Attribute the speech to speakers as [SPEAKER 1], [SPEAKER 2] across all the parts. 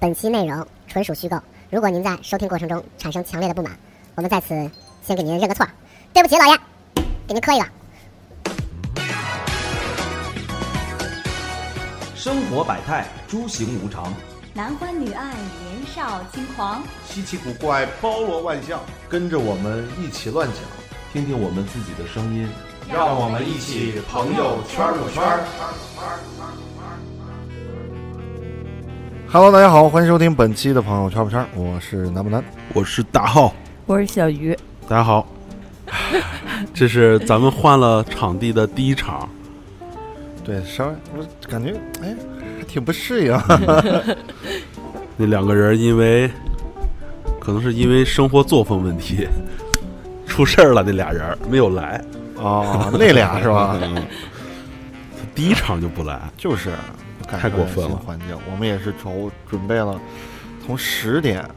[SPEAKER 1] 本期内容纯属虚构，如果您在收听过程中产生强烈的不满，我们在此先给您认个错，对不起，老爷，给您磕一个。
[SPEAKER 2] 生活百态，诸行无常，
[SPEAKER 3] 男欢女爱，年少轻狂。
[SPEAKER 4] 稀奇古怪，包罗万象，
[SPEAKER 5] 跟着我们一起乱讲，听听我们自己的声音。
[SPEAKER 4] 让我们一起朋友圈儿圈儿。
[SPEAKER 5] Hello，大家好，欢迎收听本期的朋友圈不圈，我是南不南。
[SPEAKER 6] 我是大浩，
[SPEAKER 7] 我是小鱼，
[SPEAKER 6] 大家好。这是咱们换了场地的第一场，
[SPEAKER 5] 对，稍微我感觉哎，还挺不适应。
[SPEAKER 6] 那两个人因为可能是因为生活作风问题 出事儿了，那俩人没有来，
[SPEAKER 5] 哦，那俩是吧？
[SPEAKER 6] 第一场就不来。
[SPEAKER 5] 就是
[SPEAKER 6] 太过分
[SPEAKER 5] 改善
[SPEAKER 6] 了
[SPEAKER 5] 新环境，我们也是筹准备了，从十点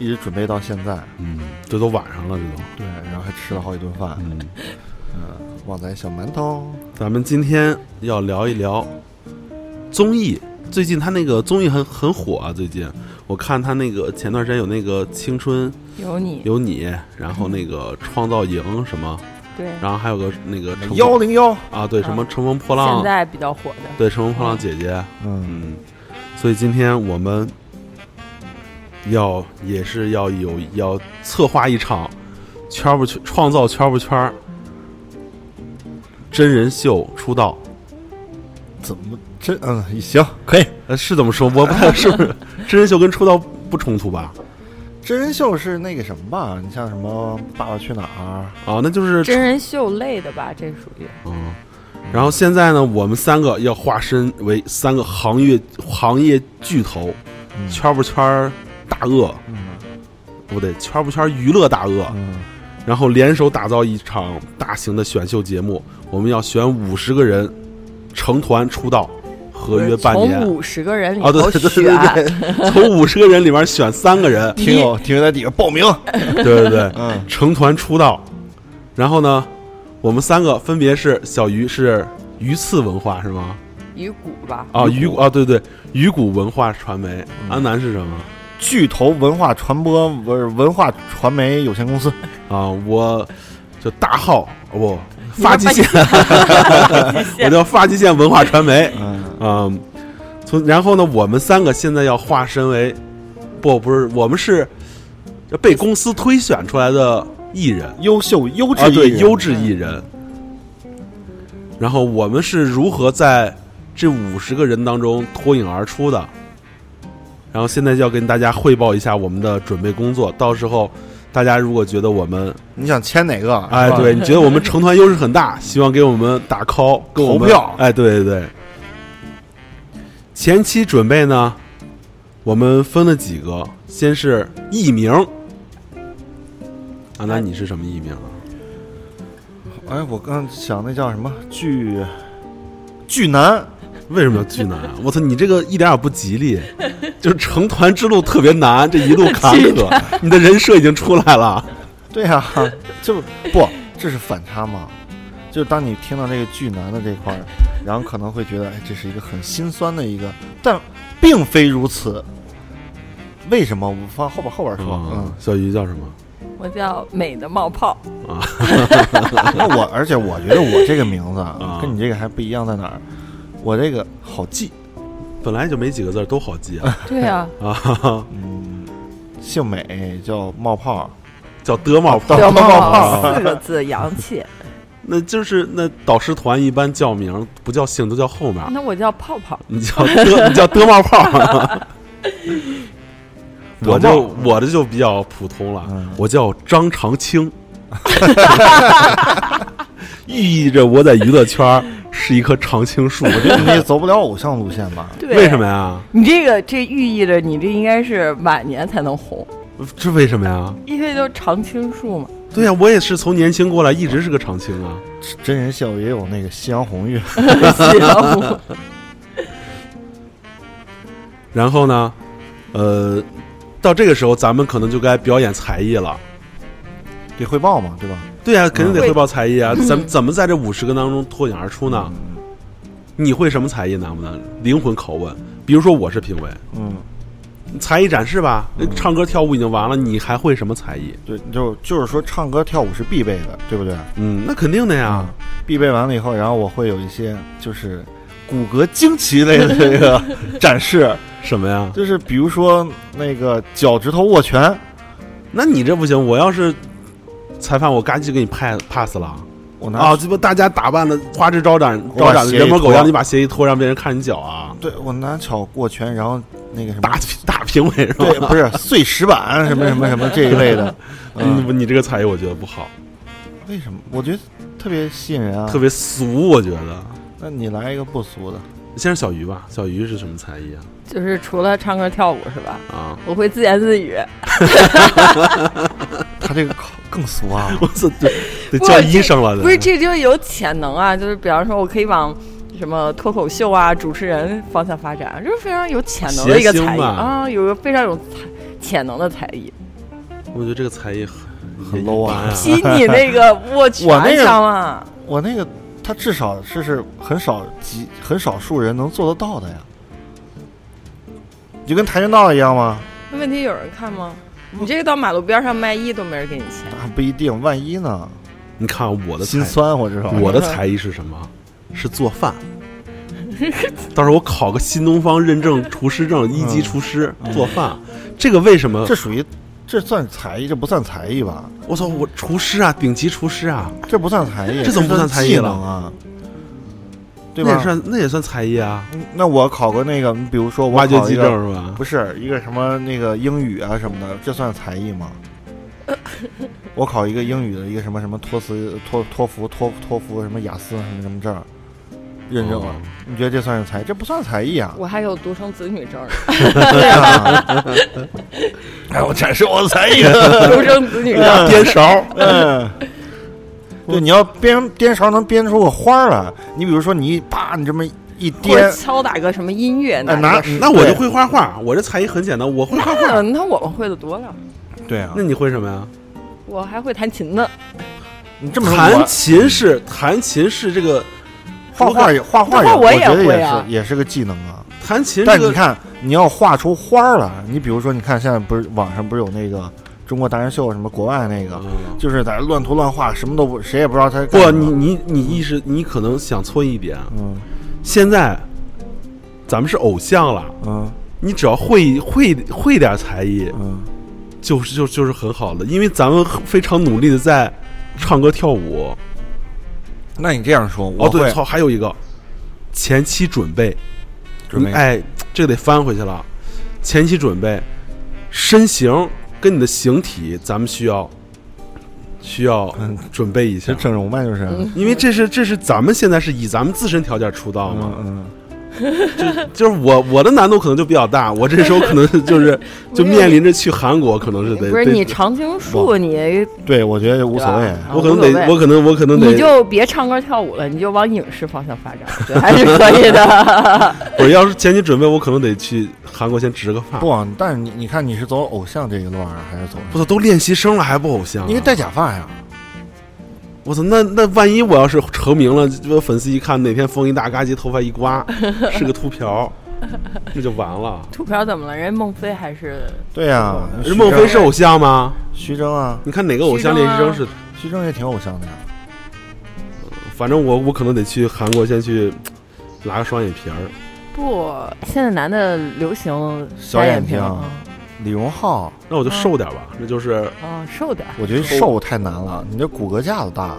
[SPEAKER 5] 一直准备到现在，
[SPEAKER 6] 嗯，这都晚上了，这都。
[SPEAKER 5] 对，然后还吃了好几顿饭，
[SPEAKER 6] 嗯，
[SPEAKER 5] 旺仔小馒头，
[SPEAKER 6] 咱们今天要聊一聊综艺。最近他那个综艺很很火啊，最近我看他那个前段时间有那个《青春
[SPEAKER 7] 有你，
[SPEAKER 6] 有你》，然后那个《创造营》什么，
[SPEAKER 7] 对，
[SPEAKER 6] 然后还有个那个乘风
[SPEAKER 5] 幺零嗯幺，
[SPEAKER 6] 啊，对，
[SPEAKER 7] 啊
[SPEAKER 6] 什么《乘风破浪
[SPEAKER 7] 现》在比较火的，
[SPEAKER 6] 对，《乘风破浪》姐姐，
[SPEAKER 5] 嗯，
[SPEAKER 6] 嗯，所以今天我们要也是要有要策划一场圈儿不圈创造圈儿不圈儿真人秀出道，
[SPEAKER 5] 怎么这嗯行可以？
[SPEAKER 6] 呃，是这么说，我不太 是不是真人秀跟出道不冲突吧？
[SPEAKER 5] 真人秀是那个什么吧？你像什么《爸爸去哪儿
[SPEAKER 6] 啊，那就是
[SPEAKER 7] 真人秀类的吧，这属于
[SPEAKER 6] 嗯。然后现在呢，我们三个要化身为三个行业行业巨头，》
[SPEAKER 5] 嗯
[SPEAKER 6] 圈儿不圈儿大鳄，
[SPEAKER 5] 嗯
[SPEAKER 6] 不对，圈儿不圈儿娱乐大鳄，
[SPEAKER 5] 嗯
[SPEAKER 6] 然后联手打造一场大型的选秀节目。我们要选五十个人成团出道，合约半年
[SPEAKER 7] 哎从五十个人里
[SPEAKER 6] 啊，对
[SPEAKER 7] 头
[SPEAKER 6] 对对对
[SPEAKER 7] 选，
[SPEAKER 6] 对，从五十个人里面选三个人，
[SPEAKER 5] 听 友听友在底下报名，
[SPEAKER 6] 对对对，
[SPEAKER 5] 嗯，
[SPEAKER 6] 成团出道。然后呢，我们三个分别是小鱼是鱼刺文化是吗？
[SPEAKER 7] 鱼骨吧，
[SPEAKER 6] 啊，鱼骨啊，嗯对对，鱼骨文化传媒。安南是什么？
[SPEAKER 5] 巨头文化传播不是文化传媒有限公司，
[SPEAKER 6] 啊，我就大号哦不发际线， 我叫发际线文化传媒。
[SPEAKER 5] 嗯
[SPEAKER 6] 嗯，从然后呢，我们三个现在要化身为，不不是，我们是被公司推选出来的艺人，
[SPEAKER 5] 优秀优
[SPEAKER 6] 啊，
[SPEAKER 5] 质
[SPEAKER 6] 对，
[SPEAKER 5] 艺人
[SPEAKER 6] 优质艺人。然后我们是如何在这五十个人当中脱颖而出的？然后现在就要跟大家汇报一下我们的准备工作，到时候大家如果觉得我们，
[SPEAKER 5] 你想签哪个？啊
[SPEAKER 6] 哎
[SPEAKER 5] 是，吧
[SPEAKER 6] 对，你觉得我们成团优势很大， 希望给我们打 call，给我们
[SPEAKER 5] 投票
[SPEAKER 6] 哎，对对对。前期准备呢，我们分了几个，先是艺名。啊，那你是什么艺名啊？
[SPEAKER 5] 哎，我刚想那叫什么巨巨难，
[SPEAKER 6] 为什么要巨难啊？我操，你这个一点也不吉利， 就是成团之路特别难，这一路坎坷，你的人设已经出来了。
[SPEAKER 5] 对 呀、这不不这是反差嘛？就是当你听到这个巨难的这块儿，然后可能会觉得，哎，这是一个很心酸的一个，但并非如此。为什么？我放后边后边说。嗯，
[SPEAKER 6] 小鱼叫什么？
[SPEAKER 7] 我叫美的冒泡，
[SPEAKER 5] 那我而且我觉得我这个名字啊，跟你这个还不一样在哪儿？我这个好记，
[SPEAKER 6] 本来就没几个字儿，都好记啊
[SPEAKER 7] 对啊，
[SPEAKER 6] 啊！哈哈
[SPEAKER 5] 嗯，姓美叫冒泡，
[SPEAKER 6] 叫德茂炮，
[SPEAKER 7] 叫冒
[SPEAKER 6] 啊
[SPEAKER 7] 泡四个字洋气，
[SPEAKER 6] 那就是那导师团一般叫名不叫姓，都叫后面。
[SPEAKER 7] 那我叫泡 泡，
[SPEAKER 6] 你叫德，你叫德 茂炮。我
[SPEAKER 5] 德
[SPEAKER 6] 就
[SPEAKER 5] 茂
[SPEAKER 6] 我这就比较普通了，
[SPEAKER 5] 嗯
[SPEAKER 6] 我叫张长青，寓意着我在娱乐圈儿是一棵常 青树。
[SPEAKER 5] 我觉得你也走不了偶像路线吧？
[SPEAKER 7] 对
[SPEAKER 6] 为什么？呀？
[SPEAKER 7] 你这个这寓意着你这应该是晚年才能红，
[SPEAKER 6] 这为什么呀？
[SPEAKER 7] 因为都常青树嘛，
[SPEAKER 6] 对呀、我也是从年轻过来，一直是个常青啊。
[SPEAKER 5] 真人秀也有那个夕阳红月，
[SPEAKER 7] 行，
[SPEAKER 6] 然后呢，呃，到这个时候咱们可能就该表演才艺了。
[SPEAKER 5] 得汇报嘛，对吧？
[SPEAKER 6] 对呀、肯定得
[SPEAKER 7] 嗯
[SPEAKER 6] 汇报才艺啊。咱们怎么在这五十个当中脱颖而出呢？
[SPEAKER 5] 嗯
[SPEAKER 6] 你会什么才艺？难不难？灵魂拷问。比如说我是评委，
[SPEAKER 5] 嗯，
[SPEAKER 6] 才艺展示吧，唱歌跳舞已经完了，你还会什么才艺？
[SPEAKER 5] 对，就就是说唱歌跳舞是必备的，对不对？
[SPEAKER 6] 嗯，那肯定的呀。
[SPEAKER 5] 必备完了以后，然后我会有一些就是骨骼惊奇类的这个 嗯展示，
[SPEAKER 6] 什么呀？
[SPEAKER 5] 就是比如说那个脚趾头握拳，
[SPEAKER 6] 那你这不行，我要是裁判，我嘎叽给你派 pass 了
[SPEAKER 5] 我拿、
[SPEAKER 6] 啊！这不大家打扮的花枝招展，
[SPEAKER 5] 我
[SPEAKER 6] 招
[SPEAKER 5] 把
[SPEAKER 6] 展的
[SPEAKER 5] 鞋
[SPEAKER 6] 人模
[SPEAKER 5] 一
[SPEAKER 6] 狗
[SPEAKER 5] 脱
[SPEAKER 6] 样，你把鞋一脱，让别人看你脚啊！
[SPEAKER 5] 对我拿脚握拳，然后那个什么
[SPEAKER 6] 大大评委是吧？
[SPEAKER 5] 对，不是碎石板什么什么什么这一类的，嗯，
[SPEAKER 6] 嗯，你这个才艺我觉得不好，
[SPEAKER 5] 为什么？我觉得特别吸引人啊。
[SPEAKER 6] 特别俗，我觉得。
[SPEAKER 5] 那你来一个不俗的，
[SPEAKER 6] 先是小鱼吧，小鱼是什么才艺啊？
[SPEAKER 7] 就是除了唱歌跳舞是吧？
[SPEAKER 6] 啊，
[SPEAKER 7] 我会自言自语，
[SPEAKER 5] 他这个口更俗 啊。
[SPEAKER 6] 我操，得得
[SPEAKER 7] 不
[SPEAKER 6] 叫
[SPEAKER 7] 是
[SPEAKER 6] 医生了，
[SPEAKER 7] 不是
[SPEAKER 6] 得
[SPEAKER 7] 这就是有潜能啊！就是比方说，我可以往什么脱口秀啊、主持人方向发展，这是非常有潜能的一个
[SPEAKER 6] 谐星
[SPEAKER 7] 才艺
[SPEAKER 6] 吧
[SPEAKER 7] 啊，有个非常有才潜能的才 艺，
[SPEAKER 6] 我觉得这个才艺很
[SPEAKER 5] 很 low 啊
[SPEAKER 6] 一般呀
[SPEAKER 7] 比你 那个握拳
[SPEAKER 5] 我那个
[SPEAKER 7] 强啊！
[SPEAKER 5] 我那个他至少是是很少几很少数人能做得到的呀，就跟跆拳道一样吗？
[SPEAKER 7] 那问题有人看吗？你这个到马路边上卖艺都没人给你钱，
[SPEAKER 5] 那不一定，万一呢？
[SPEAKER 6] 你看我的才
[SPEAKER 5] 心酸，我知道。
[SPEAKER 6] 我的才艺是什嗯么？是做饭。 到时候我考个新东方认证厨师证，一级厨师做饭。这个为什么
[SPEAKER 5] 嗯这？属于这算才艺，这不算才艺吧？
[SPEAKER 6] 我操！我厨师啊，顶级厨师啊，
[SPEAKER 5] 这不算才艺，
[SPEAKER 6] 这怎么不算才艺
[SPEAKER 5] 技
[SPEAKER 6] 了
[SPEAKER 5] 能啊？对
[SPEAKER 6] 那
[SPEAKER 5] 吧
[SPEAKER 6] 也？算那也算才艺啊。
[SPEAKER 5] 嗯那我考个那个，你比如说我
[SPEAKER 6] 挖掘
[SPEAKER 5] 考一
[SPEAKER 6] 机
[SPEAKER 5] 个
[SPEAKER 6] 证是吧？
[SPEAKER 5] 不是一个什么那个英语啊什么的，这算才艺吗？我考一个英语的一个什么什么托斯托托福托托福什么雅思什么什么证儿认证了
[SPEAKER 6] 哦，
[SPEAKER 5] 你觉得这算是才艺？这不算才艺 啊！
[SPEAKER 7] 我还有独生子女证呢，
[SPEAKER 5] 对啊，哎，我展示我的才艺了。
[SPEAKER 7] 独生子 女证。
[SPEAKER 6] 颠勺，
[SPEAKER 5] 嗯，对，你要编颠勺能编出个花儿来。你比如说，你啪，你这么一
[SPEAKER 7] 或者
[SPEAKER 5] 颠，
[SPEAKER 7] 敲打个什么音乐
[SPEAKER 5] 哎，
[SPEAKER 7] 呢？
[SPEAKER 5] 拿
[SPEAKER 6] 那我就会画画。我这才艺很简单，我会啊画 画。
[SPEAKER 7] 嗯，那我们会的多了，
[SPEAKER 5] 对啊
[SPEAKER 6] 那。你会什么呀？
[SPEAKER 7] 我还会弹琴呢。
[SPEAKER 5] 你这么说我
[SPEAKER 6] 弹琴是弹琴是这个
[SPEAKER 5] 画画也画画也，
[SPEAKER 7] 画画
[SPEAKER 5] 我
[SPEAKER 7] 我也
[SPEAKER 5] 觉得
[SPEAKER 7] 会
[SPEAKER 5] 也
[SPEAKER 7] 啊
[SPEAKER 5] 是也是个技能啊。
[SPEAKER 6] 弹琴
[SPEAKER 5] 但
[SPEAKER 6] 这
[SPEAKER 5] 你
[SPEAKER 6] 个
[SPEAKER 5] 看，你要画出花儿来，你比如说，你看现在不是网上不是有那个中国达人秀什么国外那个，
[SPEAKER 6] 嗯
[SPEAKER 5] 就是在那乱涂乱画，什么都不，谁也不知道他
[SPEAKER 6] 不，
[SPEAKER 5] 干
[SPEAKER 6] 你
[SPEAKER 5] 嘛
[SPEAKER 6] 你你意识你可能想错一点。啊
[SPEAKER 5] 嗯
[SPEAKER 6] 现在咱们是偶像了。
[SPEAKER 5] 嗯
[SPEAKER 6] 你只要会会会点才艺，
[SPEAKER 5] 嗯，
[SPEAKER 6] 就是就就是很好的，因为咱们非常努力的在唱歌跳舞。
[SPEAKER 5] 那你这样说，我
[SPEAKER 6] 哦，对，
[SPEAKER 5] 会
[SPEAKER 6] 操，还有一个前期准备，
[SPEAKER 5] 准备
[SPEAKER 6] 哎，这个得翻回去了。前期准备，身形跟你的形体，咱们需要需要
[SPEAKER 5] 嗯
[SPEAKER 6] 准备一下
[SPEAKER 5] 这，整容嘛，就是
[SPEAKER 6] 因为这是这是咱们现在是以咱们自身条件出道嘛，
[SPEAKER 5] 嗯
[SPEAKER 6] 就是我我的难度可能就比较大，我这时候可能是 就是就面临着去韩国，可能是得
[SPEAKER 7] 不是
[SPEAKER 6] 得
[SPEAKER 7] 你常青树，
[SPEAKER 5] 不
[SPEAKER 7] 你
[SPEAKER 5] 嗯，对，我觉得无所谓
[SPEAKER 7] 对。吧
[SPEAKER 6] 我可能得，我可能，我可能得，
[SPEAKER 7] 你就别唱歌跳舞了，你就往影视方向发展，我 觉得还是可以 的。
[SPEAKER 6] 我要是前期准备，我可能得去韩国先植个发。
[SPEAKER 5] 不，但是你你看你是走偶像这一路啊，还是走什
[SPEAKER 6] 我
[SPEAKER 5] 么？
[SPEAKER 6] 操，都练习生了还不偶像、啊
[SPEAKER 5] 因为戴假发呀，
[SPEAKER 6] 我操，那那万一我要是成名了，这粉丝一看哪天风一大嘎叽，头发一 刮，是个秃瓢，那就完了。
[SPEAKER 7] 秃瓢怎么了？人家孟非还是
[SPEAKER 5] 对呀，
[SPEAKER 6] 人孟非
[SPEAKER 5] 徐
[SPEAKER 6] 是偶像吗？
[SPEAKER 5] 峥徐峥啊，
[SPEAKER 6] 你看哪个偶像
[SPEAKER 7] 徐峥
[SPEAKER 6] 练
[SPEAKER 7] 啊
[SPEAKER 6] 习生是？
[SPEAKER 5] 徐峥也挺偶像的呀。
[SPEAKER 6] 反正我我可能得去韩国先去拉个双眼皮儿。
[SPEAKER 7] 不，现在男的流行
[SPEAKER 5] 小
[SPEAKER 7] 单
[SPEAKER 5] 眼
[SPEAKER 7] 眼皮
[SPEAKER 5] 睛
[SPEAKER 7] 儿
[SPEAKER 5] 李荣浩，
[SPEAKER 6] 那我就瘦点吧，那就是，
[SPEAKER 7] 啊啊，瘦点儿。
[SPEAKER 5] 我觉得
[SPEAKER 6] 瘦
[SPEAKER 5] 瘦太难了，你这骨骼架子大。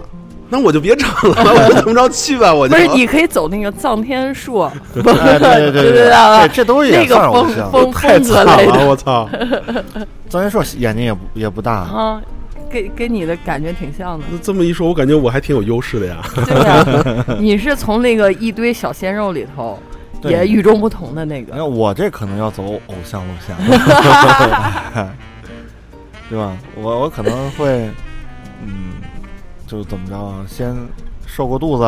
[SPEAKER 6] 那我就别长了，我就怎么着去吧， 我就
[SPEAKER 7] 不是，你可以走那个藏天树，
[SPEAKER 5] 哎对对对
[SPEAKER 7] 对
[SPEAKER 5] 对
[SPEAKER 7] 啊，
[SPEAKER 5] 这都也
[SPEAKER 7] 那个
[SPEAKER 5] 算偶
[SPEAKER 7] 风
[SPEAKER 5] 像。
[SPEAKER 7] 风
[SPEAKER 6] 太
[SPEAKER 7] 风格
[SPEAKER 6] 惨
[SPEAKER 7] 类的
[SPEAKER 6] 了，我操！
[SPEAKER 5] 张天硕眼睛也不也不大，
[SPEAKER 7] 啊，跟跟你的感觉挺像 的。
[SPEAKER 6] 那这么一说，我感觉我还挺有优势的呀。
[SPEAKER 7] 对啊，你是从那个一堆小鲜肉里头
[SPEAKER 5] 对
[SPEAKER 7] 也与众不同的那
[SPEAKER 5] 那
[SPEAKER 7] 个。
[SPEAKER 5] 哎我这可能要走偶像路线， 对吧？我我可能会，嗯，就是怎么着啊，先瘦过肚子，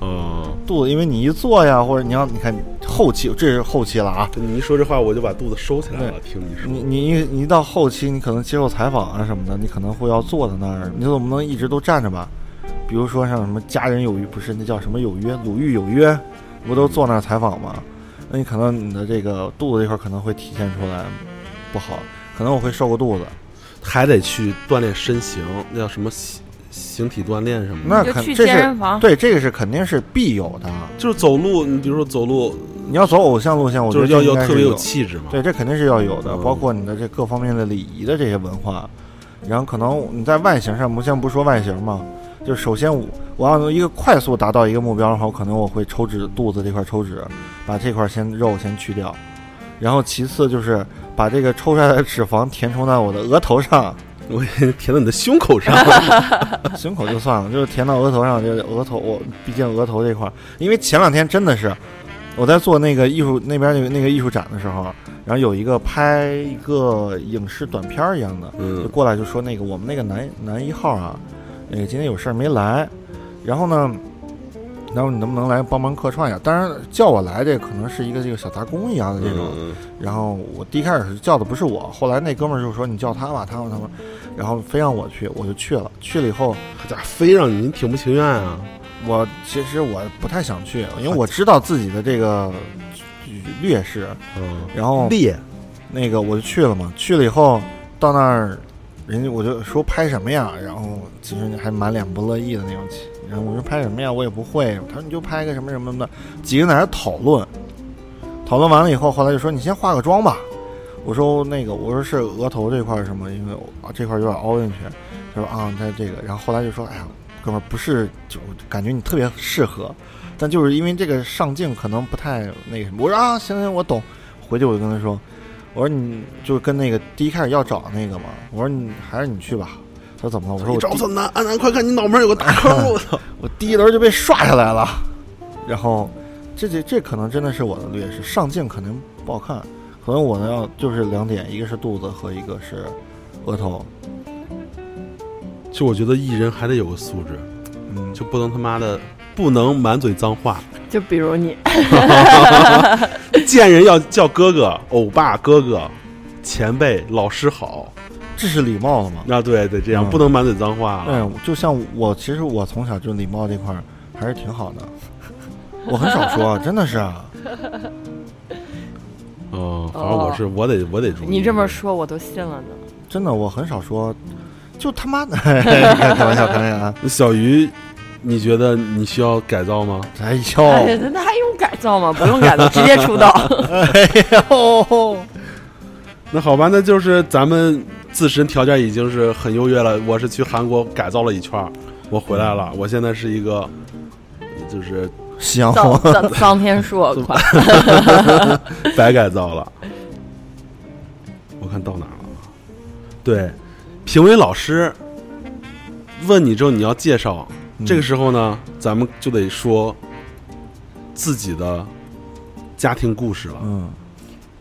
[SPEAKER 6] 嗯，
[SPEAKER 5] 肚子因为你一坐呀，或者你要你看后期，这是后期了啊。
[SPEAKER 6] 你一说这话，我就把肚子收起来了。
[SPEAKER 5] 对
[SPEAKER 6] 听你说，
[SPEAKER 5] 你你一你一到后期，你可能接受采访啊什么的，你可能会要坐在那儿，你总不能一直都站着吧？比如说像什么“家人有约”，不是那叫什么有约，鲁豫有约，不都坐那儿采访吗？那你可能你的这个肚子这块儿可能会体现出来，不好，可能我会瘦个肚子。
[SPEAKER 6] 还得去锻炼身形，那叫什么形形体锻炼什么
[SPEAKER 5] 那
[SPEAKER 6] 的。
[SPEAKER 7] 就
[SPEAKER 5] 肯
[SPEAKER 7] 去
[SPEAKER 5] 这
[SPEAKER 7] 健
[SPEAKER 5] 是
[SPEAKER 7] 身房
[SPEAKER 5] 对，这个是肯定是必有的。
[SPEAKER 6] 就是走路，你比如说走路，
[SPEAKER 5] 你要走偶像路线，我觉得
[SPEAKER 6] 就是要
[SPEAKER 5] 这应
[SPEAKER 6] 要
[SPEAKER 5] 该是
[SPEAKER 6] 特别
[SPEAKER 5] 有
[SPEAKER 6] 有。气质嘛。
[SPEAKER 5] 对，这肯定是要有的，
[SPEAKER 6] 嗯
[SPEAKER 5] 包括你的这各方面的礼仪的这些文化。然后可能你在外形上，我们先不说外形嘛，就首先我我要能一个快速达到一个目标的话，我可能我会抽脂，肚子这块抽脂，把这块先肉先去掉，然后其次就是把这个抽出来的脂肪填充到我的额头上，
[SPEAKER 6] 我也填到你的胸口 上，呃
[SPEAKER 5] 胸
[SPEAKER 6] 哎
[SPEAKER 5] 口就算了，就是填到额头上，就是额头，我毕竟额头这块儿，因为前两天真的是我在做那个艺术那边那个那个艺术展的时候，然后有一个拍一个影视短片儿一样的，就
[SPEAKER 6] 嗯，
[SPEAKER 5] 过来就说那个我们那个男男一号啊，那个今天有事儿没来，然后呢，然后你能不能来帮忙客串一下？当然叫我来这可能是一个这个小杂工一样的这种，
[SPEAKER 6] 嗯
[SPEAKER 5] 然后我第一开始是叫的不是我，后来那哥们儿就说你叫他吧，他吧他吧，然后非让我去，我就去了，去了以后。
[SPEAKER 6] 好家伙，哎非让你挺不情愿啊！
[SPEAKER 5] 我其实我不太想去，因为我知道自己的这个劣势，
[SPEAKER 6] 嗯，
[SPEAKER 5] 然后
[SPEAKER 6] 裂，
[SPEAKER 5] 那个我就去了嘛，去了以后到那儿，人家我就说拍什么呀，然后其实还满脸不乐意的那种，然后我说拍什么呀，我也不会，他说你就拍个什么什么的，几个人在那讨论，讨论完了以后，后来就说你先化个妆吧，我说那个我说是额头这块儿什么，因为我啊这块儿有点凹进去，他说啊他这个，然后后来就说哎呀哥们儿不是就感觉你特别适合，但就是因为这个上镜可能不太那个什么，我说啊行行我懂，回去我就跟他说。我说你就跟那个第一开始要找那个嘛，我说你还是你去吧。他说怎么了？我说
[SPEAKER 6] 你
[SPEAKER 5] 我
[SPEAKER 6] 找
[SPEAKER 5] 第
[SPEAKER 6] 他南安南，快看你脑门有个大坑，我操！
[SPEAKER 5] 我第一轮就被刷下来了。然后这这这可能真的是我的劣势，上镜可能不好看，可能我呢要就是两点，一个是肚子和一个是额头。
[SPEAKER 6] 就我觉得艺人还得有个素质，
[SPEAKER 5] 嗯，
[SPEAKER 6] 就不能他妈的不能满嘴脏话，
[SPEAKER 7] 就比如你，
[SPEAKER 6] 见人要叫哥哥、欧巴、哥哥、前辈、老师好。
[SPEAKER 5] 这是礼貌了嘛？
[SPEAKER 6] 啊，对对，这样、
[SPEAKER 5] 嗯
[SPEAKER 6] 不能满嘴脏话啊。
[SPEAKER 5] 对，就像我，其实我从小就礼貌这块儿还是挺好的，我很少说，真的是啊。
[SPEAKER 6] 嗯，反正我是我得我得注意。
[SPEAKER 7] 哦你这么说我都信了呢。
[SPEAKER 5] 真的，我很少说，就他妈的， 哎开玩笑，开玩笑啊！
[SPEAKER 6] 小鱼，你觉得你需要改造吗？
[SPEAKER 5] 哎呦，
[SPEAKER 7] 哎呀，那还用改造吗？不用改造，直接出道。
[SPEAKER 5] 哎呦，
[SPEAKER 6] 那好吧，那就是咱们自身条件已经是很优越了。我是去韩国改造了一圈儿，我回来了，我现在是一个，就是
[SPEAKER 5] 夕阳
[SPEAKER 7] 臧
[SPEAKER 6] 哦
[SPEAKER 5] 红，
[SPEAKER 7] 臧臧 天朔款，
[SPEAKER 6] 白改造了。我看到哪儿了？对，评委老师问你之后，你要介绍。这个时候呢，咱们就得说自己的家庭故事了。
[SPEAKER 5] 嗯，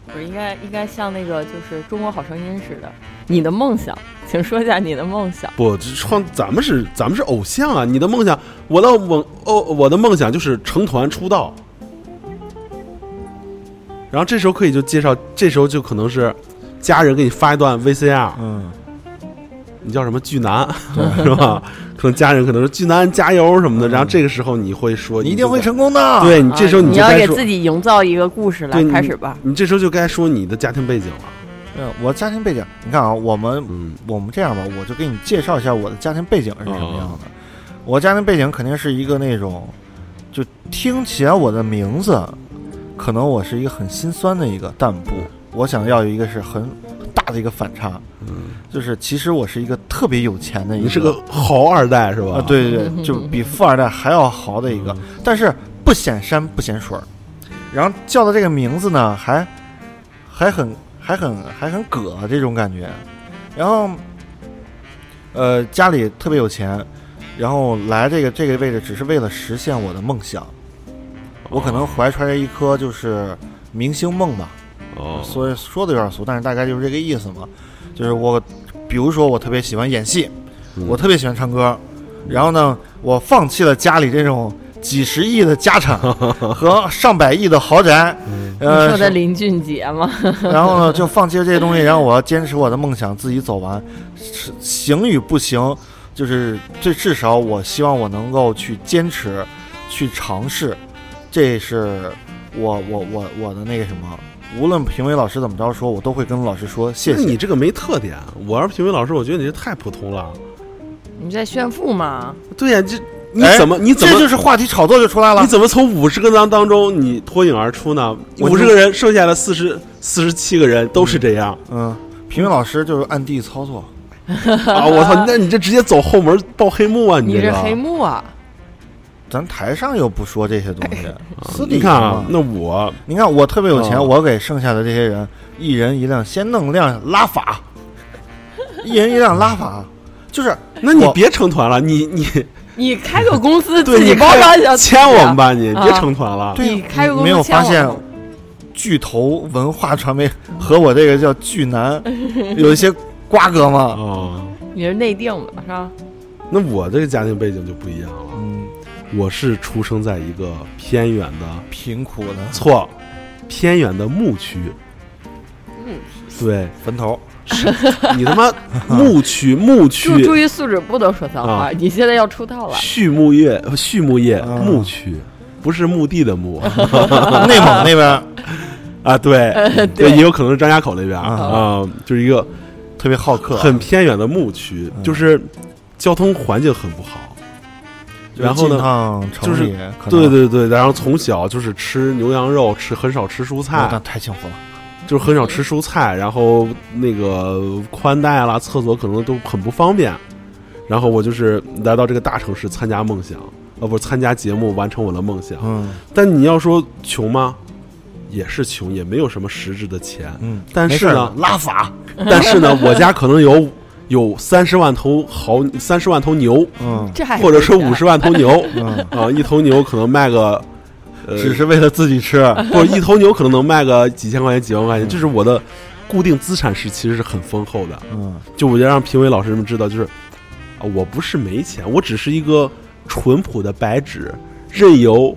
[SPEAKER 7] 不是应该应该像那个就是《中国好声音》似的，你的梦想，请说一下你的梦想。
[SPEAKER 6] 不，这创咱们是咱们是偶像啊！你的梦想，我的梦哦，我的梦想就是成团出道。然后这时候可以就介绍，这时候就可能是家人给你发一段 VCR，
[SPEAKER 5] 嗯，
[SPEAKER 6] 你叫什么巨男 是吧？可能家人可能是巨男加油什么的。然后这个时候你会
[SPEAKER 5] 嗯
[SPEAKER 6] 说，
[SPEAKER 5] 你
[SPEAKER 6] 你
[SPEAKER 5] 一定
[SPEAKER 6] 就
[SPEAKER 5] 会
[SPEAKER 6] 在
[SPEAKER 5] 成功的。，
[SPEAKER 6] 对你嗯这时候
[SPEAKER 7] 啊
[SPEAKER 6] 你
[SPEAKER 7] 你
[SPEAKER 6] 就
[SPEAKER 7] 要
[SPEAKER 6] 该
[SPEAKER 7] 给
[SPEAKER 6] 说，
[SPEAKER 7] 自己营造一个故事来
[SPEAKER 6] 对，，你
[SPEAKER 7] 开始吧。
[SPEAKER 6] 你这时候就该说你的家庭背景了。
[SPEAKER 5] 嗯，我家庭背景，你看啊，我们
[SPEAKER 6] 嗯，
[SPEAKER 5] 我们这样吧，我就给你介绍一下我的家庭背景是什么
[SPEAKER 6] 哦
[SPEAKER 5] 样的。我家庭背景肯定是一个那种，就听起来我的名字，可能我是一个很心酸的一个，但不，我想要一个是很大的一个反差，就是其实我是一个特别有钱的一个，
[SPEAKER 6] 嗯你是个豪二代是吧？
[SPEAKER 5] 啊，，对对对，就比富二代还要豪的一个，但是不显山不显水儿，然后叫的这个名字呢，还还很还很还很葛啊这种感觉，然后呃家里特别有钱，然后来这个这个位置只是为了实现我的梦想，我可能怀揣着一颗就是明星梦吧，
[SPEAKER 6] 哦，
[SPEAKER 5] 所以说的有点俗，但是大概就是这个意思嘛。就是我，比如说我特别喜欢演戏，
[SPEAKER 6] 嗯
[SPEAKER 5] 我特别喜欢唱歌，然后呢，我放弃了家里这种几十亿的家 产和上百亿的豪宅，
[SPEAKER 6] 嗯
[SPEAKER 7] 你说
[SPEAKER 5] 呃，
[SPEAKER 7] 的林俊杰吗？
[SPEAKER 5] 然后呢就放弃了这些东西，然后我要坚持我的梦想，自己走完，是行与不行，就是最至少我希望我能够去坚持，去尝试，这是我我我我的那个什么，无论评委老师怎么着说，我都会跟老师说谢
[SPEAKER 6] 那
[SPEAKER 5] 谢。
[SPEAKER 6] 你这个没特点。我要是评委老师，我觉得你这太普通了。
[SPEAKER 7] 你在炫富吗？
[SPEAKER 6] 对呀、这你
[SPEAKER 5] 哎
[SPEAKER 6] 怎么、你怎么
[SPEAKER 5] 这就是话题炒作就出来了
[SPEAKER 6] 你。怎么从五十个当当中你脱颖而出呢？
[SPEAKER 5] 我
[SPEAKER 6] 五十个人，剩下的四十四十七个人都是这 样、
[SPEAKER 5] 嗯，评委老师就是暗地操作，
[SPEAKER 6] 啊！我操，那你这直接走后门报黑幕啊！
[SPEAKER 7] 你
[SPEAKER 6] 这
[SPEAKER 7] 是
[SPEAKER 6] 个，
[SPEAKER 7] 黑幕啊！
[SPEAKER 5] 咱台上又不说这些东西，私底
[SPEAKER 6] 你
[SPEAKER 5] 下
[SPEAKER 6] 看啊
[SPEAKER 5] 嘛，
[SPEAKER 6] 那我
[SPEAKER 5] 你看我特别有钱，
[SPEAKER 6] 哦
[SPEAKER 5] 我给剩下的这些人一人一辆，先弄辆拉法， 一人一辆拉法，就是
[SPEAKER 6] 那你
[SPEAKER 5] 我
[SPEAKER 6] 别成团了，你你
[SPEAKER 7] 你开个公 司
[SPEAKER 6] 对
[SPEAKER 7] 自己
[SPEAKER 6] 你
[SPEAKER 7] 包装一下，
[SPEAKER 6] 开签我们吧，你
[SPEAKER 7] 啊
[SPEAKER 6] 别成团了。
[SPEAKER 5] 对
[SPEAKER 7] 你开个公
[SPEAKER 5] 没
[SPEAKER 7] 司
[SPEAKER 5] 有
[SPEAKER 7] 签
[SPEAKER 5] 发
[SPEAKER 7] 我
[SPEAKER 5] 现
[SPEAKER 7] 们。
[SPEAKER 5] 巨头文化传媒和我这个叫巨男 有一些瓜葛吗？
[SPEAKER 6] 哦，
[SPEAKER 7] 你是内定的是吧？
[SPEAKER 6] 那我这个家庭背景就不一样了，
[SPEAKER 5] 嗯，
[SPEAKER 6] 我是出生在一个偏远的
[SPEAKER 5] 贫苦的
[SPEAKER 6] 错，偏远的牧区。对，
[SPEAKER 5] 坟头，
[SPEAKER 6] 你他妈 牧区牧
[SPEAKER 7] 注注
[SPEAKER 6] 区
[SPEAKER 7] 意素质，不能说脏话。
[SPEAKER 6] 啊
[SPEAKER 7] 你现在要出道了，
[SPEAKER 6] 畜牧业呃畜牧业
[SPEAKER 5] 啊
[SPEAKER 6] 牧区，不是墓地 的墓
[SPEAKER 5] 内蒙那边
[SPEAKER 6] 啊，对
[SPEAKER 7] 对
[SPEAKER 6] 也有可能是张家口那边
[SPEAKER 5] 啊
[SPEAKER 6] 啊，就是一个
[SPEAKER 5] 特别好客，
[SPEAKER 6] 很偏远的牧区，
[SPEAKER 5] 嗯
[SPEAKER 6] 就是交通环境很不好。然后呢
[SPEAKER 5] 进趟城
[SPEAKER 6] 就是
[SPEAKER 5] 里可能
[SPEAKER 6] 对对对，然后从小就是吃牛羊肉，吃很少吃蔬
[SPEAKER 5] 哎，那
[SPEAKER 6] 菜，
[SPEAKER 5] 太幸福了。
[SPEAKER 6] 就是很少吃蔬菜，然后那个宽带啦、厕所可能都很不方便。然后我就是来到这个大城市参加梦想，呃，不是参加节目，完成我的梦想。
[SPEAKER 5] 嗯
[SPEAKER 6] 但你要说穷吗？也是穷，也没有什么实质的钱。
[SPEAKER 5] 嗯，
[SPEAKER 6] 但
[SPEAKER 5] 没
[SPEAKER 6] 是
[SPEAKER 5] 事儿
[SPEAKER 6] 呢，
[SPEAKER 5] 拉法，
[SPEAKER 6] 但是呢，我家可能有有三十万头好三十万头牛，
[SPEAKER 5] 嗯
[SPEAKER 7] 这还啊
[SPEAKER 6] 或者说五十万头牛
[SPEAKER 5] 嗯，
[SPEAKER 6] 啊，一头牛可能卖个，呃，
[SPEAKER 5] 只是为了自己吃。
[SPEAKER 6] 或者一头牛可能能卖个几千块钱、几万
[SPEAKER 5] 嗯
[SPEAKER 6] 块钱，就是我的固定资产是其实是很丰厚的。
[SPEAKER 5] 嗯，
[SPEAKER 6] 就我就让评委老师们知道，就是啊我不是没钱，我只是一个淳朴的白纸，任由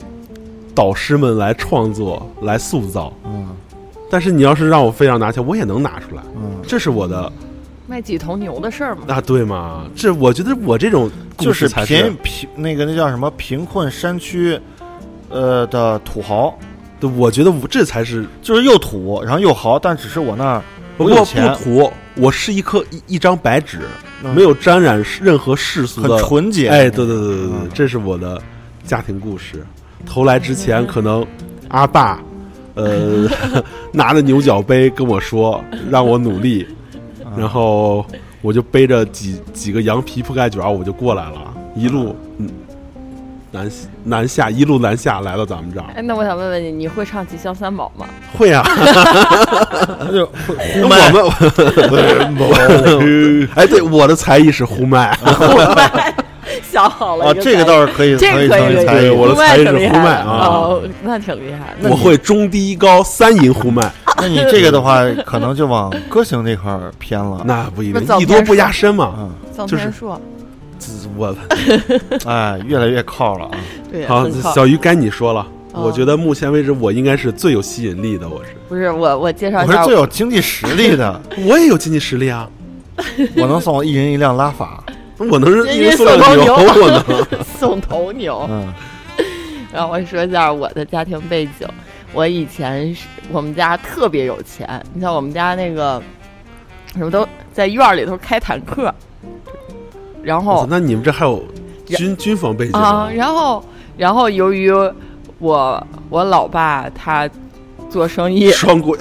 [SPEAKER 6] 导师们来创作、来塑造。
[SPEAKER 5] 嗯
[SPEAKER 6] 但是你要是让我非要拿钱，我也能拿出来，
[SPEAKER 5] 嗯，
[SPEAKER 6] 这是我的
[SPEAKER 7] 卖几头牛的事儿嘛？
[SPEAKER 6] 那对吗？这我觉得我这种故
[SPEAKER 5] 就
[SPEAKER 6] 事
[SPEAKER 5] 是
[SPEAKER 6] 才
[SPEAKER 5] 贫贫那个那叫什么贫困山区，呃的土豪，
[SPEAKER 6] 对，我觉得我这才是
[SPEAKER 5] 就是又土然后又豪，但只是我那儿
[SPEAKER 6] 不
[SPEAKER 5] 我有
[SPEAKER 6] 过
[SPEAKER 5] 钱
[SPEAKER 6] 不图，我是一颗一一张白纸，
[SPEAKER 5] 嗯
[SPEAKER 6] 没有沾染世任何世俗
[SPEAKER 5] 很
[SPEAKER 6] 的。
[SPEAKER 5] 纯洁。
[SPEAKER 6] 哎，对对对对对
[SPEAKER 5] 嗯，
[SPEAKER 6] 这是我的家庭故事。投来之前，可能阿爸，呃，拿着牛角杯跟我说，让我努力，
[SPEAKER 5] 嗯
[SPEAKER 6] 然后我就背着几几个羊皮铺盖卷儿，我就过来了，一路嗯南南下，一路南下来到咱们这儿。
[SPEAKER 7] 哎，那我想问问你，你会唱《吉祥三宝》吗？
[SPEAKER 6] 会啊，
[SPEAKER 5] 就呼
[SPEAKER 6] 我们哎，对，我的才艺是呼麦，
[SPEAKER 7] 想好了
[SPEAKER 5] 啊，
[SPEAKER 7] 一
[SPEAKER 5] 这个
[SPEAKER 7] 才艺
[SPEAKER 5] 倒是可 以，
[SPEAKER 7] 这
[SPEAKER 5] 可
[SPEAKER 7] 个
[SPEAKER 5] 以
[SPEAKER 7] 可
[SPEAKER 5] 成
[SPEAKER 7] 以
[SPEAKER 5] 为才
[SPEAKER 7] 可以，
[SPEAKER 5] 艺。
[SPEAKER 6] 对我的
[SPEAKER 7] 呼麦
[SPEAKER 6] 才艺
[SPEAKER 7] 挺
[SPEAKER 6] 是
[SPEAKER 7] 厉
[SPEAKER 6] 呼
[SPEAKER 7] 害
[SPEAKER 6] 麦啊
[SPEAKER 7] 哦，那挺厉害。那
[SPEAKER 6] 我会中低高三音呼麦，
[SPEAKER 5] 那你这个的话，可能就往歌星这块儿偏了。
[SPEAKER 6] 那不一定
[SPEAKER 7] 不早，
[SPEAKER 6] 艺多不压身嘛。
[SPEAKER 5] 嗯，
[SPEAKER 7] 臧
[SPEAKER 6] 就是
[SPEAKER 7] 天硕，
[SPEAKER 6] 自我
[SPEAKER 5] 哎，越来越靠 了啊。
[SPEAKER 7] 对，
[SPEAKER 6] 好
[SPEAKER 7] 很，靠
[SPEAKER 6] 小鱼该你说了。
[SPEAKER 7] 哦
[SPEAKER 6] 我觉得目前为止，我应该是最有吸引力的。我是，
[SPEAKER 7] 不是我，我介绍一
[SPEAKER 5] 我是
[SPEAKER 7] 下
[SPEAKER 5] 最有经济实力 的，
[SPEAKER 6] 我也有经济实力啊，
[SPEAKER 5] 我能送一人一辆拉法。
[SPEAKER 6] 我能是
[SPEAKER 7] 人
[SPEAKER 6] 一人
[SPEAKER 7] 家
[SPEAKER 6] 塑料
[SPEAKER 7] 送头
[SPEAKER 6] 牛，
[SPEAKER 7] 牛
[SPEAKER 6] 我能。
[SPEAKER 7] 送头牛。
[SPEAKER 5] 嗯
[SPEAKER 7] 然后我说一下我的家庭背景，我以前是我们家特别有钱，你像我们家那个什么都在院儿里头开坦克，然
[SPEAKER 6] 我操
[SPEAKER 7] 后
[SPEAKER 6] 那你们这还有军军方背景
[SPEAKER 7] 哦啊
[SPEAKER 6] 吗，？，
[SPEAKER 7] 然后然后由于我我老爸他做生意
[SPEAKER 6] 双轨，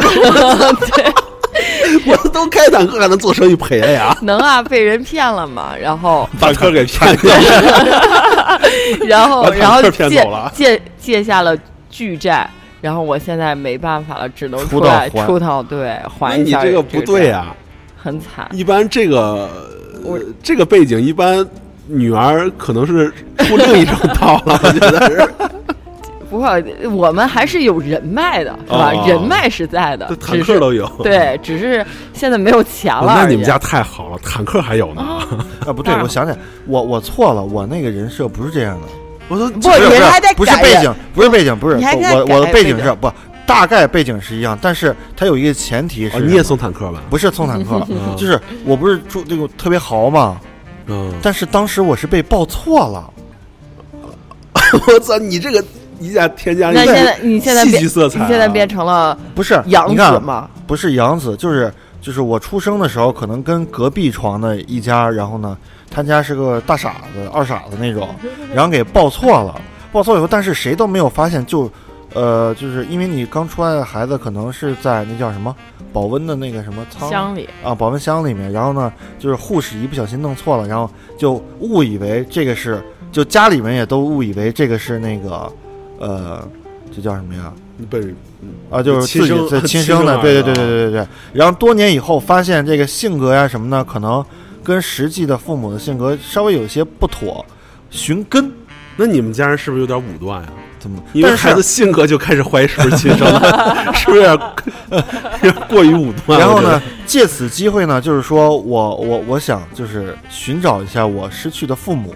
[SPEAKER 6] 我都开坦克还能做生意赔了 呀？
[SPEAKER 7] 能啊被人骗 了嘛，然后
[SPEAKER 6] 坦克给骗掉了，
[SPEAKER 7] 然后
[SPEAKER 6] 把坦
[SPEAKER 7] 然后
[SPEAKER 6] 克骗
[SPEAKER 7] 借
[SPEAKER 6] 走了
[SPEAKER 7] 借借下了巨债。然后我现在没办法了，只能
[SPEAKER 5] 出
[SPEAKER 7] 出
[SPEAKER 5] 道
[SPEAKER 7] 来
[SPEAKER 5] 还
[SPEAKER 7] 出道，对，
[SPEAKER 6] 那
[SPEAKER 7] 还一
[SPEAKER 6] 你
[SPEAKER 7] 下
[SPEAKER 6] 这个不对
[SPEAKER 7] 债，
[SPEAKER 6] 啊！
[SPEAKER 7] 很惨。
[SPEAKER 6] 一般这个
[SPEAKER 7] 我
[SPEAKER 6] 这个背景，一般女儿可能是出另 一种道了，我觉得是。
[SPEAKER 7] 不会，我们还是有人脉的，是吧？
[SPEAKER 6] 哦
[SPEAKER 7] 人脉是在的
[SPEAKER 6] 这，
[SPEAKER 7] 只
[SPEAKER 6] 坦
[SPEAKER 7] 是
[SPEAKER 6] 克都有。
[SPEAKER 7] 对，只是现在没有钱
[SPEAKER 6] 哦
[SPEAKER 7] 了而已。
[SPEAKER 6] 那你们家太好了，坦克还有呢。
[SPEAKER 7] 哦
[SPEAKER 5] 啊，不对，我想起来，我我错了，我那个人设不是这样的。
[SPEAKER 6] 我说
[SPEAKER 7] 不，
[SPEAKER 5] 不
[SPEAKER 7] 人
[SPEAKER 5] 是
[SPEAKER 7] 还在
[SPEAKER 5] 不是背景，不是背景，不是
[SPEAKER 7] 你还在
[SPEAKER 5] 我
[SPEAKER 7] 改
[SPEAKER 5] 我的背
[SPEAKER 7] 背景
[SPEAKER 5] 景是不大概背景是一样，但是它有一个前提是，
[SPEAKER 6] 哦，你也送坦克吧？
[SPEAKER 5] 不是送坦 克，
[SPEAKER 6] 嗯
[SPEAKER 5] 就是我不是住那个特别豪嘛，
[SPEAKER 6] 嗯，
[SPEAKER 5] 但是当时我是被报错了，
[SPEAKER 6] 我操，你这个 一下添加一
[SPEAKER 7] 那
[SPEAKER 6] 个
[SPEAKER 7] 现在你现在
[SPEAKER 6] 戏
[SPEAKER 7] 变
[SPEAKER 6] 剧色彩、啊
[SPEAKER 7] 你现在变。成了
[SPEAKER 5] 不是
[SPEAKER 7] 养
[SPEAKER 5] 你
[SPEAKER 7] 子
[SPEAKER 5] 看，
[SPEAKER 7] 嘛？
[SPEAKER 5] 不是养子，就是就是我出生的时候，可能跟隔壁床的一家，然后呢，他家是个大傻子、二傻子那种，然后给抱错了，抱错以后，但是谁都没有发现，就呃，就是因为你刚出来的孩子，可能是在那叫什么保温的那个什么仓
[SPEAKER 7] 乡里
[SPEAKER 5] 啊保温箱里面，然后呢，就是护士一不小心弄错了，然后就误以为这个是，就家里面也都误以为这个是那个，呃，这叫什么呀？
[SPEAKER 6] 不是，
[SPEAKER 5] 啊，就是
[SPEAKER 6] 亲
[SPEAKER 5] 自己
[SPEAKER 6] 生
[SPEAKER 5] 自
[SPEAKER 6] 亲
[SPEAKER 5] 亲
[SPEAKER 6] 生
[SPEAKER 5] 生的，
[SPEAKER 6] 儿
[SPEAKER 5] 对对
[SPEAKER 6] 子
[SPEAKER 5] 对对
[SPEAKER 6] 啊
[SPEAKER 5] 对对对。然后多年以后发现这个性格呀什么的，可能跟实际的父母的性格稍微有些不妥，寻根
[SPEAKER 6] 那你们家人是不是有点武断呀、
[SPEAKER 5] 怎么？
[SPEAKER 6] 因为
[SPEAKER 5] 但
[SPEAKER 6] 孩子
[SPEAKER 5] 是
[SPEAKER 6] 性格就开始怀疑是不是亲生 的，是不是有点 有点过于武断？
[SPEAKER 5] 然后
[SPEAKER 6] 我觉
[SPEAKER 5] 呢
[SPEAKER 6] 得？，
[SPEAKER 5] 借此机会呢，就是说我我我想就是寻找一下我失去的父母，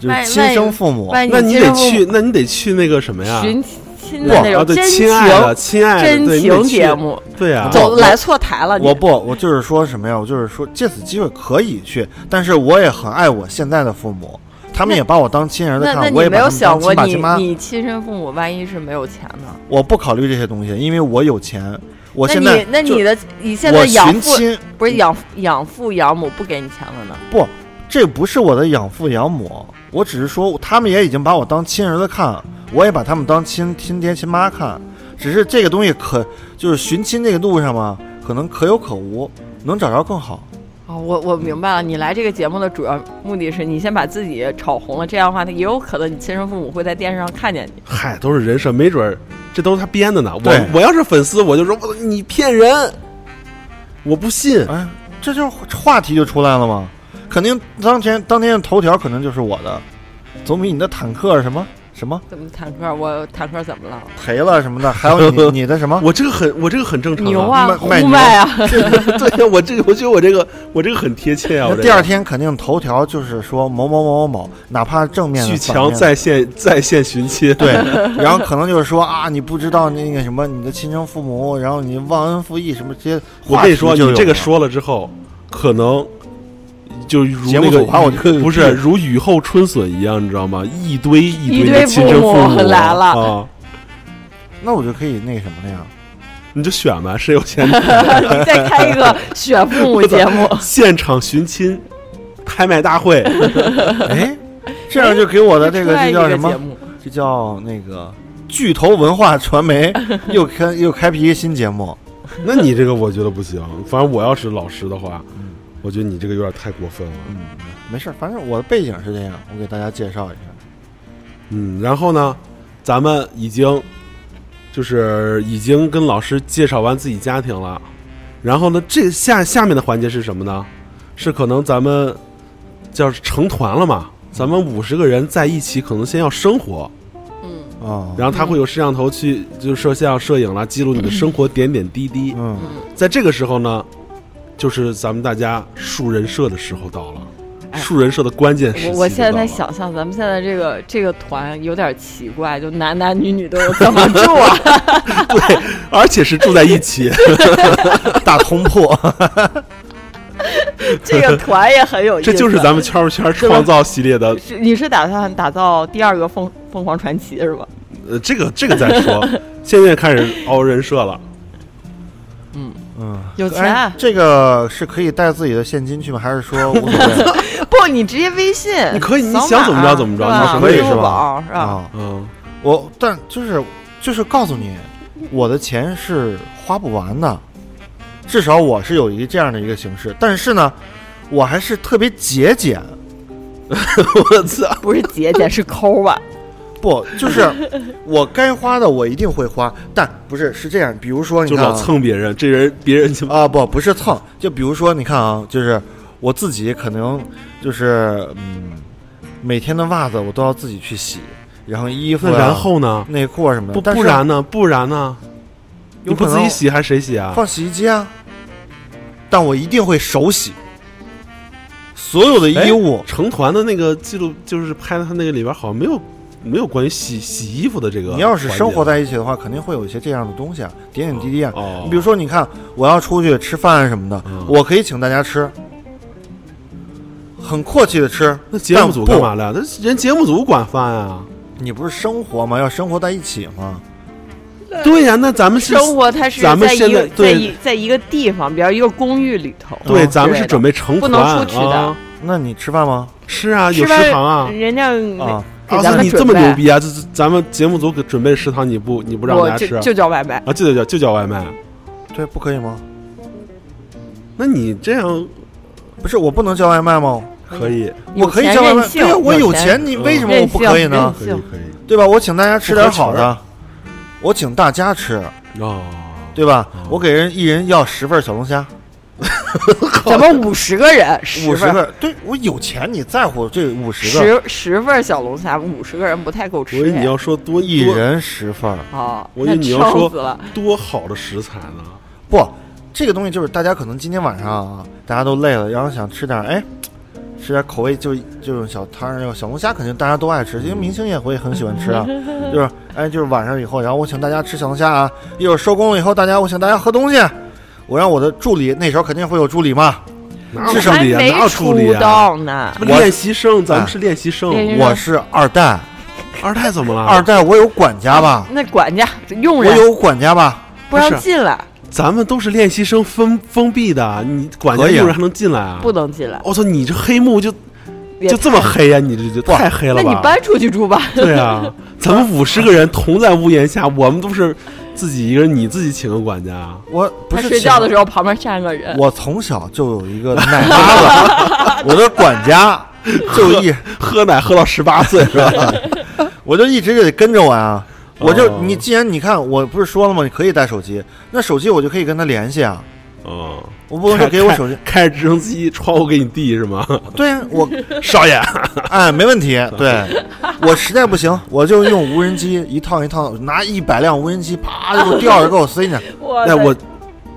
[SPEAKER 5] 就
[SPEAKER 7] 万
[SPEAKER 5] 是
[SPEAKER 7] 一
[SPEAKER 5] 亲生父母。
[SPEAKER 7] 万一
[SPEAKER 6] 那你
[SPEAKER 7] 接
[SPEAKER 6] 得
[SPEAKER 7] 受
[SPEAKER 6] 去，那你得去那个什么呀？
[SPEAKER 7] 寻亲
[SPEAKER 5] 不
[SPEAKER 7] 的那
[SPEAKER 6] 啊，
[SPEAKER 7] 种
[SPEAKER 6] 对，
[SPEAKER 7] 真
[SPEAKER 6] 亲爱的，
[SPEAKER 7] 情
[SPEAKER 6] 亲爱的，
[SPEAKER 7] 真
[SPEAKER 6] 对，你
[SPEAKER 7] 情
[SPEAKER 6] 得去
[SPEAKER 7] 节，目，
[SPEAKER 6] 对啊，
[SPEAKER 5] 不
[SPEAKER 7] 走来错台了，
[SPEAKER 5] 我不，我就是说什么呀？我就是说借此机会可以去，但是我也很爱我现在的父母，他们
[SPEAKER 7] 那
[SPEAKER 5] 也把我当亲人的
[SPEAKER 7] 那那
[SPEAKER 5] 看，我
[SPEAKER 7] 你
[SPEAKER 5] 也
[SPEAKER 7] 没
[SPEAKER 5] 把
[SPEAKER 7] 有
[SPEAKER 5] 他们
[SPEAKER 7] 想
[SPEAKER 5] 当
[SPEAKER 7] 过
[SPEAKER 5] 亲爸
[SPEAKER 7] 你
[SPEAKER 5] 亲妈。
[SPEAKER 7] 你亲生父母万一是没有钱呢？
[SPEAKER 5] 我不考虑这些东西，因为我有钱。我
[SPEAKER 7] 那
[SPEAKER 5] 现
[SPEAKER 7] 你
[SPEAKER 5] 在
[SPEAKER 7] 那你的你现在
[SPEAKER 5] 我
[SPEAKER 7] 养
[SPEAKER 5] 寻
[SPEAKER 7] 父
[SPEAKER 5] 亲
[SPEAKER 7] 不是养养父养母不给你钱了呢？
[SPEAKER 5] 不，这不是我的养父养母，我只是说他们也已经把我当亲儿子看，我也把他们当亲亲爹亲妈看，只是这个东西可就是寻亲这个路上嘛，可能可有可无，能找着更好。
[SPEAKER 7] 哦，我我明白了，你来这个节目的主要目的是你先把自己炒红了，这样的话，他也有可能你亲生父母会在电视上看见你。
[SPEAKER 6] 嗨，都是人设，没准儿这都是他编的呢。
[SPEAKER 5] 对
[SPEAKER 6] 我我要是粉丝，我就说我你骗人，我不信。
[SPEAKER 5] 哎，这就是话题就出来了嘛，肯定当天当天的头条可能就是我的，总比你的坦克什么什么
[SPEAKER 7] 怎么坦克？我坦克怎么了？
[SPEAKER 5] 赔了什么的，还有 你你的什么
[SPEAKER 6] 我这个很，我这个很正常、
[SPEAKER 7] 啊牛
[SPEAKER 6] 啊！
[SPEAKER 7] 啊，
[SPEAKER 5] 卖
[SPEAKER 7] 呼
[SPEAKER 5] 卖牛
[SPEAKER 7] 麦啊！
[SPEAKER 6] 对呀，我这个，我觉得我这个，我这个很贴切啊。我
[SPEAKER 5] 那
[SPEAKER 6] 这个
[SPEAKER 5] 第二天肯定头条就是说某某某某某，哪怕正面的
[SPEAKER 6] 巨
[SPEAKER 5] 反
[SPEAKER 6] 强
[SPEAKER 5] 面的
[SPEAKER 6] 在线在线寻亲，
[SPEAKER 5] 对，然后可能就是说啊，你不知道那个什么，你的亲生父母，然后你忘恩负义什么这些
[SPEAKER 6] 我
[SPEAKER 5] 话题
[SPEAKER 6] 跟你
[SPEAKER 5] 就
[SPEAKER 6] 说，
[SPEAKER 5] 有
[SPEAKER 6] 你这个
[SPEAKER 5] 了
[SPEAKER 6] 说了之后，可能就如
[SPEAKER 5] 节
[SPEAKER 6] 那
[SPEAKER 5] 目
[SPEAKER 6] 个
[SPEAKER 5] 组把我就
[SPEAKER 6] 不是如雨后春笋一样，你知道吗？一堆一
[SPEAKER 7] 一
[SPEAKER 6] 堆
[SPEAKER 7] 堆
[SPEAKER 6] 的亲生
[SPEAKER 7] 父
[SPEAKER 6] 父
[SPEAKER 7] 母来了
[SPEAKER 6] 啊，
[SPEAKER 5] 那我就可以那个什么了 呀？
[SPEAKER 6] 你就选吧，谁有钱
[SPEAKER 7] 你再开一 个选父母节目，
[SPEAKER 6] 现场寻亲拍卖大会，
[SPEAKER 5] 哎，这样就给 我的这个
[SPEAKER 7] 再
[SPEAKER 5] 这
[SPEAKER 7] 一
[SPEAKER 5] 叫
[SPEAKER 7] 个
[SPEAKER 5] 什
[SPEAKER 7] 节
[SPEAKER 5] 么？
[SPEAKER 7] 目，
[SPEAKER 5] 这叫那个巨头文化传媒 又开又开辟一个新节目，
[SPEAKER 6] 那你这个我觉得不行。反正我要是老师的话，我觉得你这个有点太过分了。
[SPEAKER 5] 嗯，没事儿，反正我的背景是这样，我给大家介绍一下。
[SPEAKER 6] 嗯，然后呢，咱们已经就是已经跟老师介绍完自己家庭了，然后呢，这下下面的环节是什么呢？是可能咱们叫是成团了嘛，咱们五十个人在一起，可能先要生活，
[SPEAKER 7] 嗯
[SPEAKER 5] 啊，
[SPEAKER 6] 然后他会有摄像头去就摄像、摄影啦，记录你的生活点点滴滴。
[SPEAKER 5] 嗯，
[SPEAKER 6] 在这个时候呢，就是咱们大家树人设的时候到了，
[SPEAKER 7] 哎
[SPEAKER 6] 树人设的关键时期
[SPEAKER 7] 我我
[SPEAKER 6] 就
[SPEAKER 7] 现在
[SPEAKER 6] 到
[SPEAKER 7] 在
[SPEAKER 6] 了
[SPEAKER 7] 想象咱们现在这个这个团有点奇怪，就男男女女都有怎么住 啊？
[SPEAKER 6] 对，而且是住在一起。
[SPEAKER 5] 大通铺，
[SPEAKER 7] 这个团也很有意思。
[SPEAKER 6] 这就是咱们圈儿圈儿创造系列的，
[SPEAKER 7] 是你是打算打造第二个凤凤凰传奇是吧？
[SPEAKER 6] 呃，这个这个再说，现在开始熬人设了。
[SPEAKER 5] 嗯，
[SPEAKER 7] 有钱啊
[SPEAKER 5] 哎这个是可以带自己的现金去吗？还是说无所 谓？
[SPEAKER 7] 不，你直接微信，
[SPEAKER 6] 你可以你
[SPEAKER 7] 扫码
[SPEAKER 6] 想怎么着怎么着
[SPEAKER 7] 是吧
[SPEAKER 6] 你
[SPEAKER 5] 可以
[SPEAKER 7] 支付
[SPEAKER 5] 是吧
[SPEAKER 7] 宝是吧？
[SPEAKER 5] 啊。
[SPEAKER 6] 嗯，
[SPEAKER 5] 我但就是就是告诉你，我的钱是花不完的，至少我是有一个这样的一个形式。但是呢，我还是特别节俭，
[SPEAKER 6] 我操，
[SPEAKER 7] 不是节俭是抠吧？
[SPEAKER 5] 不就是我该花的我一定会花，但不是是这样。比如说你
[SPEAKER 6] 就
[SPEAKER 5] 看啊
[SPEAKER 6] 老蹭别人，这人别人就
[SPEAKER 5] 啊，不不是蹭，就比如说你看啊，就是我自己可能就是嗯，每天的袜子我都要自己去洗，然后衣服、
[SPEAKER 6] 那
[SPEAKER 5] 啊、
[SPEAKER 6] 然后呢？
[SPEAKER 5] 内裤啊什么的，
[SPEAKER 6] 不
[SPEAKER 5] 但
[SPEAKER 6] 不
[SPEAKER 5] 是
[SPEAKER 6] 然呢？不然呢？你
[SPEAKER 5] 有
[SPEAKER 6] 不
[SPEAKER 5] 可
[SPEAKER 6] 自
[SPEAKER 5] 能
[SPEAKER 6] 己洗还是谁洗啊？
[SPEAKER 5] 放洗衣机啊，但我一定会手洗所有的衣物。
[SPEAKER 6] 哎成团的那个记录就是拍的，他那个里边好像没有没有关于洗洗衣服的这个环节。
[SPEAKER 5] 你要是生活在一起的话，肯定会有一些这样的东西啊，点点滴滴啊。
[SPEAKER 6] 哦
[SPEAKER 5] 你比如说，你看我要出去吃饭什么的，
[SPEAKER 6] 嗯
[SPEAKER 5] 我可以请大家吃，很阔气的吃。
[SPEAKER 6] 那节目组
[SPEAKER 5] 但
[SPEAKER 6] 干
[SPEAKER 5] 不
[SPEAKER 6] 嘛来？那人节目组管饭啊，
[SPEAKER 5] 你不是生活吗？要生活在一起吗？
[SPEAKER 6] 对呀、那咱们 是
[SPEAKER 7] 生活它是
[SPEAKER 6] 咱们
[SPEAKER 7] 在
[SPEAKER 6] 现
[SPEAKER 7] 一个
[SPEAKER 6] 在
[SPEAKER 7] 在
[SPEAKER 6] 对
[SPEAKER 7] 一在一个地方，比如一个公寓里头。
[SPEAKER 6] 对，
[SPEAKER 5] 嗯
[SPEAKER 6] 咱们是
[SPEAKER 7] 哦对的
[SPEAKER 6] 准备成
[SPEAKER 7] 不
[SPEAKER 6] 团
[SPEAKER 7] 能出去的
[SPEAKER 6] 啊，
[SPEAKER 5] 那你吃饭吗？
[SPEAKER 6] 是啊，有
[SPEAKER 7] 吃
[SPEAKER 6] 食
[SPEAKER 7] 饭
[SPEAKER 6] 堂啊。
[SPEAKER 7] 人家
[SPEAKER 5] 啊，
[SPEAKER 7] 给
[SPEAKER 6] 啊
[SPEAKER 7] 咱
[SPEAKER 6] 那
[SPEAKER 7] 们
[SPEAKER 6] 你这
[SPEAKER 7] 准
[SPEAKER 6] 么
[SPEAKER 7] 备
[SPEAKER 6] 牛逼啊！这这咱们节目组给准备食堂，你不你不让
[SPEAKER 7] 我
[SPEAKER 6] 大家吃
[SPEAKER 7] 就
[SPEAKER 6] 啊？
[SPEAKER 7] 就叫外 卖，
[SPEAKER 6] 就叫就叫外卖。
[SPEAKER 5] 对，不可以吗？
[SPEAKER 6] 那你这样
[SPEAKER 5] 不是我不能叫外卖吗？
[SPEAKER 7] 哎
[SPEAKER 6] 可以，
[SPEAKER 7] 有
[SPEAKER 5] 我可以
[SPEAKER 7] 钱
[SPEAKER 5] 叫外
[SPEAKER 7] 任
[SPEAKER 5] 卖，
[SPEAKER 7] 性
[SPEAKER 5] 对呀，我
[SPEAKER 7] 有
[SPEAKER 5] 有
[SPEAKER 7] 钱嗯
[SPEAKER 5] 钱，你为什么我不可以呢？
[SPEAKER 6] 可以
[SPEAKER 7] 行
[SPEAKER 6] 可以。
[SPEAKER 5] 对吧？我请大家吃点好
[SPEAKER 6] 不合
[SPEAKER 5] 的，我请大家吃，
[SPEAKER 6] 哦，
[SPEAKER 5] 对吧
[SPEAKER 6] 嗯？
[SPEAKER 5] 我给人一人要十份小龙虾，
[SPEAKER 7] 咱们五十个人，
[SPEAKER 5] 五十
[SPEAKER 7] 份儿
[SPEAKER 5] 个，对我有钱，你在乎这五十个？
[SPEAKER 7] 十十份儿小龙虾，五十个人不太够
[SPEAKER 6] 我
[SPEAKER 7] 吃
[SPEAKER 6] 以
[SPEAKER 7] 哎。
[SPEAKER 6] 为你要说多
[SPEAKER 5] 一
[SPEAKER 6] 多
[SPEAKER 5] 人十份儿，
[SPEAKER 7] 哦，
[SPEAKER 6] 我以
[SPEAKER 7] 那
[SPEAKER 6] 为你要
[SPEAKER 7] 撑
[SPEAKER 6] 说
[SPEAKER 7] 死了，
[SPEAKER 6] 多好的食材呢？
[SPEAKER 5] 不，这个东西就是大家可能今天晚上啊，大家都累了，然后想吃点儿，哎，吃点儿口味就这种小摊儿，小龙虾肯定大家都爱吃，因为明星也会很喜欢吃啊。就是哎，就是晚上以后，然后我请大家吃小龙虾啊，一会儿收工了以后，大家我请大家喝东西，我让我的助理，那时候肯定会有助理嘛，
[SPEAKER 6] 哪有
[SPEAKER 5] 至
[SPEAKER 6] 处
[SPEAKER 5] 少
[SPEAKER 7] 还
[SPEAKER 6] 理啊？
[SPEAKER 7] 没
[SPEAKER 6] 哪有处
[SPEAKER 7] 出
[SPEAKER 6] 理啊？
[SPEAKER 7] 道呢
[SPEAKER 6] 这，不练习生，咱们是练习生。
[SPEAKER 7] 练习嗯
[SPEAKER 5] 我是二代，
[SPEAKER 6] 二代怎么了？
[SPEAKER 5] 二代我有管家吧，
[SPEAKER 7] 那管家佣
[SPEAKER 5] 我
[SPEAKER 7] 人
[SPEAKER 5] 有管家吧，
[SPEAKER 6] 不
[SPEAKER 7] 不让
[SPEAKER 6] 是
[SPEAKER 7] 进来，
[SPEAKER 6] 咱们都是练习生封封闭的，你管家
[SPEAKER 5] 可以啊
[SPEAKER 6] 佣人还能进来啊？
[SPEAKER 7] 不能进来，
[SPEAKER 6] 我操，你这黑幕就
[SPEAKER 7] 也
[SPEAKER 6] 就这么黑呀、你这就
[SPEAKER 5] 哇
[SPEAKER 6] 太黑了
[SPEAKER 7] 那
[SPEAKER 6] 吧？
[SPEAKER 7] 你搬出去住吧。
[SPEAKER 6] 对啊，咱们五十个人同在屋檐下，我们都是自己一个人，你自己请个管家，啊
[SPEAKER 5] 我不
[SPEAKER 7] 他
[SPEAKER 5] 是
[SPEAKER 7] 睡觉的
[SPEAKER 5] 请
[SPEAKER 7] 时候旁边站个人，
[SPEAKER 5] 我从小就有一个奶妈子，我的管家就一，
[SPEAKER 6] 喝奶喝到十八岁是吧？
[SPEAKER 5] 我就一直就得跟着我啊。我就
[SPEAKER 6] 哦
[SPEAKER 5] 你既然你看我不是说了吗？你可以带手机，那手机我就可以跟他联系啊。
[SPEAKER 6] 嗯，
[SPEAKER 5] 我不能说给我手机，
[SPEAKER 6] 开着直升机，窗户给你递是吗？
[SPEAKER 5] 对啊，我
[SPEAKER 6] 少爷，
[SPEAKER 5] 哎没问题。对，我实在不行，我就用无人机一趟一趟拿一百辆无人机，啪就给我吊着给我塞进去。
[SPEAKER 7] 我
[SPEAKER 6] 那我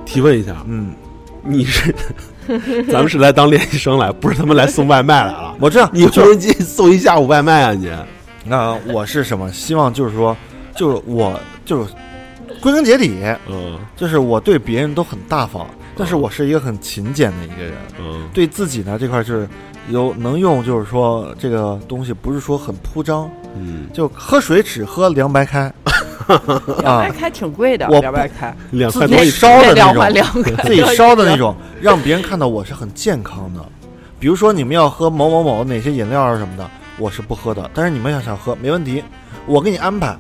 [SPEAKER 6] 提问一下，
[SPEAKER 5] 嗯，
[SPEAKER 6] 你是咱们是来当练习生来，不是他们来送外卖来 了？
[SPEAKER 5] 我这样
[SPEAKER 6] 你无人机送一下午外卖啊你？
[SPEAKER 5] 那我是什么？希望就是说，就是我就是归根结底，
[SPEAKER 6] 嗯
[SPEAKER 5] 就是我对别人都很大方，但是我是一个很勤俭的一个人，
[SPEAKER 6] 嗯
[SPEAKER 5] 对自己呢这块是有能用，就是说这个东西不是说很铺张，
[SPEAKER 6] 嗯，
[SPEAKER 5] 就喝水只喝凉白开
[SPEAKER 7] 两
[SPEAKER 5] 啊
[SPEAKER 7] 百，开挺贵的，
[SPEAKER 5] 我
[SPEAKER 7] 两百开，
[SPEAKER 6] 两
[SPEAKER 5] 自
[SPEAKER 6] 块
[SPEAKER 5] 己
[SPEAKER 6] 多一
[SPEAKER 5] 烧的
[SPEAKER 7] 那
[SPEAKER 5] 那
[SPEAKER 7] 两块
[SPEAKER 5] 种，
[SPEAKER 7] 两 块，
[SPEAKER 5] 自己烧的那种，让别人看到我是很健康的。比如说你们要喝某某某哪些饮料啊什么的，我是不喝的，但是你们要想喝没问题，我给你安排。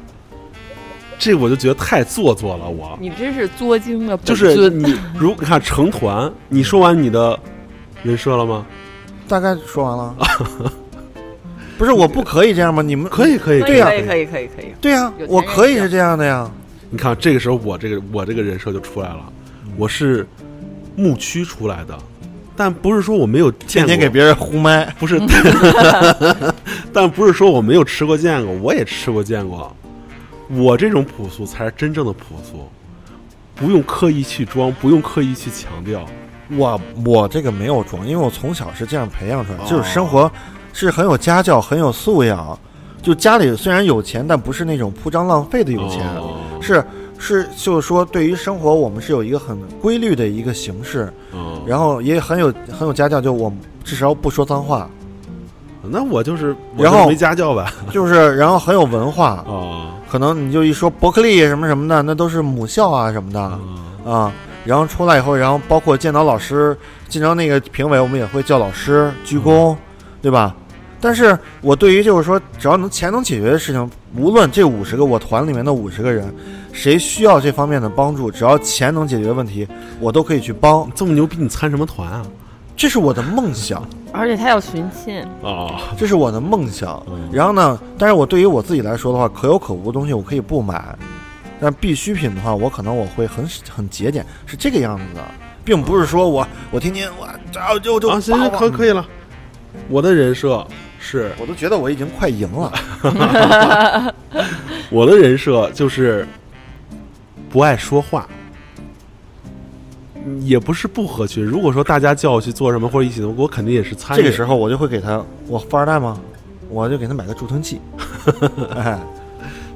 [SPEAKER 6] 这我就觉得太做作了，我
[SPEAKER 7] 你真是作精的 本
[SPEAKER 6] 就
[SPEAKER 7] 尊，
[SPEAKER 6] 是 你如你看成团，你说完你的人设了吗？
[SPEAKER 5] 大概说完了，不是我不可以这样吗？你们
[SPEAKER 6] 可以可以，啊
[SPEAKER 5] 对呀
[SPEAKER 7] 可以可以可以可以，
[SPEAKER 5] 对呀、
[SPEAKER 7] 有钱人
[SPEAKER 5] 我可以
[SPEAKER 7] 行
[SPEAKER 5] 是这样的呀。
[SPEAKER 6] 你看这个时候我这个我这个人设就出来了，
[SPEAKER 5] 嗯
[SPEAKER 6] 我是牧区出来的，但不是说我没有
[SPEAKER 5] 天
[SPEAKER 6] 见过
[SPEAKER 5] 天给别人呼麦，
[SPEAKER 6] 不是， 但不是说我没有吃过见过，我也吃过见过。我这种朴素才是真正的朴素，不用刻意去装，不用刻意去强调。
[SPEAKER 5] 我我这个没有装，因为我从小是这样培养出来，
[SPEAKER 6] 哦
[SPEAKER 5] 就是生活是很有家教、很有素养。就家里虽然有钱，但不是那种铺张浪费的有钱，
[SPEAKER 6] 哦
[SPEAKER 5] 是是就是说对于生活我们是有一个很规律的一个形式，
[SPEAKER 6] 嗯，
[SPEAKER 5] 然后也很有很有家教，就我至少不说脏话，
[SPEAKER 6] 那我就是，我
[SPEAKER 5] 然后
[SPEAKER 6] 就是没家教吧？
[SPEAKER 5] 就是然后很有文化。
[SPEAKER 6] 啊
[SPEAKER 5] 可能你就一说伯克利什么什么的，那都是母校啊什么的。
[SPEAKER 6] 啊
[SPEAKER 5] 啊，然后出来以后，然后包括见到老师，见到那个评委，我们也会叫老师鞠躬，对吧？但是我对于就是说，只要能钱能解决的事情，无论这五十个我团里面的五十个人，谁需要这方面的帮助，只要钱能解决问题，我都可以去帮，
[SPEAKER 6] 这么牛逼，你参什么团啊？
[SPEAKER 5] 这是我的梦想，
[SPEAKER 7] 而且他要寻亲，
[SPEAKER 6] 啊，
[SPEAKER 5] 这是我的梦想
[SPEAKER 6] 嗯。
[SPEAKER 5] 然后呢，但是我对于我自己来说的话，可有可无的东西我可以不买，但必需品的话，我可能我会很很节俭，是这个样子的，并不是说我我天天我这就就
[SPEAKER 6] 啊，行行，可可
[SPEAKER 5] 以，
[SPEAKER 6] 以了。我的人设是，
[SPEAKER 5] 我都觉得我已经快赢 了。
[SPEAKER 6] 我的人设就是不爱说话，嗯也不是不合群。如果说大家叫我去做什么或者一起弄，我肯定也是参与。
[SPEAKER 5] 这个时候我就会给他，我富二代吗？我就给他买个助听 器。哎，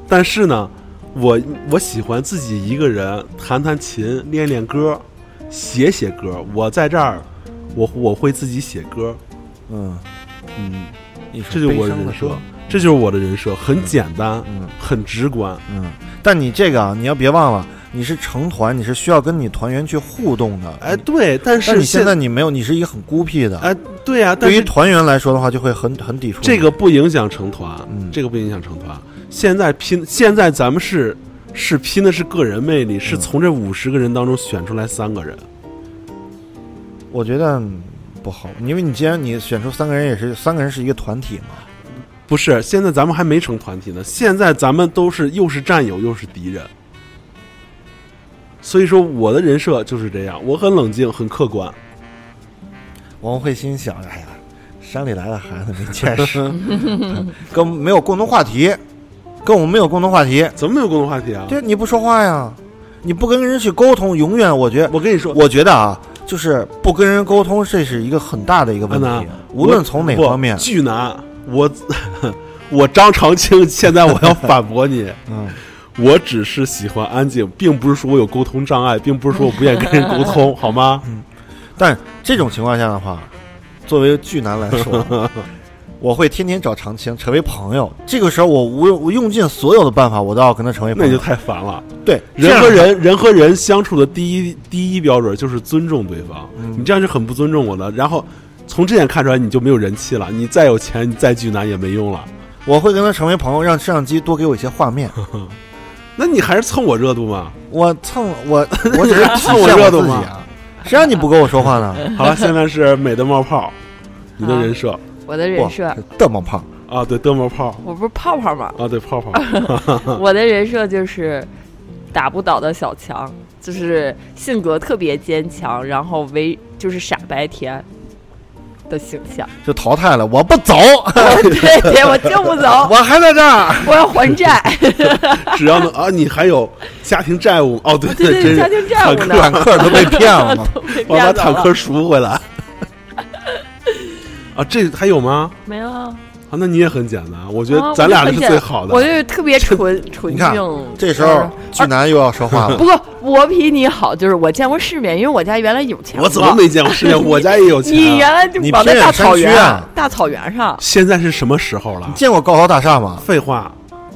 [SPEAKER 6] 但是呢，我我喜欢自己一个人弹弹琴、练练歌、写写歌。我在这儿，我我会自己写歌，
[SPEAKER 5] 嗯，
[SPEAKER 6] 嗯，
[SPEAKER 5] 一首
[SPEAKER 6] 这就是我
[SPEAKER 5] 悲
[SPEAKER 6] 的
[SPEAKER 5] 伤的
[SPEAKER 6] 人设
[SPEAKER 5] 歌。
[SPEAKER 6] 这就是我的人设，很简单，
[SPEAKER 5] 嗯
[SPEAKER 6] 很直观。
[SPEAKER 5] 嗯，但你这个啊，你要别忘了，你是成团，你是需要跟你团员去互动的。
[SPEAKER 6] 哎，，对，但
[SPEAKER 5] 但
[SPEAKER 6] 是
[SPEAKER 5] 你现在你没有，你是一个很孤僻的。
[SPEAKER 6] 哎，对呀、
[SPEAKER 5] 啊
[SPEAKER 6] 但
[SPEAKER 5] 对于
[SPEAKER 6] 是
[SPEAKER 5] 团员来说的话，就会很很抵触
[SPEAKER 6] 这个不影响成团，
[SPEAKER 5] 嗯
[SPEAKER 6] 这个不影响成团。现在拼，现在咱们是是拼的是个人魅力，
[SPEAKER 5] 嗯
[SPEAKER 6] 是从这五十个人当中选出来三个人。
[SPEAKER 5] 我觉得嗯不好，因为你既然你选出三个人，也是三个人是一个团体嘛。
[SPEAKER 6] 不是，现在咱们还没成团体呢。现在咱们都是又是战友又是敌人，所以说我的人设就是这样，我很冷静，很客观。嗯
[SPEAKER 5] 王慧心想，哎呀，山里来的孩子没见识，跟我们没有共同话题，跟我们没有共同话题。
[SPEAKER 6] 怎么没有共同话题啊？
[SPEAKER 5] 对，你不说话呀，你不跟人去沟通，永远我觉得，
[SPEAKER 6] 我跟你说，
[SPEAKER 5] 我觉得啊，就是不跟人沟通，这是一个很大的一个问
[SPEAKER 6] 安娜
[SPEAKER 5] 题，，啊无论从哪
[SPEAKER 6] 啊我
[SPEAKER 5] 方面
[SPEAKER 6] 不，巨难。我 我张长青，现在我要反驳你，
[SPEAKER 5] 嗯，
[SPEAKER 6] 我只是喜欢安静，并不是说我有沟通障碍，并不是说我不愿意跟人沟通，好吗？
[SPEAKER 5] 嗯但这种情况下的话，作为巨男来 说，我会天天找长青成为朋友。这个时候，我无我用尽所有的办法，我都要跟他成为
[SPEAKER 6] 那
[SPEAKER 5] 朋
[SPEAKER 6] 你就
[SPEAKER 5] 友。
[SPEAKER 6] 太烦了。
[SPEAKER 5] 对，这
[SPEAKER 6] 人
[SPEAKER 5] 样
[SPEAKER 6] 和
[SPEAKER 5] 才
[SPEAKER 6] 人人和人相处的第一第一标准就是尊重对方，
[SPEAKER 5] 嗯
[SPEAKER 6] 你这样就很不尊重我了。然后从这点看出来，你就没有人气了。你再有钱，你再巨男也没用了。
[SPEAKER 5] 我会跟他成为朋友，让摄像机多给我一些画 面。
[SPEAKER 6] 那你还是蹭我热度嘛？
[SPEAKER 5] 我蹭 我，我只是体
[SPEAKER 6] 蹭我
[SPEAKER 5] 现
[SPEAKER 6] 热
[SPEAKER 5] 我
[SPEAKER 6] 度
[SPEAKER 5] 自己
[SPEAKER 6] 吗
[SPEAKER 5] 啊。谁让你不跟我说话呢？
[SPEAKER 6] 好了，现在是美的冒泡，你的
[SPEAKER 7] 好
[SPEAKER 6] 人设
[SPEAKER 7] 我的
[SPEAKER 5] 哇
[SPEAKER 7] 人设，，
[SPEAKER 5] 这么胖，
[SPEAKER 6] 啊，对，德冒泡
[SPEAKER 7] 我不是泡泡吗？
[SPEAKER 6] 啊，对泡 泡，
[SPEAKER 7] 我的人设就是打不倒的小强，就是性格特别坚强，然后为就是傻白甜的形象。
[SPEAKER 5] 就淘汰了。我不走，
[SPEAKER 7] 对对，我就不走，
[SPEAKER 5] 我还在这儿。
[SPEAKER 7] 我要还债。
[SPEAKER 6] 只要能啊，你还有家庭债务哦，对
[SPEAKER 7] 对
[SPEAKER 6] 真
[SPEAKER 7] 对对，
[SPEAKER 6] 是
[SPEAKER 7] 家庭债务
[SPEAKER 6] 坦克
[SPEAKER 7] 呢？
[SPEAKER 5] 坦克都被骗了 嘛。
[SPEAKER 6] 我把坦克赎回来。 啊，这还有吗？
[SPEAKER 7] 没有啊？
[SPEAKER 6] 啊，那你也很简单，我觉
[SPEAKER 7] 啊
[SPEAKER 6] 得咱俩是最好的。
[SPEAKER 7] 我就是特别纯纯
[SPEAKER 5] 你 看
[SPEAKER 7] 净。
[SPEAKER 5] 这时候
[SPEAKER 7] 嗯，
[SPEAKER 5] 巨男又要说话 了。
[SPEAKER 7] 不过我比你好，就是我见过世面，因为我家原来有钱。
[SPEAKER 6] 我怎么？没见过世面？我家也有钱。啊
[SPEAKER 7] 你原来就
[SPEAKER 5] 你
[SPEAKER 7] 跑在
[SPEAKER 5] 偏
[SPEAKER 7] 大
[SPEAKER 5] 远山
[SPEAKER 7] 草
[SPEAKER 5] 区
[SPEAKER 7] 原，
[SPEAKER 5] 啊
[SPEAKER 7] 大草原上。
[SPEAKER 6] 现在是什么时候了
[SPEAKER 5] 你？见过高楼大厦吗？
[SPEAKER 6] 废话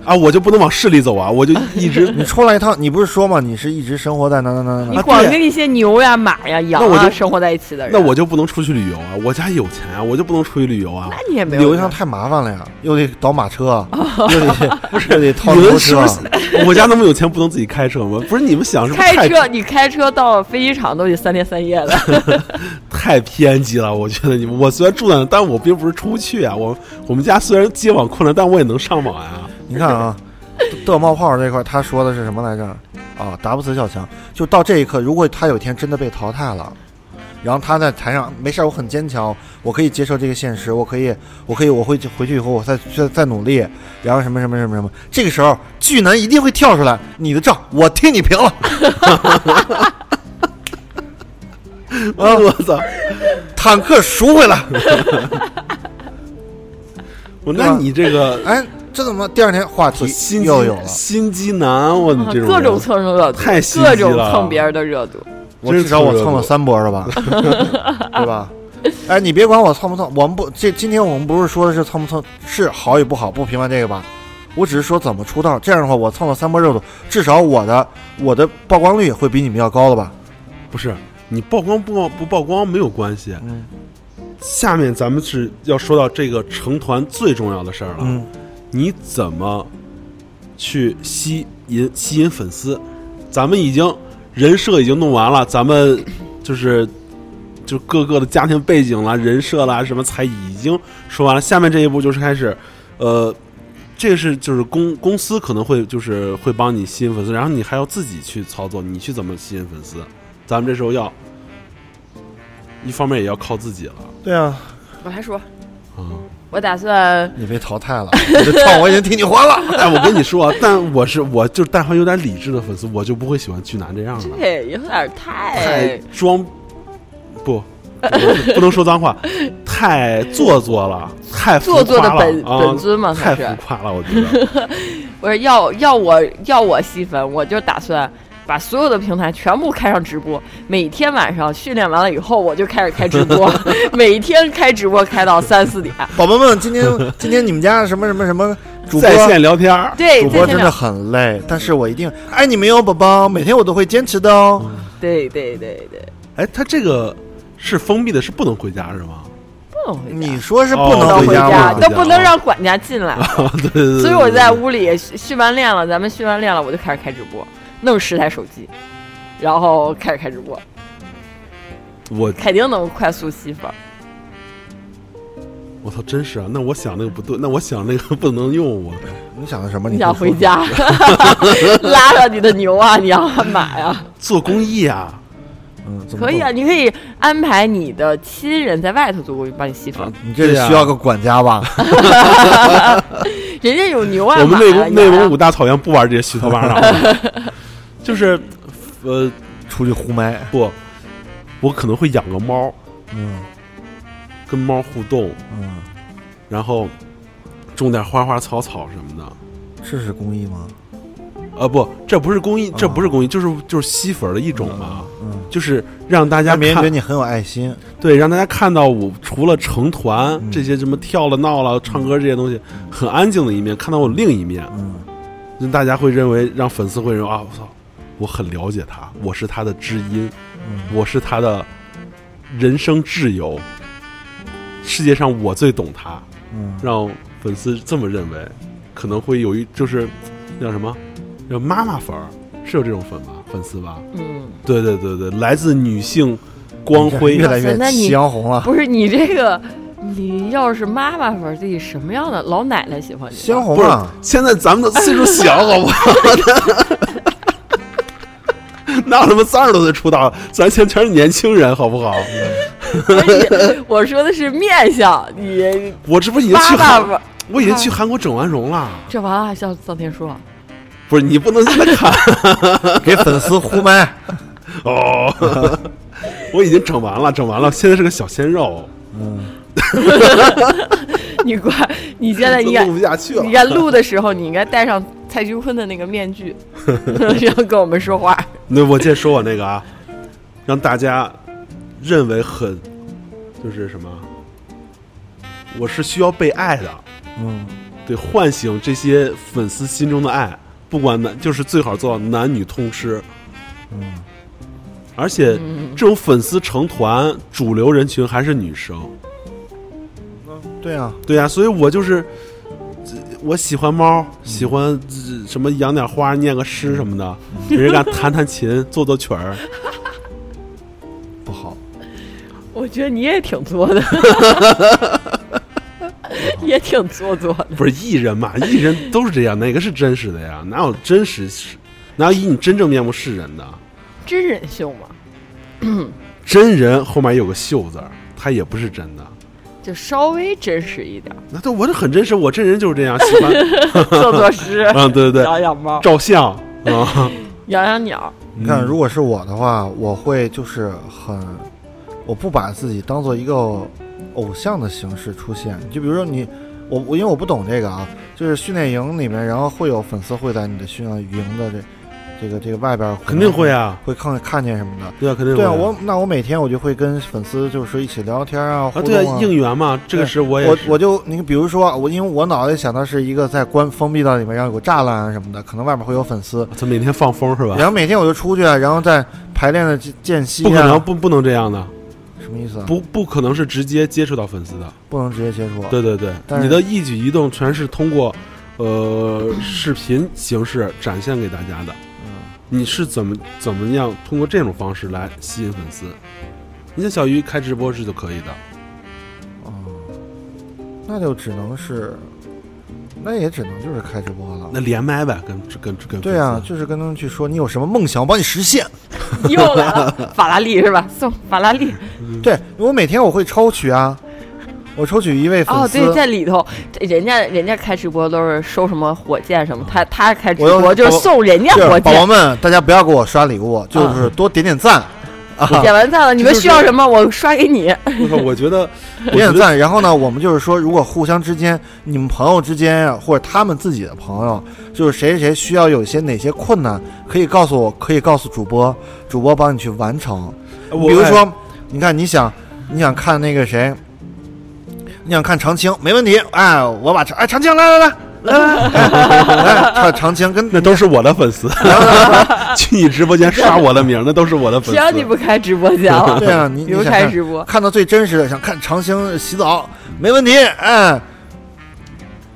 [SPEAKER 6] 啊，我就不能往市里走啊，我就一 直
[SPEAKER 5] 你出来一趟，你不是说吗？你是一直生活在那那那那
[SPEAKER 7] 你
[SPEAKER 5] 那，
[SPEAKER 7] 光跟一些牛呀、马呀、羊
[SPEAKER 6] 啊那我
[SPEAKER 7] 啊
[SPEAKER 6] 就
[SPEAKER 7] 生活在一起的人，
[SPEAKER 6] 那我就不能出去旅游啊，我家有钱啊，我就不能出去旅游啊
[SPEAKER 7] 那。你也没有
[SPEAKER 5] 旅游一趟太麻烦了呀，又得倒马车，又得不是又得套
[SPEAKER 6] 你
[SPEAKER 5] 油
[SPEAKER 6] 们是
[SPEAKER 5] 车
[SPEAKER 6] 不。是 我家那么有钱，不能自己开车吗？不是你们想是不是
[SPEAKER 7] 开
[SPEAKER 6] 太
[SPEAKER 7] 车，你开车到飞机场都得三天三夜的。
[SPEAKER 6] 太偏激了？我觉得你们，我虽然住在那，但我并不是出不去啊。我我们家虽然接网困难，但我也能上网啊。
[SPEAKER 5] 你看啊，的冒泡这块儿他说的是什么来着？啊，打不死小强。就到这一刻，如果他有一天真的被淘汰了，然后他在台上没事儿，我很坚强，我可以接受这个现实，我可以，我可以，我会回去以后我再再再努力，然后什么什么什么什么。这个时候，巨男一定会跳出来，你的账我替你平了。哦
[SPEAKER 6] 啊，我操！
[SPEAKER 5] 坦克赎回来。
[SPEAKER 6] 我那你这个
[SPEAKER 5] 哎，这怎么第二天话题
[SPEAKER 6] 心机
[SPEAKER 5] 又有了？
[SPEAKER 6] 心机男，我你 这种
[SPEAKER 7] 各
[SPEAKER 6] 人
[SPEAKER 7] 种蹭热度，
[SPEAKER 6] 太心机
[SPEAKER 7] 各种
[SPEAKER 6] 了
[SPEAKER 7] 蹭别人的热度。
[SPEAKER 5] 我
[SPEAKER 6] 真
[SPEAKER 5] 至少我蹭了
[SPEAKER 6] 是
[SPEAKER 5] 三波了吧，对吧？哎，你别管我蹭不蹭，我们不这今天我们不是说的是蹭不蹭，是好与不好，不评判这个吧。我只是说怎么出道，这样的话我蹭了三波热度，至少我的我的曝光率会比你们要高了吧？
[SPEAKER 6] 不是你曝光不曝不曝光没有关系。
[SPEAKER 5] 嗯
[SPEAKER 6] 下面咱们是要说到这个成团最重要的事儿了，
[SPEAKER 5] 嗯，
[SPEAKER 6] 你怎么去吸引吸引粉丝？咱们已经人设已经弄完了，咱们就是就各个的家庭背景啦、人设啦什么才已经说完了。下面这一步就是开始，呃，这个是就是公公司可能会就是会帮你吸引粉丝，然后你还要自己去操作，你去怎么吸引粉丝？咱们这时候要一方面也要靠自己了
[SPEAKER 5] 对啊，
[SPEAKER 7] 我还说，
[SPEAKER 6] 啊。
[SPEAKER 7] 我打算
[SPEAKER 5] 你被淘汰了，你的账我已经替你还 了。
[SPEAKER 6] 哎，我跟你说啊，但我是我就是但凡有点理智的粉丝，我就不会喜欢巨男这样的，
[SPEAKER 7] 这有点太
[SPEAKER 6] 太装不。 不能说脏话，太做作 了，太浮夸
[SPEAKER 7] 做
[SPEAKER 6] 了
[SPEAKER 7] 作的本
[SPEAKER 6] 啊
[SPEAKER 7] 本尊嘛
[SPEAKER 6] 太
[SPEAKER 7] 算是
[SPEAKER 6] 浮夸了，我觉得。
[SPEAKER 7] 不是要要我要我吸粉，我就打算把所有的平台全部开上直播，每天晚上训练完了以后，我就开始开直 播，每天开直播开到三四点。
[SPEAKER 5] 宝宝们，今天今天你们家什么什么什么主播
[SPEAKER 6] 在线聊天儿，
[SPEAKER 7] 对，
[SPEAKER 5] 主
[SPEAKER 7] 在
[SPEAKER 5] 播真
[SPEAKER 7] 线
[SPEAKER 5] 的
[SPEAKER 7] 聊
[SPEAKER 5] 很累，但是我一定爱你们哟，宝宝，每天我都会坚持的哦。
[SPEAKER 7] 对对对对，
[SPEAKER 6] 哎，他这个是封闭的，是不能回家是吗？
[SPEAKER 7] 不能回家，
[SPEAKER 5] 你说是不
[SPEAKER 6] 哦
[SPEAKER 5] 能
[SPEAKER 7] 不能
[SPEAKER 5] 回
[SPEAKER 7] 嗯回
[SPEAKER 5] 家
[SPEAKER 7] 家，
[SPEAKER 5] 吗？
[SPEAKER 6] 回家
[SPEAKER 7] 都不能让管家进来。
[SPEAKER 6] 啊，对对对。
[SPEAKER 7] 所以我在屋里训训完练了，咱们训完练了，我就开始开直播，弄十台手机，然后开始开直播，
[SPEAKER 6] 我
[SPEAKER 7] 肯定能快速吸粉。
[SPEAKER 6] 我操，真是啊！那我想那个不对，那我想那个不能用我。
[SPEAKER 5] 你想的什么？
[SPEAKER 7] 你
[SPEAKER 5] 你
[SPEAKER 7] 想
[SPEAKER 5] 就说
[SPEAKER 7] 回？家，拉上你的牛啊，你要干嘛呀？
[SPEAKER 6] 做公益啊，
[SPEAKER 5] 嗯，怎么
[SPEAKER 7] 可以啊，
[SPEAKER 5] 弄。
[SPEAKER 7] 你可以安排你的亲人在外头做公益，帮你吸粉。
[SPEAKER 6] 啊
[SPEAKER 5] 你这得需要个管家吧？
[SPEAKER 7] 人家有牛啊，
[SPEAKER 6] 我们
[SPEAKER 7] 马
[SPEAKER 6] 内
[SPEAKER 7] 呀
[SPEAKER 6] 蒙内
[SPEAKER 7] 羊呀
[SPEAKER 6] 蒙古大草原不玩这些虚头巴脑的， 就是呃
[SPEAKER 5] 出去呼麦，
[SPEAKER 6] 不，我可能会养个猫，
[SPEAKER 5] 嗯
[SPEAKER 6] 跟猫互动，
[SPEAKER 5] 嗯，
[SPEAKER 6] 然后种点花花草草什么的。
[SPEAKER 5] 这是公益吗？
[SPEAKER 6] 呃，不，这不是公益，这不是公益，就是就是吸粉的一种嘛，
[SPEAKER 5] 嗯，
[SPEAKER 6] 就是让大家
[SPEAKER 5] 让别人觉得
[SPEAKER 6] 看，
[SPEAKER 5] 你很有爱心，
[SPEAKER 6] 对，让大家看到我除了成团、
[SPEAKER 5] 嗯
[SPEAKER 6] 这些什么跳了、闹了、唱歌这些东西，很安静的一面，看到我另一面，
[SPEAKER 5] 嗯，
[SPEAKER 6] 就大家会认为，让粉丝会认为啊，我操，我很了解他，我是他的知音，
[SPEAKER 5] 嗯
[SPEAKER 6] 我是他的人生挚友，世界上我最懂他，
[SPEAKER 5] 嗯，
[SPEAKER 6] 让粉丝这么认为，可能会有一就是叫什么叫妈妈粉儿，是有这种粉吧？粉丝吧？
[SPEAKER 7] 嗯，
[SPEAKER 6] 对对对对，来自女性光
[SPEAKER 5] 你
[SPEAKER 6] 辉
[SPEAKER 5] 这越。来越
[SPEAKER 7] 那你
[SPEAKER 5] 夕阳红
[SPEAKER 6] 啊
[SPEAKER 5] 了。
[SPEAKER 7] 不是你这个，你要是妈妈粉儿，自己什么样的老奶奶喜欢你？
[SPEAKER 5] 夕阳红
[SPEAKER 6] 不是
[SPEAKER 5] 啊，，
[SPEAKER 6] 现在咱们的岁数小，好不 好？那他妈三十多岁出道，咱现在全是年轻人，好不好？
[SPEAKER 7] 而且我说的是面相，你
[SPEAKER 6] 我这不已经
[SPEAKER 7] 妈
[SPEAKER 6] 去
[SPEAKER 7] 妈
[SPEAKER 6] 韩，
[SPEAKER 7] 粉儿，
[SPEAKER 6] 我已经去韩国整完容了。
[SPEAKER 7] 这完了还像臧天朔。
[SPEAKER 6] 不是你不能现在看
[SPEAKER 5] 给粉丝呼麦，
[SPEAKER 6] 哦， 我已经整完了，整完了，现在是个小鲜肉，
[SPEAKER 5] 嗯，
[SPEAKER 7] 你快，你现在
[SPEAKER 6] 都
[SPEAKER 7] 应该
[SPEAKER 6] 录不下去
[SPEAKER 7] 你
[SPEAKER 6] 了。
[SPEAKER 7] 在录的时候，你应该戴上蔡徐坤的那个面具，然后跟我们说话。
[SPEAKER 6] 那我接着说我那个啊，让大家认为很就是什么，我是需要被爱的，
[SPEAKER 5] 嗯，
[SPEAKER 6] 对，唤醒这些粉丝心中的爱，不管男，就是最好做到男女通吃，
[SPEAKER 5] 嗯，
[SPEAKER 6] 而且这种粉丝成团，主流人群还是女生，
[SPEAKER 5] 对啊，
[SPEAKER 6] 对呀、所以我就是。这我喜欢猫，喜欢
[SPEAKER 5] 嗯
[SPEAKER 6] 这什么养点花、念个诗什么的，给人家弹弹琴、做做曲儿，
[SPEAKER 5] 不好，
[SPEAKER 7] 我觉得你也挺作的，也挺做作的。
[SPEAKER 6] 不是艺人 嘛，艺人都是这样，哪个是真实的呀？哪有真实是，哪有以你真正面目示人的？
[SPEAKER 7] 真人秀嘛，
[SPEAKER 6] 真人后面有个秀字儿，他也不是真的。
[SPEAKER 7] 就稍微真实一点，
[SPEAKER 6] 那都我这很真实，我这人就是这样，喜欢，
[SPEAKER 7] 做做诗，
[SPEAKER 6] 嗯，对对对，
[SPEAKER 7] 养养猫，
[SPEAKER 6] 照相 啊，
[SPEAKER 7] 养养鸟。
[SPEAKER 5] 你看，
[SPEAKER 6] 嗯
[SPEAKER 5] 如果是我的话，我会就是很，我不把自己当做一个偶像的形式出现。就比如说你，我我因为我不懂这个啊，就是训练营里面，然后会有粉丝会在你的训练营的这这个这个外边
[SPEAKER 6] 肯定会，啊，
[SPEAKER 5] 会看看见什么的。
[SPEAKER 6] 对啊，肯定会
[SPEAKER 5] 对啊，我那我每天我就会跟粉丝就是说一起聊聊天啊，互
[SPEAKER 6] 啊，
[SPEAKER 5] 动
[SPEAKER 6] 对啊，应援嘛，这个时候我也
[SPEAKER 5] 我
[SPEAKER 6] 是
[SPEAKER 5] 我就你比如说啊我，因为我脑袋想到是一个在关封闭到里面，然后有个栅栏啊什么的，可能外面会有粉丝，
[SPEAKER 6] 他每天放风是吧
[SPEAKER 5] 然？后每天我就出去，啊然后在排练的间间隙、啊，
[SPEAKER 6] 不可能，不不能这样的，
[SPEAKER 5] 什么意思啊？
[SPEAKER 6] 不不可能是直接接触到粉丝的，
[SPEAKER 5] 不能直接接触。啊
[SPEAKER 6] 对对对，
[SPEAKER 5] 但是
[SPEAKER 6] 你的一举一动全是通过呃视频形式展现给大家的。
[SPEAKER 5] 嗯
[SPEAKER 6] 你是怎么怎么样通过这种方式来吸引粉丝？你像小鱼开直播是就可以的，
[SPEAKER 5] 哦那就只能是，那也只能就是开直播了
[SPEAKER 6] 那。连麦呗，跟跟跟
[SPEAKER 5] 对
[SPEAKER 6] 呀、
[SPEAKER 5] 啊，就是跟他们去说你有什么梦想，我帮你实现。
[SPEAKER 7] 又来了，法拉利是吧？送法拉利
[SPEAKER 6] 嗯
[SPEAKER 5] 对我每天我会抽取啊，我抽取一位粉
[SPEAKER 7] 哦，
[SPEAKER 5] 丝，
[SPEAKER 7] 对，在里头，这人家人家开直播都是收什么火箭什么，他他开直
[SPEAKER 5] 我要
[SPEAKER 7] 播就是送人家
[SPEAKER 5] 就是
[SPEAKER 7] 火
[SPEAKER 5] 宝宝
[SPEAKER 7] 箭，啊
[SPEAKER 5] 们，大家不要给我刷礼物，就是多点点赞，
[SPEAKER 7] 点完赞了，你们需要什么我刷给你。
[SPEAKER 6] 我靠，我觉得，
[SPEAKER 5] 点
[SPEAKER 6] 我觉
[SPEAKER 5] 点
[SPEAKER 6] 得
[SPEAKER 5] 赞。然后呢，我们就是说，如果互相之间，你们朋友之间啊，或者他们自己的朋友，就是谁谁谁需要有些哪些困难，可以告诉我，可以告诉主播，主播帮你去完成。
[SPEAKER 6] 呃我哎
[SPEAKER 5] 比如说，你看你想你想看那个谁，你想看长青，没问题，哎，我把长哎长青来来来。来来来，来长长青跟
[SPEAKER 6] 那都是我的 粉丝，去你直播间刷我的名，那都是我的粉丝。
[SPEAKER 7] 谁让你不开直播 间了？
[SPEAKER 5] 对啊，你
[SPEAKER 7] 比
[SPEAKER 5] 你
[SPEAKER 7] 如
[SPEAKER 5] 想
[SPEAKER 7] 开
[SPEAKER 5] 看
[SPEAKER 7] 直播，
[SPEAKER 5] 看到最真实的，想看长兴洗澡，没问题，哎，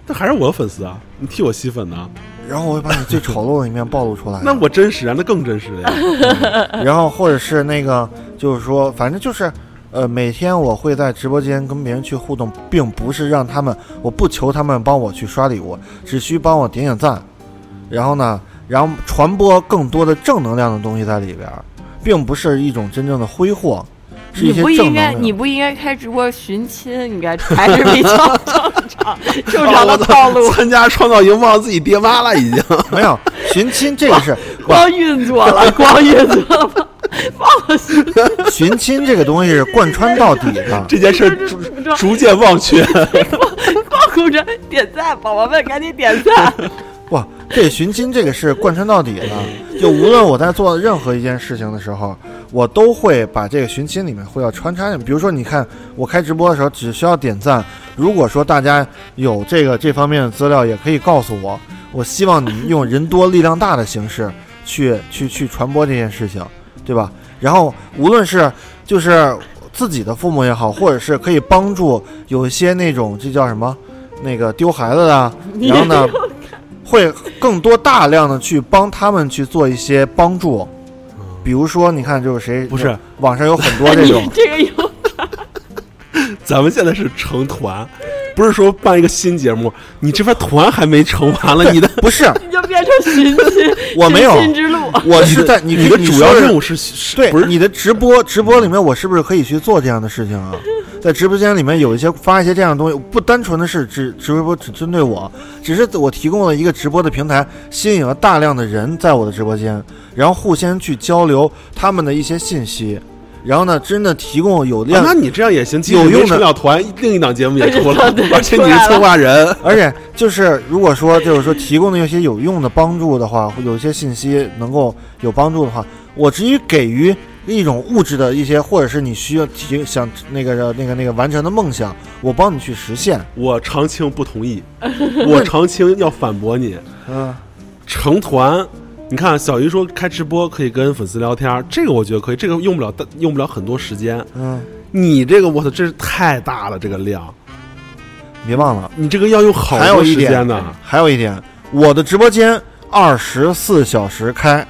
[SPEAKER 6] 那还是我的粉丝啊！你替我吸粉呢、。
[SPEAKER 5] 然后我会把你最丑陋的一面暴露出来
[SPEAKER 6] 那我真实啊，那更真 实了呀。。
[SPEAKER 5] 然后或者是那个，就是说，反正就是，呃，每天我会在直播间跟别人去互动，并不是让他们，我不求他们帮我去刷礼物，只需帮我点点赞，然后呢，然后传播更多的正能量的东西在里边儿，并不是一种真正的挥霍，是一
[SPEAKER 7] 你
[SPEAKER 5] 些
[SPEAKER 7] 不
[SPEAKER 5] 正
[SPEAKER 7] 应
[SPEAKER 5] 能
[SPEAKER 7] 该，
[SPEAKER 5] 量。
[SPEAKER 7] 你不应该开直播寻亲，应该还是 比较正常正
[SPEAKER 5] 哦
[SPEAKER 7] 常的套路
[SPEAKER 6] 哦参加创造营忘自己爹妈了，已经。
[SPEAKER 5] 没有寻亲，这个是不
[SPEAKER 7] 光运作了，光运作了，忘了寻
[SPEAKER 5] 寻亲这个东西是贯穿到底的。
[SPEAKER 6] 这件事儿逐逐渐忘却。
[SPEAKER 7] 光顾着点赞，宝宝们赶紧点赞。，
[SPEAKER 5] 哇，这寻亲这个是贯穿到底的，就无论我在做任何一件事情的时候，我都会把这个寻亲里面会要穿插进去。比如说，你看我开直播的时候，只需要点赞。如果说大家有这个这方面的资料，也可以告诉我。我希望你用人多力量大的形式去 去去传播这件事情，对吧？然后无论是就是自己的父母也好，或者是可以帮助有一些那种这叫什么那个丢孩子的啊，然后呢？会更多大量的去帮他们去做一些帮助，比如说，你看，就是谁
[SPEAKER 6] 不是
[SPEAKER 5] 网上有很多这种
[SPEAKER 7] 这个有
[SPEAKER 6] 咱们现在是成团，不是说办一个新节目，你这边团还没成完了，你 的
[SPEAKER 5] 不是
[SPEAKER 7] 你就变成寻亲，
[SPEAKER 5] 我没有
[SPEAKER 7] 寻亲之路。
[SPEAKER 5] 我是在
[SPEAKER 6] 你
[SPEAKER 5] 你
[SPEAKER 6] 的
[SPEAKER 5] 你
[SPEAKER 6] 主要
[SPEAKER 5] 说的
[SPEAKER 6] 任务是啊是
[SPEAKER 5] 对
[SPEAKER 6] 不是
[SPEAKER 5] 你的直播直播里面，我是不是可以去做这样的事情啊？在直播间里面有一些发一些这样的东西，不单纯的是只直播只针对我，只是我提供了一个直播的平台，吸引了大量的人在我的直播间，然后互相去交流他们的一些信息，然后呢，真的提供有
[SPEAKER 6] 啊
[SPEAKER 5] 量，
[SPEAKER 6] 那你这样也行，即
[SPEAKER 5] 有
[SPEAKER 6] 使没
[SPEAKER 5] 用的
[SPEAKER 6] 成了团，另一档节目也出了
[SPEAKER 7] 对，
[SPEAKER 6] 而且你
[SPEAKER 7] 出来
[SPEAKER 6] 是
[SPEAKER 7] 了
[SPEAKER 6] 策划 人，
[SPEAKER 5] 而且就是如果说就是说提供的有些有用的帮助的话，有些信息能够有帮助的话，我至于给予一种物质的一些，或者是你需要提想那个那个那个完成的梦想，我帮你去实现。
[SPEAKER 6] 我长青不同 意，我长青要反驳你。
[SPEAKER 5] 嗯，
[SPEAKER 6] 成团，你看小鱼说开直播可以跟粉丝聊天儿，这个我觉得可以，这个用不了大用不了很多时间。
[SPEAKER 5] 嗯，
[SPEAKER 6] 你这个我操，真是太大了，这个量，
[SPEAKER 5] 别忘了，
[SPEAKER 6] 你这个要用好
[SPEAKER 5] 还有
[SPEAKER 6] 多
[SPEAKER 5] 一
[SPEAKER 6] 时
[SPEAKER 5] 点
[SPEAKER 6] 间呢。
[SPEAKER 5] 还有一点，我的直播间二十四小时开，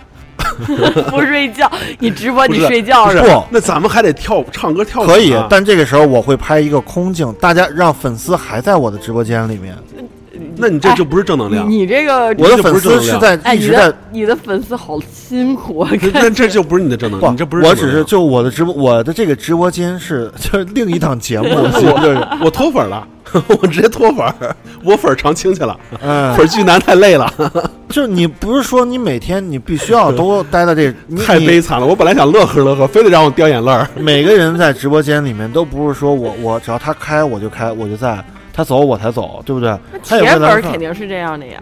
[SPEAKER 7] 不睡觉，你直播
[SPEAKER 6] 不
[SPEAKER 7] 你
[SPEAKER 6] 是
[SPEAKER 7] 睡觉
[SPEAKER 6] 不
[SPEAKER 7] 了
[SPEAKER 6] 是，
[SPEAKER 5] 不
[SPEAKER 6] 那咱们还得跳唱歌跳舞、啊。
[SPEAKER 5] 可以，但这个时候我会拍一个空镜，大家让粉丝还在我的直播间里面，
[SPEAKER 6] 那你这就不是正能量，
[SPEAKER 7] 你这个
[SPEAKER 5] 我的
[SPEAKER 6] 这不
[SPEAKER 5] 粉
[SPEAKER 6] 是
[SPEAKER 5] 丝
[SPEAKER 6] 正
[SPEAKER 5] 是
[SPEAKER 6] 能
[SPEAKER 5] 在
[SPEAKER 6] 量
[SPEAKER 7] 哎，
[SPEAKER 5] 一
[SPEAKER 7] 你
[SPEAKER 5] 直在
[SPEAKER 7] 的你的粉丝好辛苦 啊！看
[SPEAKER 6] 那这就不是你的正能
[SPEAKER 5] 不，
[SPEAKER 6] 量，你这不是
[SPEAKER 5] 我
[SPEAKER 6] 正能
[SPEAKER 5] 只是
[SPEAKER 6] 量。
[SPEAKER 5] 就我的直播，我的这个直播间是就是另一档节目，我觉得就是
[SPEAKER 6] 我脱粉了， 我直接脱粉儿， 我粉儿长青去了，
[SPEAKER 5] 嗯，
[SPEAKER 6] 粉儿巨男太累了，
[SPEAKER 5] 就是你不是说你每天你必须要都待在这，你
[SPEAKER 6] 太悲惨了。我本来想乐呵乐呵，非得让我掉眼泪儿。
[SPEAKER 5] 你每个人在直播间里面都不是说我我只要他开我就开我就在，他走我才走，对不对？他也
[SPEAKER 7] 铁
[SPEAKER 5] 会
[SPEAKER 7] 粉
[SPEAKER 5] 来
[SPEAKER 7] 儿
[SPEAKER 5] 看
[SPEAKER 7] 肯，定是这样的呀，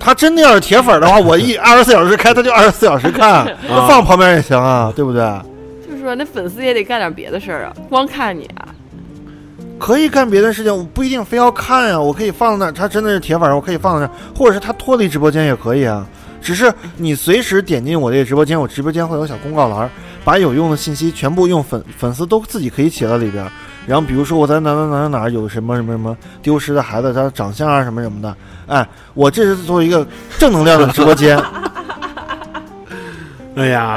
[SPEAKER 5] 他真的要是铁粉儿的话，我一二十四小时开，他就二十四小时 看，那放旁边也行啊，对不对？
[SPEAKER 7] 就是说那粉丝也得干点别的事儿啊，光看你啊，
[SPEAKER 5] 可以干别的事情，我不一定非要看呀、我可以放在那儿，他真的是铁粉儿，我可以放在那儿，或者是他脱离直播间也可以啊。只是你随时点进我这个直播间，我直播间会有小公告栏儿，把有用的信息全部用粉粉丝都自己可以写到里边儿。然后比如说我在哪哪哪哪哪儿有什么什么什么丢失的孩子，他的长相啊什么什么的，哎，我这是做一个正能量的直播间，
[SPEAKER 6] 哎呀，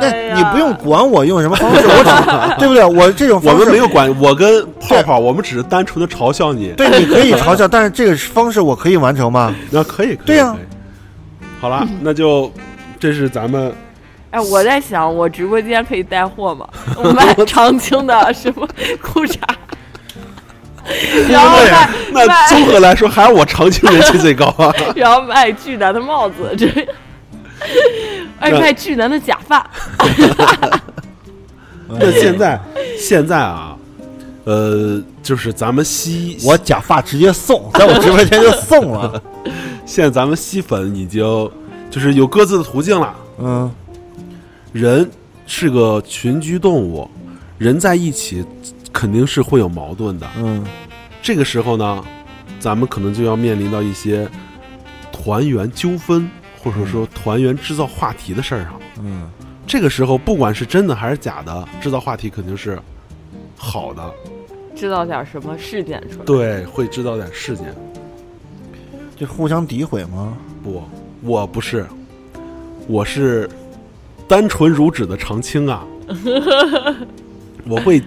[SPEAKER 5] 那
[SPEAKER 7] 哎呀
[SPEAKER 5] 你不用管我用什么方式，我只对不对？我这种
[SPEAKER 6] 我
[SPEAKER 5] 方式
[SPEAKER 6] 们没有管，我跟泡泡，我们只是单纯的嘲笑你。
[SPEAKER 5] 对，你可以嘲笑，但是这个方式我可以完成吗？
[SPEAKER 6] 那可以，可以
[SPEAKER 5] 对呀
[SPEAKER 6] 可以好了，
[SPEAKER 7] 嗯
[SPEAKER 6] 那就这是咱们
[SPEAKER 7] 哎，我在想，我直播间可以带货吗？我 卖长青的什么 裤衩，然后卖
[SPEAKER 6] 那综
[SPEAKER 7] 卖，
[SPEAKER 6] 合来说，还是 我长青人气最高啊。
[SPEAKER 7] 然后卖巨男的帽子，这。而哎且卖巨男的假发，
[SPEAKER 6] 那现在现在啊，呃，就是咱们西
[SPEAKER 5] 我假发直接送，在我直播间就送了。
[SPEAKER 6] 现在咱们吸粉已经就是有各自的途径了。
[SPEAKER 5] 嗯，
[SPEAKER 6] 人是个群居动物，人在一起肯定是会有矛盾的。
[SPEAKER 5] 嗯，
[SPEAKER 6] 这个时候呢，咱们可能就要面临到一些团员纠纷，或者说团员制造话题的事儿上。
[SPEAKER 5] 嗯，
[SPEAKER 6] 这个时候，不管是真的还是假的，制造话题肯定是好的，
[SPEAKER 7] 制造点什么事件出来。
[SPEAKER 6] 对，会制造点事件。
[SPEAKER 5] 就互相诋毁吗？
[SPEAKER 6] 不，我不是，我是单纯如脂的长青 啊！我会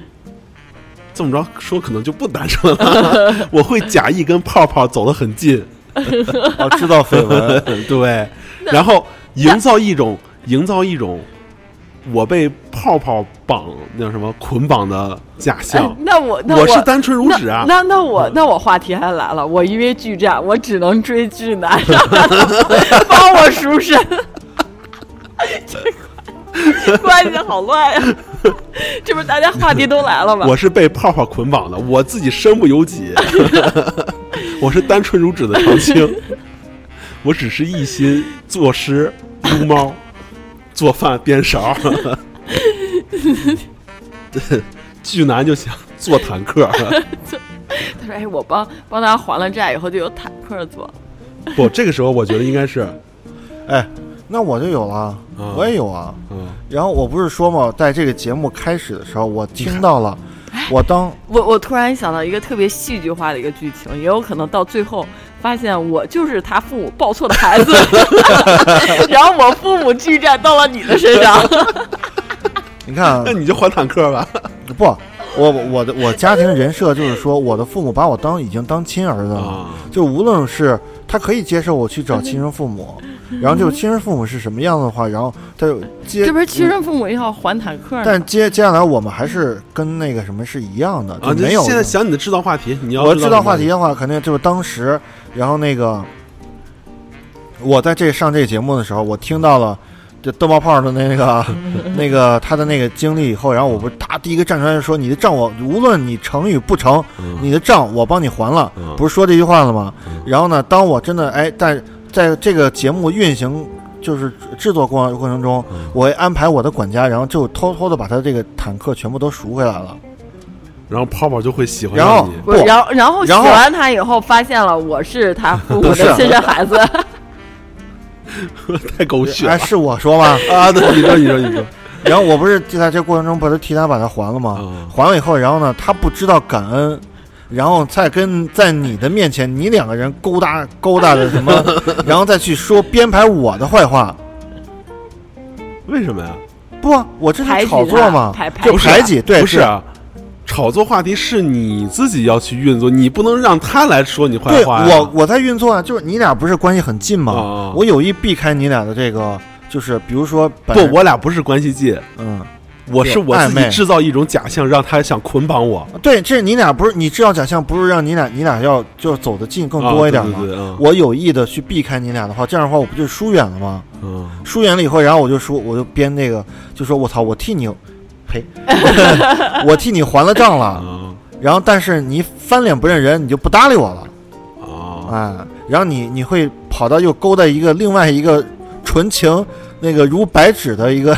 [SPEAKER 6] 这么着说，可能就不单纯 了。我会假意跟泡泡走得很近，
[SPEAKER 5] 哦，制造绯闻。
[SPEAKER 6] 对，然后营造一种营造一种我被泡泡绑那什么捆绑的假
[SPEAKER 7] 哎
[SPEAKER 6] 象。，
[SPEAKER 7] 那我那
[SPEAKER 6] 我是单纯如脂啊！
[SPEAKER 7] 那那那我那我话题还来了，我因为巨战，我只能追巨男， 帮我赎身。这关系好乱呀！这不是大家话题都来了吗？
[SPEAKER 6] 我是被泡泡捆绑的，我自己身不由己。我是单纯如脂的长青，我只是一心作诗、撸猫、做饭、编勺。对巨男就想做坦克，
[SPEAKER 7] 他说：“哎，我帮帮他还了债以后，就有坦克做。
[SPEAKER 6] 不，这个时候我觉得应该是，
[SPEAKER 5] 哎，那我就有了，
[SPEAKER 6] 嗯
[SPEAKER 5] 我也有啊。
[SPEAKER 6] 嗯，
[SPEAKER 5] 然后我不是说嘛，在这个节目开始的时候，我听到了，
[SPEAKER 7] 哎
[SPEAKER 5] 我当
[SPEAKER 7] 我”我突然想到一个特别戏剧化的一个剧情，也有可能到最后发现我就是他父母抱错的 孩子，然后我父母巨战到了你的身上。
[SPEAKER 5] 你看啊
[SPEAKER 6] 那你就还坦克吧。
[SPEAKER 5] 不，我我的我家庭人设就是说，我的父母把我当已经当亲儿子了
[SPEAKER 6] 啊，
[SPEAKER 5] 就无论是他可以接受我去
[SPEAKER 7] 嗯
[SPEAKER 5] 找亲生父母，然后就亲生父母是什么样子的话，然后他就接
[SPEAKER 7] 这不是亲生父母要还坦克呢？
[SPEAKER 5] 但接接下来我们还是跟那个什么是一样的，
[SPEAKER 6] 啊，
[SPEAKER 5] 就没有。
[SPEAKER 6] 现在想你的制造话题，你要
[SPEAKER 5] 我知道话题
[SPEAKER 6] 什么，
[SPEAKER 5] 的话，肯定就是当时，然后那个我在这上这节目的时候，我听到了这豆包泡的那个那个他的那个经历以后，然后我不是他第一个站出来就说你的账我无论你成与不成，
[SPEAKER 6] 嗯
[SPEAKER 5] 你的账我帮你还了，
[SPEAKER 6] 嗯
[SPEAKER 5] 不是说这句话了吗？然后呢，当我真的哎，在在这个节目运行就是制作过过程中，我会安排我的管家，然后就偷偷的把他这个坦克全部都赎回来了。
[SPEAKER 6] 然后泡泡就会喜欢
[SPEAKER 5] 然
[SPEAKER 6] 上
[SPEAKER 5] 后
[SPEAKER 6] 你。
[SPEAKER 7] 不是，
[SPEAKER 5] 不
[SPEAKER 7] 然后然后喜
[SPEAKER 5] 然后
[SPEAKER 7] 完他以后，发现了我是他父母
[SPEAKER 5] 不是
[SPEAKER 7] 的亲生孩子，
[SPEAKER 6] 太狗血
[SPEAKER 5] 哎，
[SPEAKER 6] 了
[SPEAKER 5] 是我说吗？
[SPEAKER 6] 啊！对，你说，你说，你说，
[SPEAKER 5] 然后我不是就在这过程中把他替他把他还了吗？
[SPEAKER 6] 嗯
[SPEAKER 5] 还了以后，然后呢，他不知道感恩，然后再跟在你的面前，你两个人勾搭勾搭的什 么，然后再去说编排我的坏话，
[SPEAKER 6] 为什么呀？
[SPEAKER 5] 不啊，我这
[SPEAKER 7] 排
[SPEAKER 5] 是
[SPEAKER 7] 挤
[SPEAKER 5] 炒作
[SPEAKER 7] 他
[SPEAKER 5] 嘛，
[SPEAKER 7] 排排
[SPEAKER 5] 就
[SPEAKER 7] 挤啊
[SPEAKER 5] 排挤，对，
[SPEAKER 6] 不是啊，炒作话题是你自己要去运作，你不能让他来说你坏
[SPEAKER 5] 对
[SPEAKER 6] 话呀。
[SPEAKER 5] 我我在运作啊，就是你俩不是关系很近吗？
[SPEAKER 6] 啊啊
[SPEAKER 5] 我有意避开你俩的这个，就是比如说本
[SPEAKER 6] 不，我俩不是关系界，
[SPEAKER 5] 嗯，
[SPEAKER 6] 我是我自
[SPEAKER 5] 暧
[SPEAKER 6] 己
[SPEAKER 5] 昧
[SPEAKER 6] 制造一种假象，让他想捆绑我。
[SPEAKER 5] 对，这你俩不是你制造假象，不是让你俩你俩要就是走得近更多一点吗？
[SPEAKER 6] 啊对对对嗯
[SPEAKER 5] 我有意的去避开你俩的话，这样的话我不就疏远了吗？
[SPEAKER 6] 嗯，
[SPEAKER 5] 疏远了以后，然后我就说，我就编那个，就说我操，我替你，呸，我替你还了账了。
[SPEAKER 6] 啊
[SPEAKER 5] 然后但是你翻脸不认人，你就不搭理我了，
[SPEAKER 6] 啊！
[SPEAKER 5] 哎，然后你你会跑到又勾搭一个另外一个纯情那个如白纸的一个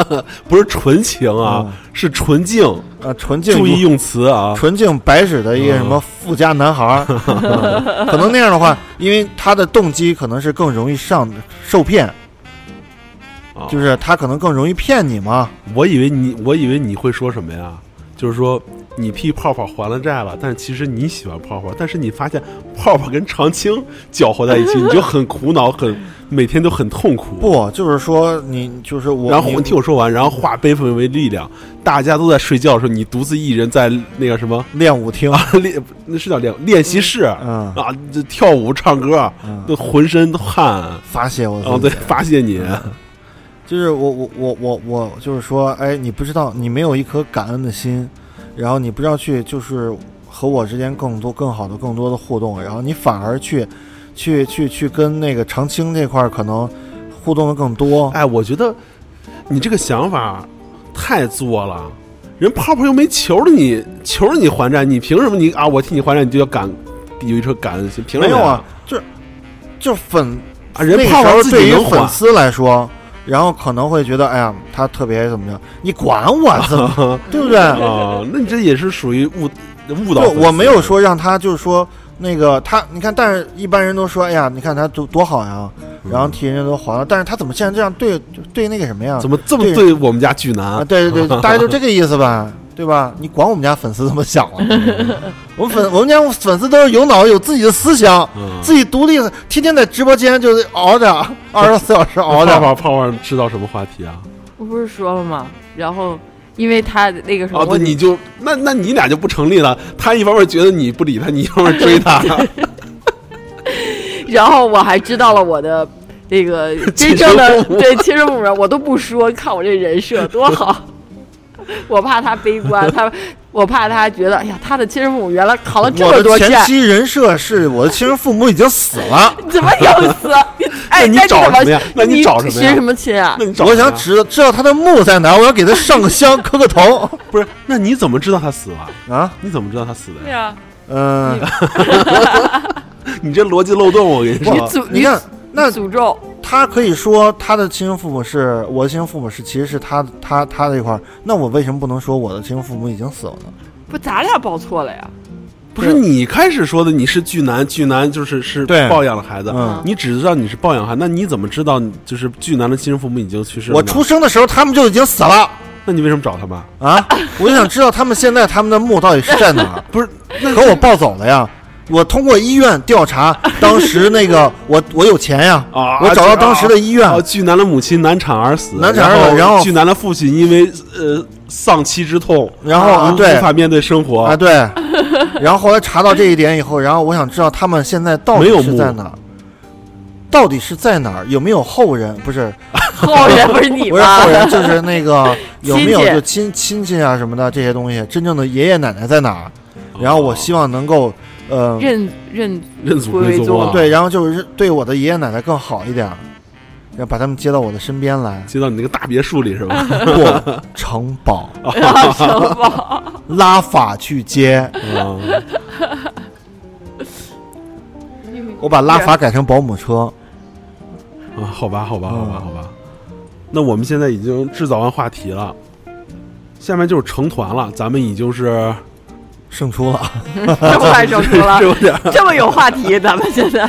[SPEAKER 6] 不是纯情
[SPEAKER 5] 嗯
[SPEAKER 6] 啊，是纯净，
[SPEAKER 5] 呃纯净
[SPEAKER 6] 注
[SPEAKER 5] 如
[SPEAKER 6] 意嗯用词啊。
[SPEAKER 5] 纯净白纸的一个什么富家男孩 儿、嗯可能那样的话，因为他的动机可能是更容易上受骗，
[SPEAKER 6] 啊
[SPEAKER 5] 就是他可能更容易骗你嘛。
[SPEAKER 6] 我以为你，我以为你会说什么呀？就是说你替泡泡还了债了，但是其实你喜欢泡泡，但是你发现泡泡跟长青搅和在一起，你就很苦恼，很每天都很痛苦。
[SPEAKER 5] 不，就是说你就是我，
[SPEAKER 6] 然后
[SPEAKER 5] 你
[SPEAKER 6] 你听我说完，然后化悲愤为力量。大家都在睡觉的时候，你独自一人在那个什么
[SPEAKER 5] 练舞厅，
[SPEAKER 6] 啊练，那是叫练练习室、
[SPEAKER 5] 嗯
[SPEAKER 6] 啊，这跳舞唱歌，
[SPEAKER 5] 嗯
[SPEAKER 6] 都浑身都汗。
[SPEAKER 5] 发泄我自己。
[SPEAKER 6] 哦，对，发泄你，
[SPEAKER 5] 嗯就是我我我我我就是说，哎，你不知道，你没有一颗感恩的心，然后你不知道去就是和我之间更多更好的更多的互动，然后你反而去去去去跟那个长青这块儿可能互动的更多。
[SPEAKER 6] 哎，我觉得你这个想法太作了。人泡泡又没求着你，求着你还债，你凭什么你啊？我替你还债，你就要感有一车感恩心？凭什
[SPEAKER 5] 没
[SPEAKER 6] 么呀
[SPEAKER 5] 有啊，就是就粉
[SPEAKER 6] 啊，人
[SPEAKER 5] 那
[SPEAKER 6] 泡
[SPEAKER 5] 时
[SPEAKER 6] 泡
[SPEAKER 5] 候
[SPEAKER 6] 自
[SPEAKER 5] 对
[SPEAKER 6] 己
[SPEAKER 5] 于
[SPEAKER 6] 能
[SPEAKER 5] 粉
[SPEAKER 6] 还，
[SPEAKER 5] 丝来说，然后可能会觉得，哎呀，他特别怎么样？你管我怎 么，对不对？
[SPEAKER 6] 啊，那你这也是属于误误导
[SPEAKER 5] 就
[SPEAKER 6] 粉丝。啊
[SPEAKER 5] 我没有说让他就是说那个他，你看，但是一般人都说，哎呀，你看他多多好呀，
[SPEAKER 6] 嗯
[SPEAKER 5] 然后替人家都还了，但是他怎么现在这样对对那个什么呀？
[SPEAKER 6] 怎么这么
[SPEAKER 5] 啊对
[SPEAKER 6] 对我们家巨
[SPEAKER 5] 啊？
[SPEAKER 6] 男？
[SPEAKER 5] 对 对对，大家就这个意思吧，对吧？你管我们家粉丝怎么想了？我们粉我们家粉丝都是有脑有自己的思想，
[SPEAKER 6] 嗯，
[SPEAKER 5] 自己独立的，天天在直播间就是熬着，二十四小时熬
[SPEAKER 6] 泡
[SPEAKER 5] 着。
[SPEAKER 6] 泡泡泡知道什么话题啊？
[SPEAKER 7] 我不是说了吗？然后因为他那个什么，
[SPEAKER 6] 哦，对，
[SPEAKER 7] 我
[SPEAKER 6] 你就那那你俩就不成立了。他一方面觉得你不理他，你一方面 追他，
[SPEAKER 7] 然后我还知道了我的那个真正的对亲生父母，我都不说，看我这人设多好。 我怕他悲观，他我怕他觉得，哎呀，他的亲生父母原来扛了这么
[SPEAKER 5] 我的
[SPEAKER 7] 多
[SPEAKER 5] 前
[SPEAKER 7] 债，
[SPEAKER 5] 妻人设是我的亲生父母已经死 了，
[SPEAKER 7] 怎么有死？你哎，
[SPEAKER 6] 那你
[SPEAKER 7] 那
[SPEAKER 6] 找
[SPEAKER 7] 怎
[SPEAKER 6] 什么呀那你
[SPEAKER 7] 你
[SPEAKER 6] 找什么呀
[SPEAKER 7] 寻什么亲啊
[SPEAKER 6] 那？你找
[SPEAKER 5] 我
[SPEAKER 6] 谁啊
[SPEAKER 5] 想知道知道他的墓在哪儿，我要给他上个香，磕个头
[SPEAKER 6] 不是？那你怎么知道他死了？
[SPEAKER 5] 啊。
[SPEAKER 6] 你怎么知道他死的
[SPEAKER 7] 对
[SPEAKER 6] 呀？
[SPEAKER 7] 呀，
[SPEAKER 5] 嗯，
[SPEAKER 6] 你这逻辑漏洞，我跟你
[SPEAKER 5] 不
[SPEAKER 6] 说
[SPEAKER 7] 你，诅
[SPEAKER 5] 你看，那
[SPEAKER 7] 诅咒
[SPEAKER 5] 他可以说他的亲生父母是我的亲生父母是，其实是他他他这块儿。那我为什么不能说我的亲生父母已经死了呢？
[SPEAKER 7] 不，咱俩报错了呀？
[SPEAKER 6] 不是你开始说的，你是巨男，巨男就是是
[SPEAKER 5] 对
[SPEAKER 6] 抱养了孩子，
[SPEAKER 5] 嗯
[SPEAKER 6] 你只知道你是抱养孩，那你怎么知道你就是巨男的亲生父母已经去世了？
[SPEAKER 5] 我出，生的时候他们就已经死了
[SPEAKER 6] 那你为什么找他们？
[SPEAKER 5] 啊！我就想知道他们现在他们的墓到底是在哪儿。
[SPEAKER 6] 不是，那
[SPEAKER 5] 可我抱走了呀。我通过医院调查，当时那个我我有钱呀，
[SPEAKER 6] 啊
[SPEAKER 5] 我找到当时的医院
[SPEAKER 6] 哦，，巨男的母亲难产而死，
[SPEAKER 5] 啊难产而死然后
[SPEAKER 6] 巨男的父亲因为呃丧妻之痛，
[SPEAKER 5] 然后啊
[SPEAKER 6] 无
[SPEAKER 5] 对
[SPEAKER 6] 无法面对生活
[SPEAKER 5] 啊对， 然后后来查到这一点以后，然后我想知道他们现在到
[SPEAKER 6] 没有
[SPEAKER 5] 底是
[SPEAKER 6] 墓
[SPEAKER 5] 在哪儿，到底是在哪儿，有没有后人？不是
[SPEAKER 7] 后 人不是你
[SPEAKER 5] 不是
[SPEAKER 7] 吗
[SPEAKER 5] 后？人，就是那个有没有
[SPEAKER 7] 亲戚
[SPEAKER 5] 就亲亲戚啊什么的这些东西，真正的爷爷奶奶在哪儿？然后我希望能够呃
[SPEAKER 7] 认认
[SPEAKER 6] 认祖归宗啊
[SPEAKER 5] 对，然后就是对我的爷爷奶奶更好一点儿，然后把他们接到我的身边来。
[SPEAKER 6] 接到你那个大别墅里是 吧？
[SPEAKER 5] 过城 堡，
[SPEAKER 6] 哦
[SPEAKER 5] 拉法去接，
[SPEAKER 6] 啊，
[SPEAKER 5] 我把拉法改成保姆车。
[SPEAKER 6] 啊，好吧，好吧，好吧，
[SPEAKER 5] 嗯
[SPEAKER 6] 好吧。那我们现在已经制造完话题了，下面就是成团了，咱们已经是
[SPEAKER 5] 胜出了，
[SPEAKER 7] 这么快胜出 了
[SPEAKER 6] 是，有点儿
[SPEAKER 7] 这么有话题，咱们现在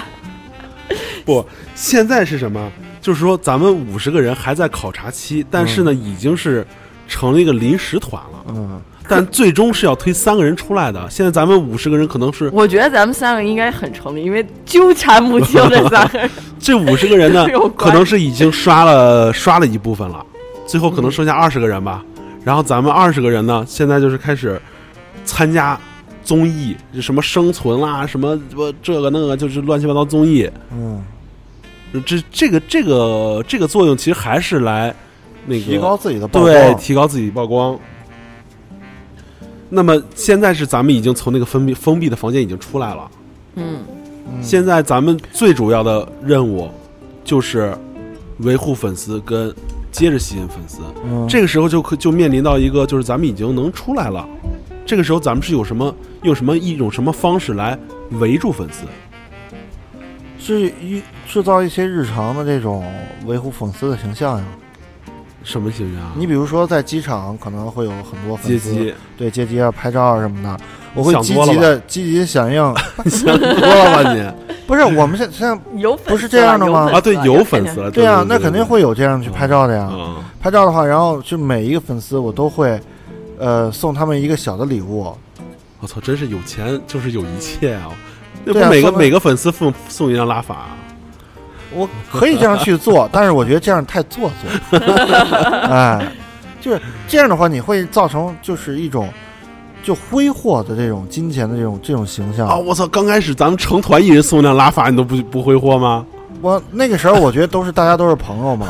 [SPEAKER 6] 不。现在是什么？就是说咱们五十个人还在考察期，但是呢，已经是成了一个临时团了，
[SPEAKER 5] 嗯，
[SPEAKER 6] 但最终是要推三个人出来的。现在咱们五十个人可能是
[SPEAKER 7] 我觉得咱们三个应该很成立，因为纠缠不清这三 个人。
[SPEAKER 6] 这五十个人呢
[SPEAKER 7] 有关，系
[SPEAKER 6] 可能是已经刷了刷了一部分了，最后可能剩下二十个人吧。然后咱们二十个人呢，现在就是开始参加综艺，就什么生存啦，什么什么这个那个，就是乱七八糟综艺。
[SPEAKER 5] 嗯，
[SPEAKER 6] 这这个这个这个作用其实还是来那个
[SPEAKER 5] 提高自己的曝
[SPEAKER 6] 对
[SPEAKER 5] 光。
[SPEAKER 6] 提高自己曝光。那么现在是咱们已经从那个封闭封闭的房间已经出来了。
[SPEAKER 7] 嗯，
[SPEAKER 5] 嗯
[SPEAKER 6] 现在咱们最主要的任务就是维护粉丝跟接着吸引粉丝。
[SPEAKER 5] 嗯
[SPEAKER 6] 这个时候就可就面临到一个，就是咱们已经能出来了。这个时候咱们是有什么用什么一种什么方式来围住粉丝？
[SPEAKER 5] 是一制造一些日常的这种维护粉丝的形象呀。
[SPEAKER 6] 什么形象啊？
[SPEAKER 5] 你比如说在机场可能会有很多粉
[SPEAKER 6] 接
[SPEAKER 5] 丝
[SPEAKER 6] 机，
[SPEAKER 5] 对接机啊、拍照啊什么的，我会
[SPEAKER 6] 想
[SPEAKER 5] 积
[SPEAKER 6] 多了
[SPEAKER 5] 极的积极地响应。
[SPEAKER 6] 你想多 了吧你？
[SPEAKER 5] 不是，我们现现在
[SPEAKER 7] 有粉丝
[SPEAKER 5] 不是这样的吗
[SPEAKER 7] 了
[SPEAKER 6] 啊， 对，有粉丝。
[SPEAKER 7] 了
[SPEAKER 6] 了，
[SPEAKER 5] 哎对啊，那肯定会有这样去拍照的呀。
[SPEAKER 6] 啊。
[SPEAKER 5] 拍照的话，然后就每一个粉丝我都会，呃，送他们一个小的礼物。
[SPEAKER 6] 我操，真是有钱就是有一切啊！那不
[SPEAKER 5] 对啊
[SPEAKER 6] 每个
[SPEAKER 5] 送他
[SPEAKER 6] 每个粉丝送送一辆拉法啊，
[SPEAKER 5] 我可以这样去做，但是我觉得这样太做作。哎，就是这样的话，你会造成就是一种就挥霍的这种金钱的这种这种形象。
[SPEAKER 6] 啊！我操，刚开始咱们成团一人送一辆拉法，你都不不挥霍吗？
[SPEAKER 5] 我那个时候我觉得都是大家都是朋友嘛。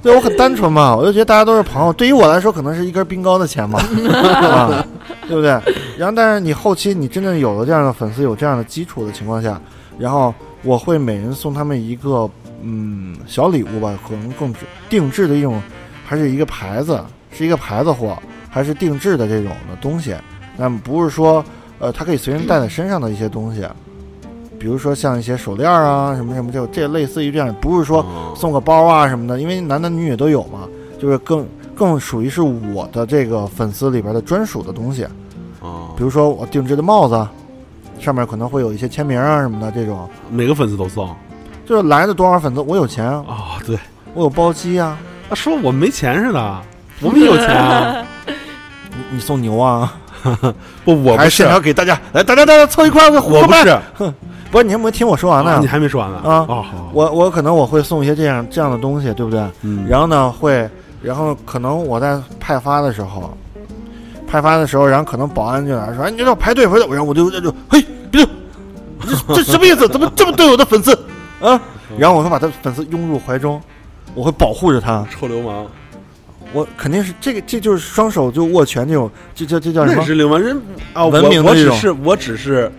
[SPEAKER 5] 对，我很单纯嘛，我就觉得大家都是朋友。对于我来说，可能是一根冰糕的钱嘛，啊，对不对？然后，但是你后期你真正有了这样的粉丝，有这样的基础的情况下，然后我会每人送他们一个嗯小礼物吧，可能更指定制的一种，还是一个牌子，是一个牌子货，还是定制的这种的东西。那么不是说呃，它可以随身带在身上的一些东西，比如说像一些手链啊，什么什么这这类似于这样，不是说
[SPEAKER 6] 哦
[SPEAKER 5] 送个包啊什么的，因为男男女女都有嘛，就是更更属于是我的这个粉丝里边的专属的东西，
[SPEAKER 6] 哦
[SPEAKER 5] 比如说我定制的帽子，啊上面可能会有一些签名啊什么的这种，
[SPEAKER 6] 每个粉丝都送啊、
[SPEAKER 5] 就是来的多少粉丝，我有钱啊，
[SPEAKER 6] 哦对，
[SPEAKER 5] 我有包机啊，
[SPEAKER 6] 他说我们没钱似的，我们也有钱 啊。
[SPEAKER 5] 你你送牛啊，
[SPEAKER 6] 不，我
[SPEAKER 5] 还
[SPEAKER 6] 不
[SPEAKER 5] 是
[SPEAKER 6] 是
[SPEAKER 5] 现，场给大家来，大家大家凑一块儿，
[SPEAKER 6] 我不
[SPEAKER 5] 伙伴
[SPEAKER 6] 是，
[SPEAKER 5] 不是你有没有听我说完
[SPEAKER 6] 啊
[SPEAKER 5] 呢
[SPEAKER 6] 你？还没说完呢
[SPEAKER 5] 啊
[SPEAKER 6] 哦，好，
[SPEAKER 5] 我我可能我会送一些这样这样的东西，对不对？
[SPEAKER 6] 嗯，
[SPEAKER 5] 然后呢会，然后可能我在派发的时候，派发的时候，然后可能保安就来说，哎，你这排队排队，然后我就就就嘿，别动，这这什么意思？怎么这么对我的粉丝啊？然后我会把他粉丝拥入怀中，我会保护着他，
[SPEAKER 6] 臭流氓，
[SPEAKER 5] 我肯定是这个，这就是双手就握拳这种，这叫这叫什
[SPEAKER 6] 那
[SPEAKER 5] 么
[SPEAKER 6] 也？是流氓人啊！我
[SPEAKER 5] 文明的
[SPEAKER 6] 我
[SPEAKER 5] 一
[SPEAKER 6] 只
[SPEAKER 5] 种
[SPEAKER 6] 是我只是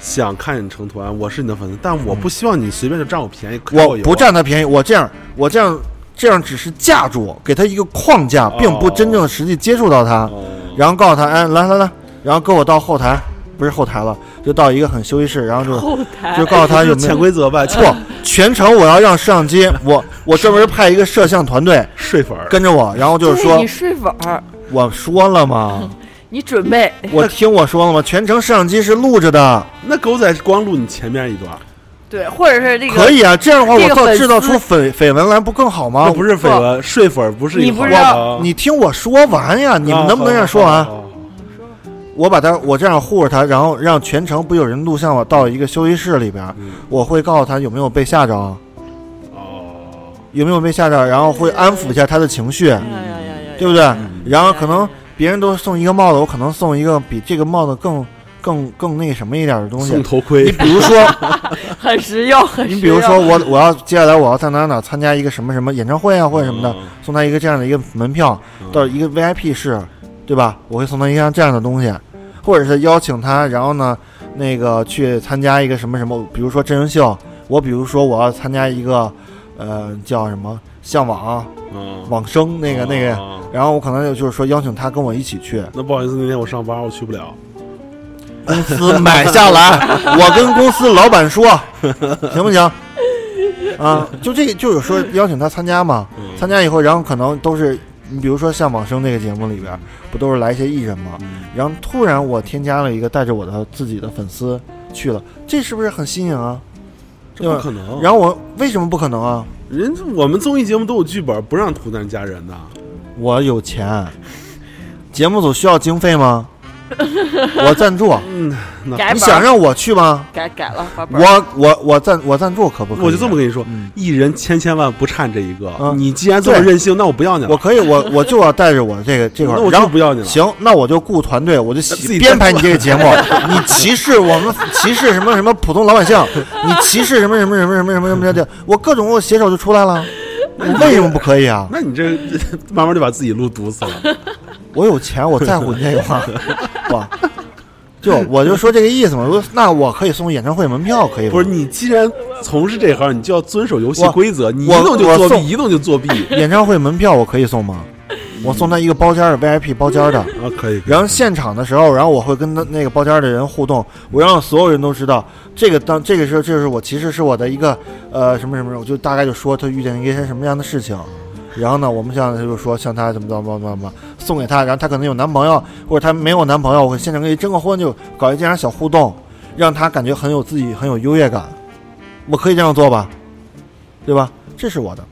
[SPEAKER 6] 想看你成团，我是你的粉丝，但我不希望你随便就占我啊便宜，
[SPEAKER 5] 嗯
[SPEAKER 6] 揩
[SPEAKER 5] 我
[SPEAKER 6] 油
[SPEAKER 5] 不，占他便宜，我这样我这样这样只是架住，给他一个框架，并不真正的实际接触到他。
[SPEAKER 6] 哦
[SPEAKER 5] 然后告诉他，哎，来来来，然后跟我到后台，不是后台了，就到一个很休息室，然后就
[SPEAKER 7] 后台
[SPEAKER 5] 就告 诉他
[SPEAKER 6] 这
[SPEAKER 5] 有呃
[SPEAKER 6] 就
[SPEAKER 5] 没
[SPEAKER 6] 潜
[SPEAKER 5] 有。
[SPEAKER 6] 规则吧，
[SPEAKER 5] 不，全程我要让摄像机，我我专门派一个摄像团队
[SPEAKER 6] 睡粉儿，
[SPEAKER 5] 跟着我，然后就是
[SPEAKER 7] 对
[SPEAKER 5] 说
[SPEAKER 7] 你，睡粉儿，
[SPEAKER 5] 我说了 吗？
[SPEAKER 7] 你准备
[SPEAKER 5] 我听我说了吗？全程摄像机是录着的，
[SPEAKER 6] 那狗仔光录你前面一段，
[SPEAKER 7] 对，或者是这个
[SPEAKER 5] 可以啊，这样的话
[SPEAKER 7] 这
[SPEAKER 5] 我
[SPEAKER 7] 个
[SPEAKER 5] 造
[SPEAKER 7] 粉
[SPEAKER 5] 制造出
[SPEAKER 7] 丝
[SPEAKER 5] 绯绯闻来不更好吗？
[SPEAKER 6] 那不是绯闻，睡粉儿不是一
[SPEAKER 7] 你
[SPEAKER 6] 个
[SPEAKER 7] 不
[SPEAKER 6] 好
[SPEAKER 7] 知
[SPEAKER 6] 的
[SPEAKER 7] 道
[SPEAKER 6] 啊
[SPEAKER 5] 啊你听我说完呀，你们能不能让说啊完？我把他，我这样护着他，然后让全程不有人录像我到一个休息室里边儿，我会告诉他有没有被吓着，
[SPEAKER 6] 哦，
[SPEAKER 5] 有没有被吓着，然后会安抚一下他的情绪，
[SPEAKER 7] 哎呀呀呀呀呀，
[SPEAKER 5] 对不对？然后可能别人都送一个帽子，我可能送一个比这个帽子更更更那什么一点的东西
[SPEAKER 6] 送。头
[SPEAKER 5] 你
[SPEAKER 6] 盔，
[SPEAKER 5] 比如 说，
[SPEAKER 7] 很实用， 很实
[SPEAKER 5] 你
[SPEAKER 7] 用。
[SPEAKER 5] 比如说我我要接下来我要在哪儿哪儿参加一个什么什么演唱会啊或者什么的，
[SPEAKER 6] 嗯
[SPEAKER 5] 送他一个这样的一个门票到一个 VIP 室，对吧？我会送他一样这样的东西，或者是邀请他，然后呢，那个去参加一个什么什么，比如说真人秀，我比如说我要参加一个，呃，叫什么向往
[SPEAKER 6] 嗯
[SPEAKER 5] 往生那个那个，
[SPEAKER 6] 哦
[SPEAKER 5] 然后我可能就是说邀请他跟我一起去，
[SPEAKER 6] 那不好意思，那天我上班，我去不了。
[SPEAKER 5] 公司买下来，我跟公司老板说，行不行？啊，就这个，就是说邀请他参加嘛，
[SPEAKER 6] 嗯
[SPEAKER 5] 参加以后，然后可能都是你比如说像《往生》那个节目里边，不都是来一些艺人嘛？
[SPEAKER 6] 嗯
[SPEAKER 5] 然后突然我添加了一个带着我的自己的粉丝去了，这是不是很新颖啊？
[SPEAKER 6] 这不可能。
[SPEAKER 5] 然后我为什么不可能啊？
[SPEAKER 6] 人家我们综艺节目都有剧本，不让涂炭加人的。
[SPEAKER 5] 我有钱，节目组需要经费吗？我赞 助，
[SPEAKER 7] 改
[SPEAKER 5] 你
[SPEAKER 7] 本
[SPEAKER 5] 想
[SPEAKER 7] 儿，
[SPEAKER 5] 让我去吗？
[SPEAKER 7] 改改了，把本儿
[SPEAKER 5] 我我我赞我赞助可不可以？啊
[SPEAKER 6] 我就这么跟你说
[SPEAKER 5] 嗯，
[SPEAKER 6] 艺人千千万不差你这一个。
[SPEAKER 5] 嗯
[SPEAKER 6] 你既然这么
[SPEAKER 5] 对
[SPEAKER 6] 任性，那我不要你
[SPEAKER 5] 我
[SPEAKER 6] 了。
[SPEAKER 5] 可以， 我我就要带着我这个这块儿，
[SPEAKER 6] 那我
[SPEAKER 5] 然
[SPEAKER 6] 就嗯
[SPEAKER 5] 后
[SPEAKER 6] 不要你了。
[SPEAKER 5] 行，那我就雇团队，我就
[SPEAKER 6] 自己
[SPEAKER 5] 喜编排你这个节目。你歧视我们，歧视什么什么普通老百姓，你歧视什么什么什么什么什么什么的，我各种我写手就出来了。我为什么不可以啊？
[SPEAKER 6] 那你这 慢慢就把自己路堵死了。
[SPEAKER 5] 我有钱，我在乎你这个 吗？不，就我就说这个意思嘛。我说那我可以送演唱会门票，可以吗
[SPEAKER 6] 不是，你既然从事这行，你就要遵守游戏
[SPEAKER 5] 我
[SPEAKER 6] 规则。你一
[SPEAKER 5] 我
[SPEAKER 6] 弄就
[SPEAKER 5] 我
[SPEAKER 6] 作
[SPEAKER 5] 送
[SPEAKER 6] 弊，一弄就作弊
[SPEAKER 5] 演唱会门票我可以送吗？我送他一个包间儿的 VIP 包间儿的。
[SPEAKER 6] 啊！可以。
[SPEAKER 5] 然后现场的时候，然后我会跟他那个包间的人互动，我让所有人都知道这个当这个时候，这是我其实是我的一个呃什么什么，我就大概就说他遇见一些什么样的事情。然后呢，我们像他就说像他怎么怎么怎么怎么送给他，然后他可能有男朋友或者他没有男朋友，我会现场给你征个婚，就搞一这样小互动，让他感觉很有自己很有优越感。我可以这样做吧，对吧？这是我的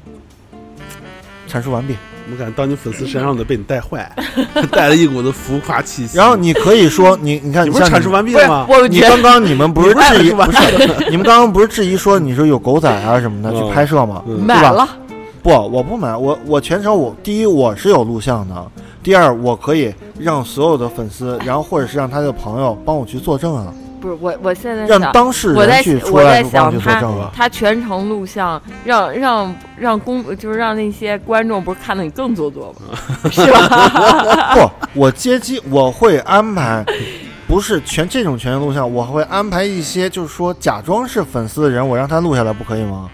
[SPEAKER 5] 阐述完毕。
[SPEAKER 6] 我感觉当你粉丝身上的被你带坏， 带了一股子浮夸气息。
[SPEAKER 5] 然后你可以说你你看
[SPEAKER 6] 你
[SPEAKER 5] 你
[SPEAKER 6] 不是
[SPEAKER 5] 像
[SPEAKER 6] 阐述完毕
[SPEAKER 7] 不是
[SPEAKER 6] 了吗？
[SPEAKER 7] 我
[SPEAKER 5] 啊你
[SPEAKER 7] 觉得
[SPEAKER 5] 刚刚你们不是
[SPEAKER 6] 你不是
[SPEAKER 5] 质疑，
[SPEAKER 6] 说完
[SPEAKER 5] 不是你们刚刚不是质疑说你说有狗仔啊什么的
[SPEAKER 6] 嗯
[SPEAKER 5] 去拍摄吗？
[SPEAKER 6] 嗯
[SPEAKER 5] 对吧
[SPEAKER 7] 买了，
[SPEAKER 5] 不，我不买，我我全程我第一我是有录像的，第二我可以让所有的粉丝，然后或者是让他的朋友帮我去作证啊，
[SPEAKER 7] 不是我，我现在
[SPEAKER 5] 让
[SPEAKER 7] 想。
[SPEAKER 5] 当事
[SPEAKER 7] 我在
[SPEAKER 5] 人去出
[SPEAKER 7] 我在
[SPEAKER 5] 来帮我去
[SPEAKER 7] 想
[SPEAKER 5] 作
[SPEAKER 7] 他
[SPEAKER 5] 证啊。
[SPEAKER 7] 他全程录像，让让让公就是让那些观众不是看的你更做作 吗？是吧？
[SPEAKER 5] 不，我接机我会安排，不是全这种全员录像，我会安排一些就是说假装是粉丝的人，我让他录下来，不可以吗？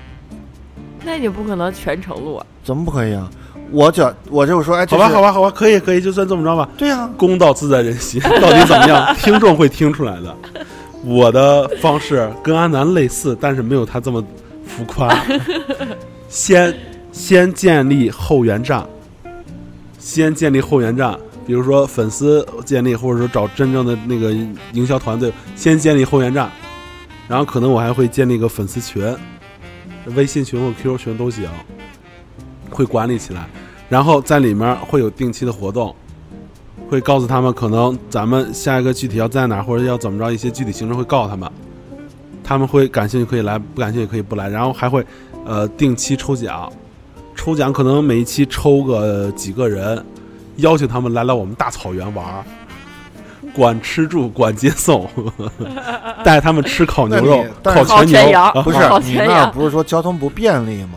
[SPEAKER 7] 那你不可能全程录啊。
[SPEAKER 5] 怎么不可以啊？我就我就说，哎，
[SPEAKER 6] 好
[SPEAKER 5] 这
[SPEAKER 6] 吧，
[SPEAKER 5] 是
[SPEAKER 6] 好，吧，好吧，可以，可以，就算这么着吧。
[SPEAKER 5] 对啊呀，
[SPEAKER 6] 公道自在人心，到底怎么样，听众会听出来的。我的方式跟阿南类似，但是没有他这么浮夸。先先建立后援站，先建立后援站，比如说粉丝建立，或者说找真正的那个营销团队，先建立后援站，然后可能我还会建立一个粉丝群，微信群或 QQ 群都行，会管理起来，然后在里面会有定期的活动，会告诉他们可能咱们下一个具体要在哪儿或者要怎么着一些具体行程会告诉他们，他们会感兴趣可以来，不感兴趣可以不来，然后还会呃定期抽奖，抽奖可能每一期抽个几个人，邀请他们来来我们大草原玩儿。管吃住，管接送，带他们吃烤牛
[SPEAKER 5] 那
[SPEAKER 6] 肉
[SPEAKER 5] 你、但是
[SPEAKER 6] 烤
[SPEAKER 7] 烤
[SPEAKER 6] 全
[SPEAKER 7] 全
[SPEAKER 6] 牛，
[SPEAKER 7] 羊
[SPEAKER 6] 啊
[SPEAKER 5] 不是
[SPEAKER 7] 好
[SPEAKER 5] 你
[SPEAKER 7] 全
[SPEAKER 5] 那
[SPEAKER 7] 呀
[SPEAKER 5] 儿不是说交通不便利吗？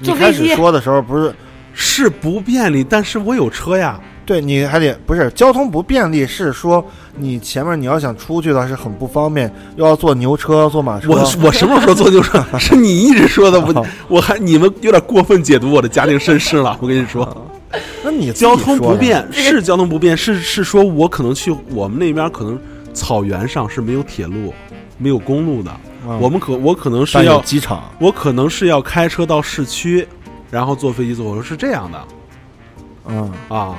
[SPEAKER 5] 你
[SPEAKER 7] 坐
[SPEAKER 5] 开
[SPEAKER 7] 飞
[SPEAKER 5] 始
[SPEAKER 7] 机
[SPEAKER 5] 说的时候不是
[SPEAKER 6] 是不便利，但是我有车呀。
[SPEAKER 5] 对，你还得不是交通不便利，是说你前面你要想出去的话是很不方便，又要坐牛车、坐马车。
[SPEAKER 6] 我我什么时候说坐 牛车？是你一直说的，
[SPEAKER 5] 哦
[SPEAKER 6] 我我还你们有点过分解读我的家庭身世了。我跟你说，
[SPEAKER 5] 那哦你自己
[SPEAKER 6] 交通
[SPEAKER 5] 说
[SPEAKER 6] 不
[SPEAKER 5] 呀，
[SPEAKER 6] 便是交通不便，是是说我可能去我们那边可能草原上是没有铁路、没有公路的，
[SPEAKER 5] 嗯
[SPEAKER 6] 我们可我可能是
[SPEAKER 5] 但有
[SPEAKER 6] 要
[SPEAKER 5] 机场，
[SPEAKER 6] 我可能是要开车到市区，然后坐飞机坐火车是这样的。
[SPEAKER 5] 嗯，
[SPEAKER 6] 啊，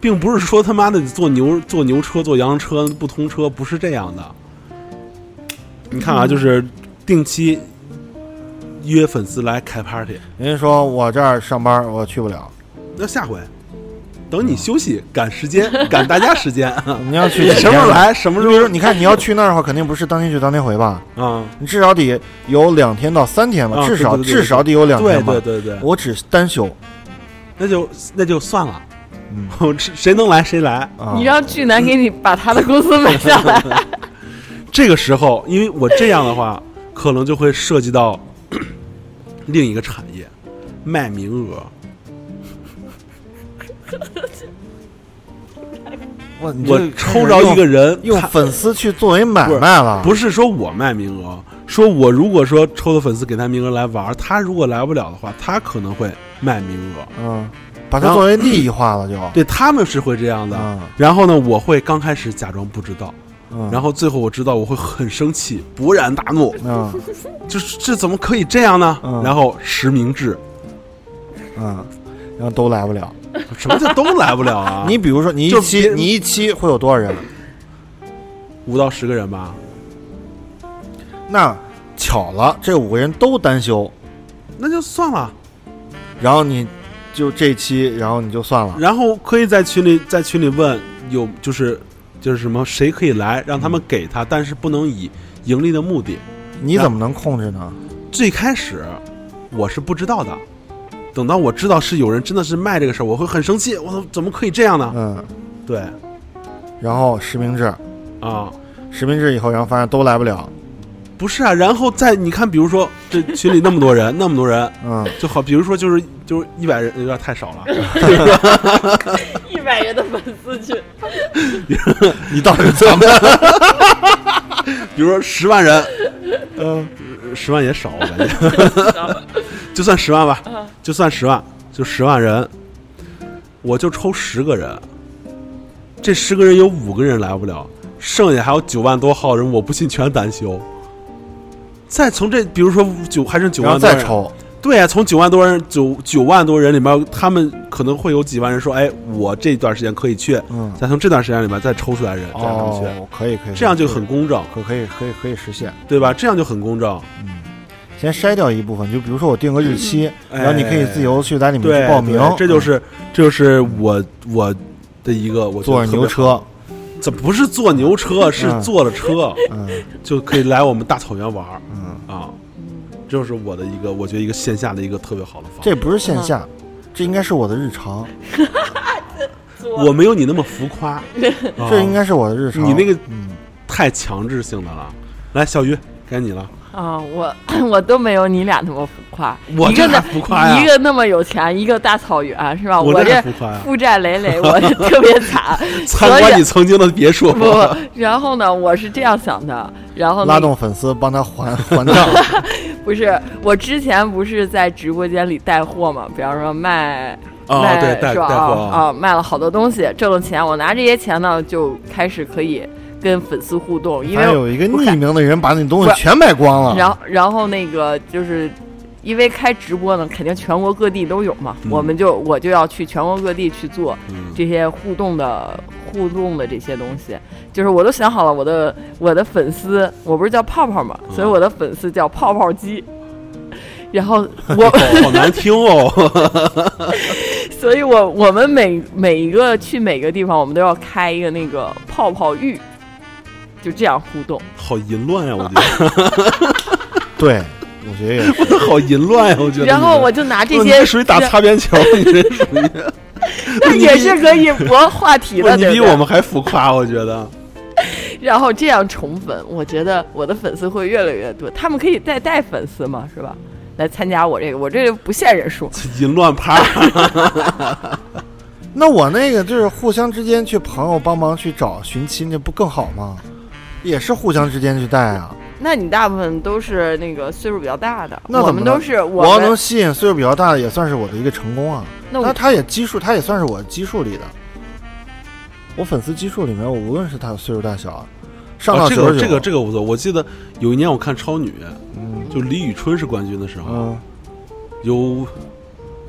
[SPEAKER 6] 并不是说他妈的坐牛坐牛车坐洋车不通车，不是这样的。你看
[SPEAKER 5] 嗯
[SPEAKER 6] 啊，就是定期约粉丝来开 party，
[SPEAKER 5] 人家说我这儿上班我去不了，
[SPEAKER 6] 那下回等你休息赶时间，赶大家时间，
[SPEAKER 5] 你要嗯 去
[SPEAKER 6] 你
[SPEAKER 5] 几
[SPEAKER 6] 什么时候
[SPEAKER 5] 天
[SPEAKER 6] 来什么时
[SPEAKER 5] 比如
[SPEAKER 6] 候
[SPEAKER 5] 说，你看你要去那儿的话，肯定不是当天去当天回吧？
[SPEAKER 6] 啊？
[SPEAKER 5] 你至少得有两天到三天吧，
[SPEAKER 6] 啊
[SPEAKER 5] 至少
[SPEAKER 6] 对对对对
[SPEAKER 5] 至少得有两
[SPEAKER 6] 对
[SPEAKER 5] 天吧
[SPEAKER 6] 对。对对，
[SPEAKER 5] 我只单休
[SPEAKER 6] 那就那就算了
[SPEAKER 5] 嗯，
[SPEAKER 6] 我吃 谁能来谁来。
[SPEAKER 5] 啊
[SPEAKER 7] 你，让巨男给你把他的公司买下来，
[SPEAKER 6] 这个时候，因为我这样的话，可能就会涉 及到另一个产业，卖名额。
[SPEAKER 5] 我
[SPEAKER 6] 我抽着一个人，
[SPEAKER 5] 用
[SPEAKER 6] 他
[SPEAKER 5] 粉啊丝去作为买卖了，
[SPEAKER 6] 不是说我卖名额，说我如果说抽的粉丝给他名额来玩儿，他如果来不了的话，他可能会卖名额。
[SPEAKER 5] 嗯，把它作为利益化了就。
[SPEAKER 6] 对他们是会这样的。
[SPEAKER 5] 嗯
[SPEAKER 6] 然后呢，我会刚开始假装不知道，
[SPEAKER 5] 嗯，
[SPEAKER 6] 然后最后我知道，我会很生气，勃然大怒，
[SPEAKER 5] 嗯
[SPEAKER 6] 就是这怎么可以这样呢？
[SPEAKER 5] 嗯
[SPEAKER 6] 然后实名制，
[SPEAKER 5] 嗯，然后都来不了。？
[SPEAKER 6] 什么叫都来不了啊
[SPEAKER 5] 你比如说，你
[SPEAKER 6] 就
[SPEAKER 5] 一
[SPEAKER 6] 别
[SPEAKER 5] 期
[SPEAKER 6] 人
[SPEAKER 5] 你一期会有多少人？
[SPEAKER 6] 五到十个人吧，
[SPEAKER 5] 那巧了，这五个人都单休，
[SPEAKER 6] 那就算了。
[SPEAKER 5] 然后你就这一期，然后你就算了。
[SPEAKER 6] 然后可以在群里在群里问有就是就是什么谁可以来，让他们给他，但是不能以盈利的目的。
[SPEAKER 5] 你怎么能控制呢？
[SPEAKER 6] 最开始我是不知道的，等到我知道是有人真的是卖这个事儿，我会很生气，我操，怎么可以这样呢？
[SPEAKER 5] 嗯，
[SPEAKER 6] 对
[SPEAKER 5] 然后实名制，
[SPEAKER 6] 啊，
[SPEAKER 5] 实名制以后，然后发现都来不了。
[SPEAKER 6] 不是啊，然后再你看，比如说这群里那么多人，那么多人。
[SPEAKER 5] 嗯，
[SPEAKER 6] 就好，比如说就是就是一百人有点太少了，
[SPEAKER 7] 一百人的粉丝群，
[SPEAKER 5] 你到底怎么？
[SPEAKER 6] 比如说十万人，嗯，十万也少，我感觉，就算十万吧，就算十万，就十万人，我就抽十个人，这十个人有五个人来不了，剩下还有九万多号人，我不信全单休。再从这，比如说九还剩九
[SPEAKER 5] 然后
[SPEAKER 6] 万多
[SPEAKER 5] 再
[SPEAKER 6] 人，
[SPEAKER 5] 抽，
[SPEAKER 6] 对啊，从九万多人九九万多人里面，他们可能会有几万人说，哎，我这段时间可以去，
[SPEAKER 5] 嗯，
[SPEAKER 6] 再从这段时间里面再抽出来人，再让他们去，
[SPEAKER 5] 哦，可以可以，
[SPEAKER 6] 这样就很公正，
[SPEAKER 5] 可可以可以可以实现。
[SPEAKER 6] 对吧？这样就很公正。
[SPEAKER 5] 先筛掉一部分，就比如说我定个日期，
[SPEAKER 6] 嗯
[SPEAKER 5] 然后你可以自由去在里面去报名嗯
[SPEAKER 6] 对，这就是这就是我我的一个我觉
[SPEAKER 5] 坐
[SPEAKER 6] 得
[SPEAKER 5] 着
[SPEAKER 6] 特别
[SPEAKER 5] 牛，车，
[SPEAKER 6] 怎么不是坐牛车，是
[SPEAKER 5] 嗯
[SPEAKER 6] 坐了车
[SPEAKER 5] 嗯
[SPEAKER 6] 就可以来我们大草原玩儿
[SPEAKER 5] 嗯，
[SPEAKER 6] 啊。这就是我的一个，我觉得一个线下的一个特别好的方式。
[SPEAKER 5] 这不是线下，
[SPEAKER 7] 嗯
[SPEAKER 5] 这应该是我的日
[SPEAKER 6] 啊
[SPEAKER 5] 常，
[SPEAKER 6] 我没有你那么浮 夸，啊
[SPEAKER 5] 这应该是我的日常。
[SPEAKER 6] 你那个
[SPEAKER 5] 嗯
[SPEAKER 6] 太强制性的了。来，小鱼，该你了。
[SPEAKER 7] 啊，我 我都没有你俩那么浮夸，
[SPEAKER 6] 我
[SPEAKER 7] 一个
[SPEAKER 6] 这
[SPEAKER 7] 那
[SPEAKER 6] 哪浮夸呀
[SPEAKER 7] 一个那么有钱，一个大草原是吧？
[SPEAKER 6] 我
[SPEAKER 7] 我
[SPEAKER 6] 这哪
[SPEAKER 7] 这
[SPEAKER 6] 浮夸呀
[SPEAKER 7] 负债累累，我这特别惨。
[SPEAKER 6] 参
[SPEAKER 7] 所
[SPEAKER 6] 观
[SPEAKER 7] 以
[SPEAKER 6] 你曾经的别墅啊
[SPEAKER 7] 不，然后呢，我是这样想的，然后呢
[SPEAKER 5] 拉动粉丝帮他还还 账，
[SPEAKER 7] 不是我之前不是在直播间里带货嘛，比方说卖
[SPEAKER 6] 哦
[SPEAKER 7] 卖
[SPEAKER 6] 对带
[SPEAKER 7] 是吧
[SPEAKER 6] 带货
[SPEAKER 7] 啊啊卖了好多东西，挣了钱，我拿这些钱呢就开始可以跟粉丝互动，因为
[SPEAKER 5] 还有一个
[SPEAKER 7] 我
[SPEAKER 5] 匿
[SPEAKER 7] 看
[SPEAKER 5] 名啊的人把你东西
[SPEAKER 7] 不是
[SPEAKER 5] 全买光了，
[SPEAKER 7] 然后然后那个就是。因为开直播呢，肯定全国各地都有嘛，
[SPEAKER 6] 嗯
[SPEAKER 7] 我们就我就要去全国各地去做
[SPEAKER 6] 嗯
[SPEAKER 7] 这些互动的互动的这些东西，就是我都想好了，我的我的粉丝，我不是叫泡泡嘛，
[SPEAKER 6] 嗯
[SPEAKER 7] 所以我的粉丝叫泡泡机， 然后我
[SPEAKER 6] 哦好难听哦。
[SPEAKER 7] 所以我我们每每一个去每个地方，我们都要开一个那个泡泡浴，就这样互动。
[SPEAKER 6] 好淫乱呀，我觉得
[SPEAKER 5] 对，我觉得也是，
[SPEAKER 6] 好淫乱呀，我觉得你们。
[SPEAKER 7] 然后我就拿这
[SPEAKER 6] 不是你
[SPEAKER 7] 些，
[SPEAKER 6] 属于打擦边球，你这属 于
[SPEAKER 7] 那也是可以博话题
[SPEAKER 6] 不是
[SPEAKER 7] 的，
[SPEAKER 6] 你
[SPEAKER 7] 对
[SPEAKER 6] 比
[SPEAKER 7] 不对
[SPEAKER 6] 我们还浮夸，我觉得。
[SPEAKER 7] 然后这样宠粉，我觉得我的粉丝会越来越多，他们可以再带粉丝嘛，是吧？来参加我这个，我这个不限人数。
[SPEAKER 6] 淫乱趴，
[SPEAKER 5] 那我那个就是互相之间去朋友帮忙去找寻亲，那不更好吗？也是互相之间去带啊。
[SPEAKER 7] 那你大部分都是那个岁数比较大的，
[SPEAKER 5] 那
[SPEAKER 7] 我
[SPEAKER 5] 怎么
[SPEAKER 7] 们
[SPEAKER 5] 呢
[SPEAKER 7] 都是
[SPEAKER 5] 我
[SPEAKER 7] 我
[SPEAKER 5] 要
[SPEAKER 7] 们
[SPEAKER 5] 能吸引岁数比较大的，也算是我的一个成功啊。
[SPEAKER 7] 那我
[SPEAKER 5] 那他也基数，他也算是我基数里的。我粉丝基数里面，我无论是他的岁数大小啊，上到
[SPEAKER 6] 哦这
[SPEAKER 5] 九
[SPEAKER 6] 个
[SPEAKER 5] 十九，
[SPEAKER 6] 这个这个无所谓。我记得有一年我看超女，
[SPEAKER 5] 嗯
[SPEAKER 6] 就李宇春是冠军的时候，
[SPEAKER 5] 嗯，
[SPEAKER 6] 有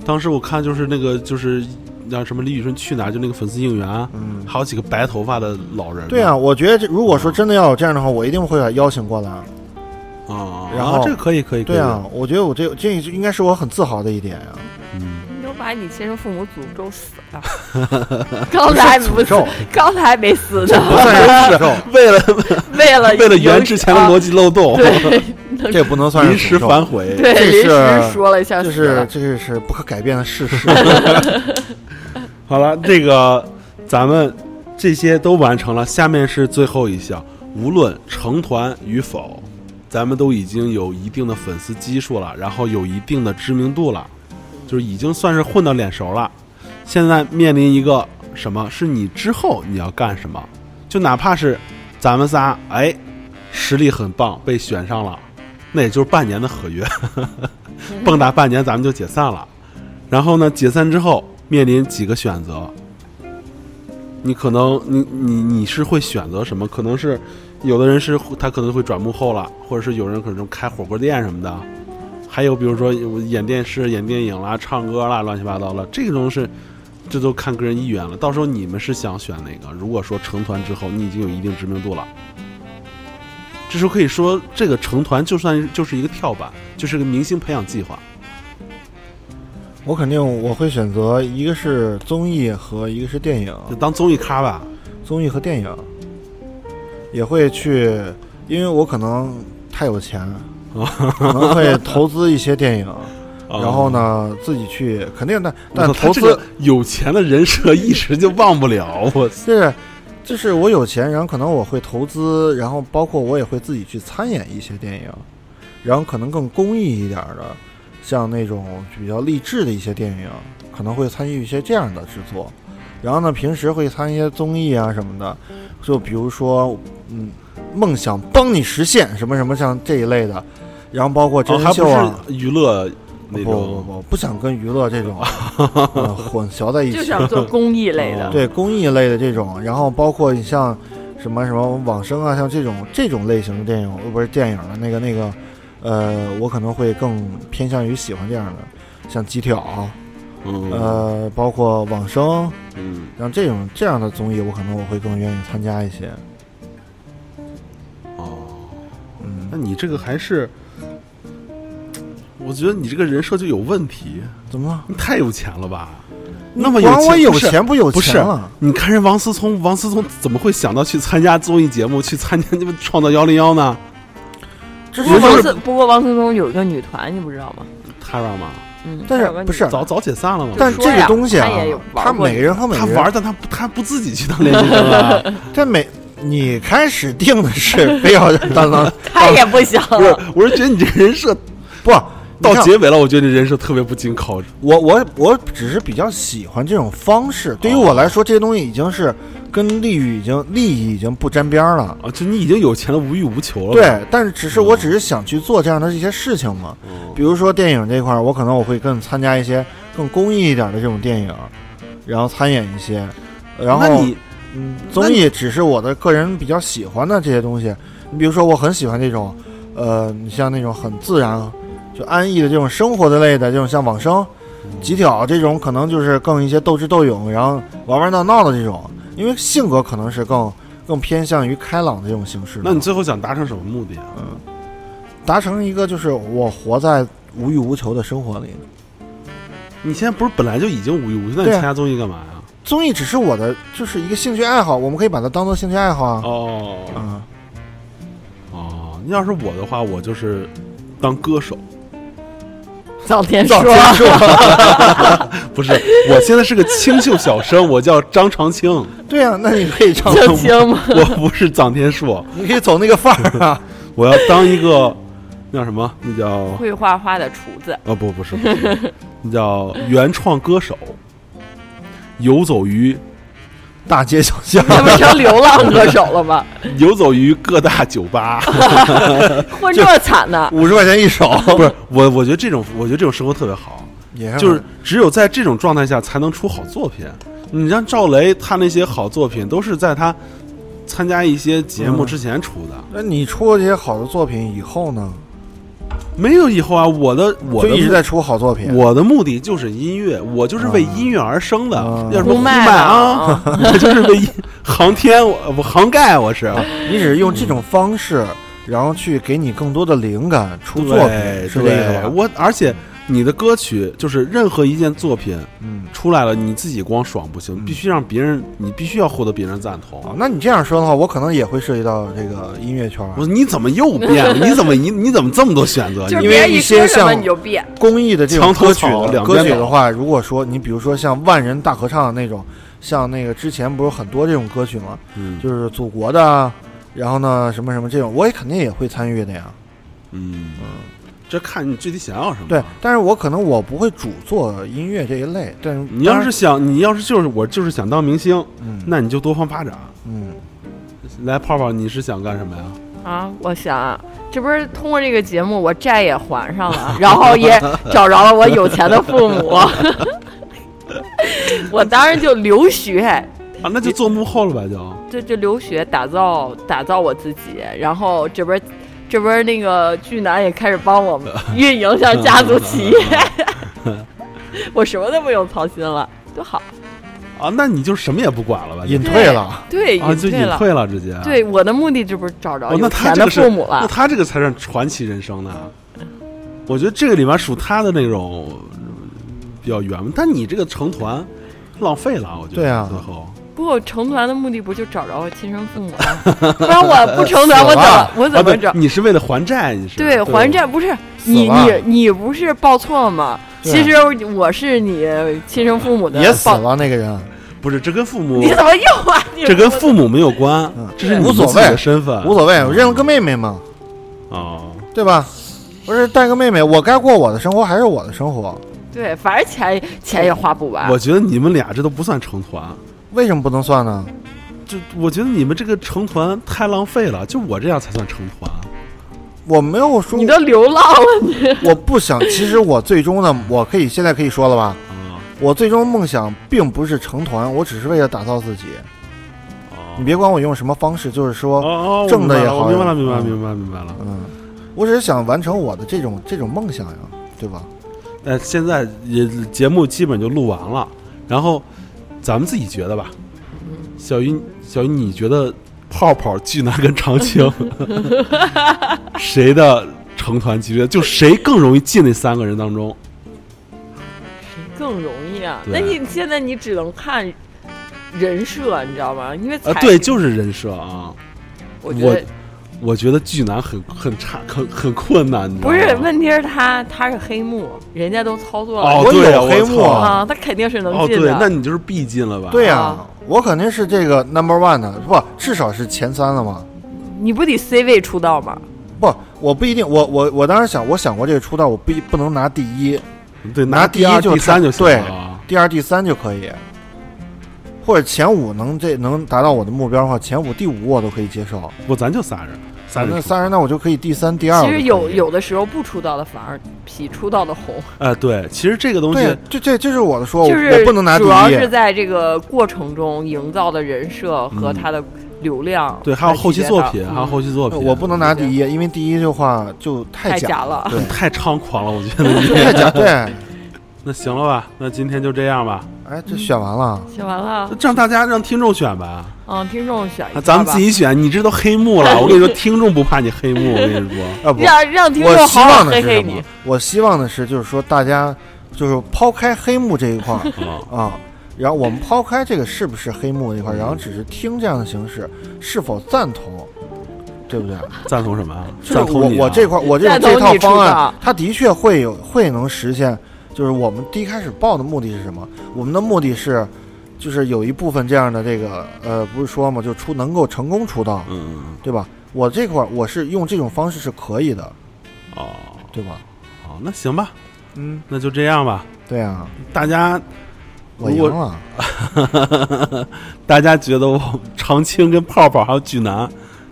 [SPEAKER 6] 当时我看就是那个就是那什么李宇春去哪儿就那个粉丝应援，
[SPEAKER 5] 嗯
[SPEAKER 6] 还有几个白头发的老人。
[SPEAKER 5] 对啊，我觉得这如果说真的要有这样的话，我一定会把邀请过来。
[SPEAKER 6] 啊，啊，
[SPEAKER 5] 然后
[SPEAKER 6] 啊这个可以可以。
[SPEAKER 5] 对啊，我觉得我这这应该是我很自豪的一点 啊。
[SPEAKER 6] 可以，嗯
[SPEAKER 7] 你都把你亲生父母诅咒死了， 刚才不是，刚才没死呢，
[SPEAKER 5] 算是诅咒，
[SPEAKER 6] 为了
[SPEAKER 7] 为了
[SPEAKER 6] 为了圆之前的逻
[SPEAKER 7] 辑，
[SPEAKER 6] 辑漏洞，
[SPEAKER 7] 对
[SPEAKER 5] 这不能算
[SPEAKER 6] 临
[SPEAKER 5] 是
[SPEAKER 6] 时
[SPEAKER 5] 诅咒
[SPEAKER 6] 反悔。啊
[SPEAKER 7] 对，
[SPEAKER 5] 这
[SPEAKER 7] 临
[SPEAKER 5] 是
[SPEAKER 7] 时说了一下
[SPEAKER 5] 这
[SPEAKER 7] 死
[SPEAKER 5] 是
[SPEAKER 7] 了，
[SPEAKER 5] 这个是不可改变的事 实。
[SPEAKER 6] 好了，这个咱们这些都完成了，下面是最后一项。无论成团与否，咱们都已经有一定的粉丝基数了，然后有一定的知名度了，就是已经算是混到脸熟了。现在面临一个什么？是你之后你要干什么？就哪怕是咱们仨，哎，实力很棒，被选上了，那也就是半年的合约， 蹦跶半年，咱们就解散了。然后呢，解散之后面临几个选择，你可能你你你是会选择什么？可能是有的人是他可能会转幕后了，或者是有人可能开火锅店什么的，还有比如说演电视、演电影啦、唱歌啦、乱七八糟了，这种是这都看个人意愿了。到时候你们是想选哪个？如果说成团之后你已经有一定知名度了。这时候可以说，这个成团就算就是一个跳板，就是个明星培养计划。
[SPEAKER 5] 我肯定我会选择一个是综艺和一个是电影，
[SPEAKER 6] 就当综艺咖吧。
[SPEAKER 5] 综艺和电影也会去，因为我可能太有 钱，可能会投资一些电影，然后呢自己去肯定的，但
[SPEAKER 6] 我
[SPEAKER 5] 哦投
[SPEAKER 6] 操他这
[SPEAKER 5] 资
[SPEAKER 6] 个有钱的人设一直就忘不了，我操
[SPEAKER 5] 就是就是我有钱，然后可能我会投资，然后包括我也会自己去参演一些电影，然后可能更公益一点儿的，像那种比较励志的一些电影，可能会参与一些这样的制作。然后呢，平时会参一些综艺啊什么的，就比如说，嗯，梦想帮你实现什么什么像这一类的，然后包括真
[SPEAKER 6] 哦还
[SPEAKER 5] 人秀啊，
[SPEAKER 6] 不是娱乐
[SPEAKER 5] 不
[SPEAKER 6] 那
[SPEAKER 5] 不
[SPEAKER 6] 种
[SPEAKER 5] 不，不想跟娱乐这 种、呃混淆在一起，
[SPEAKER 7] 就想做公益类的，
[SPEAKER 5] 对公益类的这种，然后包括你像什么什么网生啊，像这种这种类型的电影，呃不是电影的那个那个，呃，我可能会更偏向于喜欢这样的，像极挑，
[SPEAKER 6] 嗯
[SPEAKER 5] 呃，包括网生，
[SPEAKER 6] 嗯，
[SPEAKER 5] 像这种这样的综艺，我可能我会更愿意参加一些。
[SPEAKER 6] 哦，
[SPEAKER 5] 嗯，
[SPEAKER 6] 那你这个还是，我觉得你这个人设就有问题，
[SPEAKER 5] 怎么了？
[SPEAKER 6] 你太有钱了吧？那么有
[SPEAKER 5] 管
[SPEAKER 6] 钱，
[SPEAKER 5] 我有
[SPEAKER 6] 不是
[SPEAKER 5] 钱不有
[SPEAKER 6] 不
[SPEAKER 5] 钱
[SPEAKER 6] 是
[SPEAKER 5] 了？
[SPEAKER 6] 你看人王思聪，王思聪怎么会想到去参加综艺节目，去参加那个《创造幺零幺》呢
[SPEAKER 5] 这
[SPEAKER 7] 不过
[SPEAKER 5] 是
[SPEAKER 7] 王思，不过王思聪有一个女团，你不知道吗？
[SPEAKER 6] ？Tara 嘛，
[SPEAKER 7] 嗯，
[SPEAKER 5] 但是
[SPEAKER 7] 有个女
[SPEAKER 5] 不是
[SPEAKER 6] 早早解散了嘛。
[SPEAKER 5] 但这
[SPEAKER 7] 说
[SPEAKER 5] 个
[SPEAKER 7] 呀
[SPEAKER 5] 东西
[SPEAKER 7] 他
[SPEAKER 5] 啊
[SPEAKER 7] 也有，玩
[SPEAKER 5] 他
[SPEAKER 7] 过
[SPEAKER 5] 每
[SPEAKER 7] 你
[SPEAKER 5] 个人和每
[SPEAKER 6] 他
[SPEAKER 5] 个人
[SPEAKER 6] 玩，但他不他不自己去当练习生啊。
[SPEAKER 5] 这每你开始定的是非要 让当当
[SPEAKER 7] 他也不行，
[SPEAKER 6] 不是，我是觉得你这人设
[SPEAKER 5] 不
[SPEAKER 6] 到
[SPEAKER 5] 结。
[SPEAKER 6] 结尾了，我觉得你人设特别不经考。
[SPEAKER 5] 我我我只是比较喜欢这种方式，对于
[SPEAKER 6] 哦
[SPEAKER 5] 我来说，这些东西已经是跟利益已经利益已经不沾边儿了。
[SPEAKER 6] 啊，就你已经有钱了，无欲无求了。
[SPEAKER 5] 对，但是只是
[SPEAKER 6] 嗯
[SPEAKER 5] 我只是想去做这样的一些事情嘛，比如说电影这块儿，我可能我会更参加一些更公益一点的这种电影，然后参演一些，然
[SPEAKER 6] 那
[SPEAKER 5] 后
[SPEAKER 6] 你
[SPEAKER 5] 嗯，综艺只是我的个人比较喜欢的这些东西。你比如说，我很喜欢这种，呃，你像那种很自然、就安逸的这种生活的类的，这种像往生、
[SPEAKER 6] 嗯
[SPEAKER 5] 极挑这种，可能就是更一些斗智斗勇，然后玩玩闹闹的这种。因为性格可能是更更偏向于开朗的这种形式的。
[SPEAKER 6] 那你最后想达成什么目的啊？
[SPEAKER 5] 达成一个就是我活在无欲无求的生活里。
[SPEAKER 6] 你现在不是本来就已经无欲无求，那你
[SPEAKER 5] 对啊
[SPEAKER 6] 参加综艺干嘛呀？
[SPEAKER 5] 综艺只是我的就是一个兴趣爱好，我们可以把它当做兴趣爱好啊。
[SPEAKER 6] 哦
[SPEAKER 5] 嗯，
[SPEAKER 6] 哦，要是我的话，我就是当 歌手。
[SPEAKER 7] 赵天硕，
[SPEAKER 6] 不是，我现在是个清秀小生，我叫张长青，
[SPEAKER 5] 对啊，那你可以 唱，
[SPEAKER 7] 就青吗？
[SPEAKER 6] 我不是臧天硕，
[SPEAKER 5] 你可以走那个范儿啊。
[SPEAKER 6] 我要当一个那叫什么？那叫
[SPEAKER 7] 会画画的厨子，
[SPEAKER 6] 啊、不不是，不是那叫原创歌手，游走于
[SPEAKER 5] 大街小巷，
[SPEAKER 7] 这不成流浪歌手了吗？
[SPEAKER 6] 游走于各大酒 吧。
[SPEAKER 7] 混这么惨呢？
[SPEAKER 5] 五十块钱一首，
[SPEAKER 6] 不是我，我觉得这种，我觉得这种生活特别好，
[SPEAKER 5] 也
[SPEAKER 6] 就是只有在这种状态下才能出好作品。你像赵雷，他那些好作品都是在他参加一些节目
[SPEAKER 5] 嗯
[SPEAKER 6] 之前出的，
[SPEAKER 5] 那你出了这些好的作品以后呢？
[SPEAKER 6] 没有以后啊。我的我
[SPEAKER 5] 就
[SPEAKER 6] 的
[SPEAKER 5] 一直在出好作品。
[SPEAKER 6] 我的目的就是音乐，我就是为音乐而生的。
[SPEAKER 5] 啊
[SPEAKER 6] 要什么
[SPEAKER 7] 不
[SPEAKER 6] 呼
[SPEAKER 7] 卖
[SPEAKER 6] 麦啊，
[SPEAKER 7] 了，嗯
[SPEAKER 6] 我就是为音 航天，我我航盖，我是。
[SPEAKER 5] 你只是用
[SPEAKER 6] 嗯
[SPEAKER 5] 这种方式，然后去给你更多的灵感出作品，
[SPEAKER 6] 对
[SPEAKER 5] 是这
[SPEAKER 6] 对
[SPEAKER 5] 个吧？
[SPEAKER 6] 我而且你的歌曲就是任何一件作品
[SPEAKER 5] 嗯，
[SPEAKER 6] 出来了，你自己光爽不行，
[SPEAKER 5] 嗯
[SPEAKER 6] 必须让别人，你必须要获得别人赞同。
[SPEAKER 5] 好，啊那你这样说的话，我可能也会涉及到这个音乐圈儿啊
[SPEAKER 6] 我说你怎么又变了？你怎么你你怎么这么多 选择？
[SPEAKER 7] 就是
[SPEAKER 6] 你
[SPEAKER 5] 因
[SPEAKER 7] 别
[SPEAKER 5] 为
[SPEAKER 7] 人一
[SPEAKER 5] 一
[SPEAKER 7] 说
[SPEAKER 5] 些
[SPEAKER 7] 什么
[SPEAKER 5] 像
[SPEAKER 7] 你就变，
[SPEAKER 5] 公益的这种
[SPEAKER 6] 墙头
[SPEAKER 5] 歌曲
[SPEAKER 6] 草
[SPEAKER 5] 的
[SPEAKER 6] 两
[SPEAKER 5] 歌
[SPEAKER 6] 边
[SPEAKER 5] 曲的
[SPEAKER 6] 倒
[SPEAKER 5] 话，如果说你比如说像万人大合唱那种，像那个之前不是很多这种歌曲吗？
[SPEAKER 6] 嗯
[SPEAKER 5] 就是祖国的啊，然后呢什么什么这种，我也肯定也会参与的呀。
[SPEAKER 6] 嗯，这看你具体想要什么。
[SPEAKER 5] 对，但是我可能我不会主做音乐这一类，但是
[SPEAKER 6] 你要
[SPEAKER 5] 当
[SPEAKER 6] 是
[SPEAKER 5] 然
[SPEAKER 6] 想，你要是就是我就是想当明星，
[SPEAKER 5] 嗯
[SPEAKER 6] 那你就多方发展。
[SPEAKER 5] 嗯，
[SPEAKER 6] 来，泡泡，你是想干什么呀？
[SPEAKER 7] 啊，我想啊，这不是通过这个节目，我债也还上 了，啊然后也找着了我有钱的父 母，我当然就留学，
[SPEAKER 6] 啊，那就做幕后了吧，就
[SPEAKER 7] 就就留学打造打造我自己，然后这边这边那个巨男也开始帮 我们运营像家族企业，我什么都不用操心了，多好，
[SPEAKER 6] 啊，那你就什么也不管了吧？
[SPEAKER 5] 隐退了，
[SPEAKER 7] 对，
[SPEAKER 6] 啊，
[SPEAKER 7] 隐
[SPEAKER 6] 就
[SPEAKER 7] 退
[SPEAKER 6] 隐
[SPEAKER 7] 了。
[SPEAKER 6] 退了，直接。啊
[SPEAKER 7] 对，我的目的这不是找着
[SPEAKER 6] 哦，那
[SPEAKER 7] 啊有
[SPEAKER 6] 他
[SPEAKER 7] 钱
[SPEAKER 6] 这
[SPEAKER 7] 的
[SPEAKER 6] 个是
[SPEAKER 7] 父母了，
[SPEAKER 6] 那他这个才算传奇人生呢。我觉得这个里面属他的那种呃比较圆满，但你这个成团浪费了，我觉得。
[SPEAKER 5] 对啊
[SPEAKER 6] 最后
[SPEAKER 7] 不过我成团的目的不就找着我亲生父母吗？不然我不成团，
[SPEAKER 5] 死
[SPEAKER 7] 我怎么
[SPEAKER 5] 了
[SPEAKER 7] 我
[SPEAKER 6] 啊，
[SPEAKER 7] 怎么
[SPEAKER 6] 对
[SPEAKER 7] 整？，
[SPEAKER 6] 你是为了还债，你是
[SPEAKER 7] 对，还债不是你
[SPEAKER 5] 死
[SPEAKER 6] 啊
[SPEAKER 7] 你
[SPEAKER 5] 了
[SPEAKER 7] 你不是报错了吗？
[SPEAKER 5] 对
[SPEAKER 7] 其实我是你亲生父母的
[SPEAKER 5] 也死
[SPEAKER 7] 报，
[SPEAKER 5] 了那个人，
[SPEAKER 6] 不是这跟父母
[SPEAKER 7] 你，怎么又啊？你
[SPEAKER 6] 这跟父母没有关
[SPEAKER 5] 嗯，
[SPEAKER 6] 这是你
[SPEAKER 5] 无所
[SPEAKER 6] 们自己的
[SPEAKER 5] 谓
[SPEAKER 6] 身份，
[SPEAKER 5] 无所谓，我认了个妹妹嘛，
[SPEAKER 6] 啊。
[SPEAKER 5] 对吧？不是带个妹妹，我该过我的生活还是我的生活，
[SPEAKER 7] 对，反正钱钱也花不完
[SPEAKER 6] 我。觉得你们俩这都不算成团，
[SPEAKER 5] 为什么不能算呢？
[SPEAKER 6] 就我觉得你们这个成团太浪费了，就我这样才算成团。
[SPEAKER 5] 我没有说
[SPEAKER 7] 你都流浪了，你
[SPEAKER 5] 我不想，其实我最终呢，我可以现在可以说了吧，
[SPEAKER 6] 啊
[SPEAKER 5] 我最终梦想并不是成团，我只是为了打造自己。
[SPEAKER 6] 哦
[SPEAKER 5] 你别管我用什么方式，就是
[SPEAKER 6] 哦
[SPEAKER 5] 说，
[SPEAKER 6] 哦，我
[SPEAKER 5] 挣得
[SPEAKER 6] 明白
[SPEAKER 5] 也
[SPEAKER 6] 了
[SPEAKER 5] 好
[SPEAKER 6] 我明白了，
[SPEAKER 5] 呀
[SPEAKER 6] 明白了，
[SPEAKER 5] 嗯
[SPEAKER 6] 明白了，明白了。
[SPEAKER 5] 嗯，我只是想完成我的这种这种梦想呀，对吧？
[SPEAKER 6] 但现在也节目基本就录完了，然后咱们自己觉得吧。小鱼，小鱼，你觉得泡泡、巨男跟长 青谁的成团级别，就谁更容易进那三个人当中？
[SPEAKER 7] 更容易啊。
[SPEAKER 6] 对
[SPEAKER 7] 那你现在你只能看人设，你知道吗？因为
[SPEAKER 6] 啊，
[SPEAKER 7] 才
[SPEAKER 6] 对，就是人设啊。
[SPEAKER 7] 我觉得
[SPEAKER 6] 我觉得巨男很很差，很很困难，你知道
[SPEAKER 7] 不
[SPEAKER 6] 吗
[SPEAKER 7] 是问题是他他是黑幕，人家都操作了
[SPEAKER 6] 哦，
[SPEAKER 5] 我
[SPEAKER 6] 对啊，
[SPEAKER 5] 有黑幕
[SPEAKER 6] 我操
[SPEAKER 7] 啊，他肯定是能
[SPEAKER 6] 哦，
[SPEAKER 7] 进
[SPEAKER 6] 对
[SPEAKER 7] 的。，
[SPEAKER 6] 那你就是必进了吧？
[SPEAKER 5] 对呀、
[SPEAKER 7] 啊
[SPEAKER 5] 我肯定是这个 number one 的，不，至少是前三了嘛。
[SPEAKER 8] 你不得 C 位出道吗？
[SPEAKER 5] 不，我不一定，我我我当时想，我想过这个出道，我不一不能拿第一，
[SPEAKER 6] 对，
[SPEAKER 5] 拿
[SPEAKER 6] 第
[SPEAKER 5] 一
[SPEAKER 6] 二、
[SPEAKER 5] 就
[SPEAKER 6] 第三就
[SPEAKER 5] 差
[SPEAKER 6] 行
[SPEAKER 5] 对
[SPEAKER 6] 了啊。
[SPEAKER 5] 第二、第三就可以，或者前五能这能达到我的目标的话，前五、第五我都可以接受。
[SPEAKER 6] 不，咱就仨人，仨人
[SPEAKER 5] 那
[SPEAKER 6] 出。
[SPEAKER 5] 三人，那我就可以第三、第二。
[SPEAKER 8] 其实有，有的时候不出道的反而比出道的红，
[SPEAKER 6] 哎，对，其实这个东
[SPEAKER 5] 对
[SPEAKER 6] 西，，
[SPEAKER 5] 这这这是我的
[SPEAKER 6] 哦
[SPEAKER 5] 说，
[SPEAKER 8] 就是
[SPEAKER 5] 我不能拿第
[SPEAKER 8] 主要是
[SPEAKER 5] 一。
[SPEAKER 8] 在这个过程中营造的人设和他的流量，
[SPEAKER 6] 嗯对，还有后期作品，啊
[SPEAKER 8] 嗯
[SPEAKER 6] 还有后期作品，
[SPEAKER 5] 我不能拿第一，因为第一的话就太
[SPEAKER 8] 太假
[SPEAKER 5] 假
[SPEAKER 8] 了，
[SPEAKER 5] 对，
[SPEAKER 6] 太猖狂了，我觉得。
[SPEAKER 5] 太 假。对，
[SPEAKER 6] 那行了吧，那今天就这样吧，
[SPEAKER 5] 哎，这选完了，
[SPEAKER 8] 写完了，
[SPEAKER 6] 让大家让听众选吧，
[SPEAKER 8] 嗯，听众选一
[SPEAKER 5] 啊
[SPEAKER 8] 下吧，
[SPEAKER 6] 咱们自己选。你这都黑幕了，我跟你 说，听众不怕你黑幕，我跟你说，
[SPEAKER 5] 啊不，
[SPEAKER 8] 让让听
[SPEAKER 5] 我
[SPEAKER 8] 众
[SPEAKER 5] 希
[SPEAKER 8] 好好
[SPEAKER 5] 望的
[SPEAKER 8] 黑
[SPEAKER 5] 是
[SPEAKER 8] 黑
[SPEAKER 5] 什
[SPEAKER 8] 你
[SPEAKER 5] 么，？我希望的是，就是说大家就是抛开黑幕这一块儿
[SPEAKER 6] 啊，
[SPEAKER 5] 啊，然后我们抛开这个是不是黑幕这一块儿，然后只是听这样的形式是否赞同，对不对？
[SPEAKER 6] 赞同什么啊？
[SPEAKER 5] 就是
[SPEAKER 6] 赞
[SPEAKER 5] 我
[SPEAKER 6] 同你啊
[SPEAKER 5] 我这块儿我这
[SPEAKER 8] 赞同
[SPEAKER 5] 这套
[SPEAKER 8] 你出
[SPEAKER 5] 方案
[SPEAKER 8] 道，
[SPEAKER 5] 它的确会有会能实现。就是我们第一开始报的目的是什么？我们的目的是，就是有一部分这样的这个呃，不是说嘛，就出能够成功出道，
[SPEAKER 6] 嗯，嗯
[SPEAKER 5] 对吧？我这块儿我是用这种方式是可以的，
[SPEAKER 6] 嗯哦
[SPEAKER 5] 对吧？
[SPEAKER 6] 哦，那行吧，
[SPEAKER 5] 嗯，
[SPEAKER 6] 那就这样吧，
[SPEAKER 5] 对啊，
[SPEAKER 6] 大家
[SPEAKER 5] 我
[SPEAKER 6] 如
[SPEAKER 5] 赢
[SPEAKER 6] 果
[SPEAKER 5] 了。
[SPEAKER 6] 大家觉得我常青跟泡泡还有巨男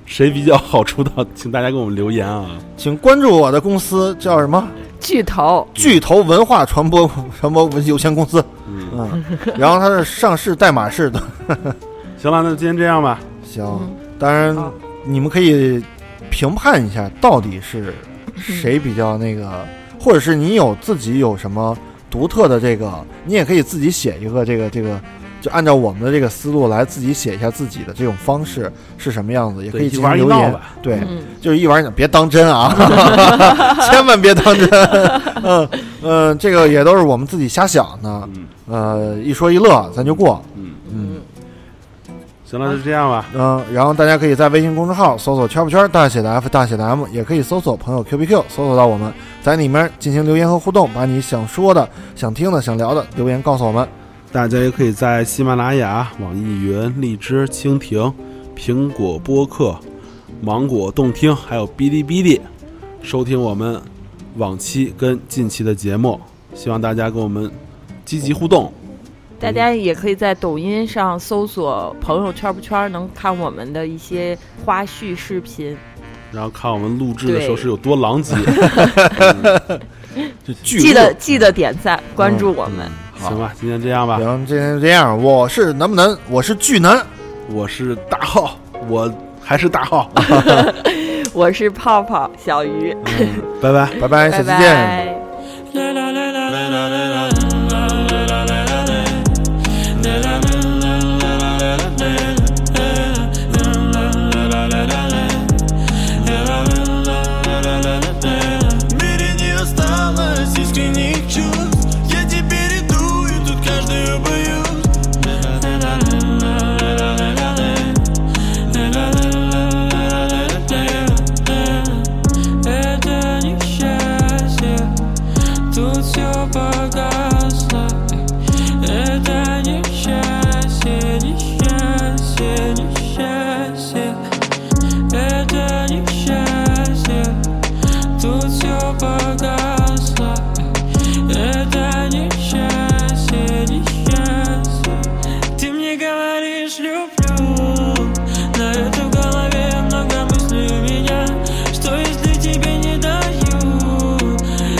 [SPEAKER 6] 谁比较好出道，请大家给我们留言啊。
[SPEAKER 5] 请关注我的公司叫什么？
[SPEAKER 6] 嗯
[SPEAKER 8] 巨头，
[SPEAKER 5] 巨头文化传播传播有限公司。
[SPEAKER 6] 嗯，
[SPEAKER 5] 嗯，然后它是上市代码式的。
[SPEAKER 6] 行了，那今天这样吧，
[SPEAKER 5] 行，
[SPEAKER 8] 嗯
[SPEAKER 5] 当然
[SPEAKER 8] 好
[SPEAKER 5] 你们可以评判一下，到底是谁比较那个，或者是你有自己有什么独特的这个，你也可以自己写一个这个这个。就按照我们的这个思路来自己写一下自己的这种方式是什么样子，也可以
[SPEAKER 6] 对，
[SPEAKER 5] 进
[SPEAKER 6] 一
[SPEAKER 5] 行
[SPEAKER 6] 玩一
[SPEAKER 5] 留
[SPEAKER 6] 闹
[SPEAKER 5] 言。
[SPEAKER 6] 吧。
[SPEAKER 5] 对，
[SPEAKER 8] 嗯，
[SPEAKER 5] 就是一玩意儿别当真啊，千万别当真。嗯嗯，这个也都是我们自己瞎想的。
[SPEAKER 6] 嗯
[SPEAKER 5] 呃，一说一乐，咱就过。
[SPEAKER 6] 嗯，
[SPEAKER 5] 嗯
[SPEAKER 6] 行了，就这样吧。
[SPEAKER 5] 嗯、然后大家可以在微信公众号搜索“圈不圈”大写的 F 大写的 M，也可以搜索“朋友 QBQ”，搜索到我们，在里面进行留言和互动，把你想说的、想听的、想聊的留言告诉我们。
[SPEAKER 6] 大家也可以在喜马拉雅、网易云、荔枝、蜻蜓、苹果播客、芒果动听，还有哔哩哔哩收听我们往期跟近期的节目。希望大家跟我们积极互动。
[SPEAKER 8] 大家也可以在抖音上搜索“朋友圈不圈”，能看我们的一些花絮视频。
[SPEAKER 6] 然后看我们录制的时候
[SPEAKER 8] 对
[SPEAKER 6] 是有多 狼藉。
[SPEAKER 5] 就
[SPEAKER 8] 记得记得点赞关
[SPEAKER 5] 嗯
[SPEAKER 8] 注我们，
[SPEAKER 6] 行吧，今天这样吧。
[SPEAKER 5] 行，今天就这样，我是能不能？我是巨男，
[SPEAKER 6] 我是大浩，我还是大 浩。
[SPEAKER 5] 嗯
[SPEAKER 8] 我是泡泡小鱼，
[SPEAKER 6] 嗯拜拜。
[SPEAKER 5] 拜拜，
[SPEAKER 8] 拜
[SPEAKER 5] 下期见。
[SPEAKER 8] 拜。
[SPEAKER 9] В мире не осталось искренних чувств Я теперь иду, и тут каждую боюсь Это несчастье, тут все погасло Это несчастье, несчастье, несчастье Это несчастье Тут все погасло Это несчастье, несчастье Ты мне говоришь люблю Но это в голове много мыслей у меня Что если тебе не даю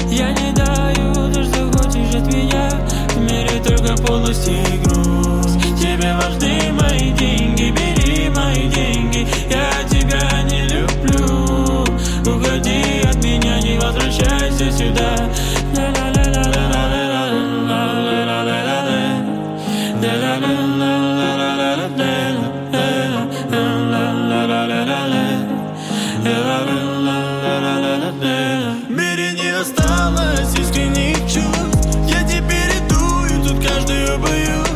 [SPEAKER 9] Я не даю то, что хочешь от меня В мире только полость и груз Тебе важны мои деньги, бери мои деньги Я тебя не люблю Уходи от меня, не возвращайся сюда. В мире не осталось искренних чувств Я теперь иду, и тут каждую боюсь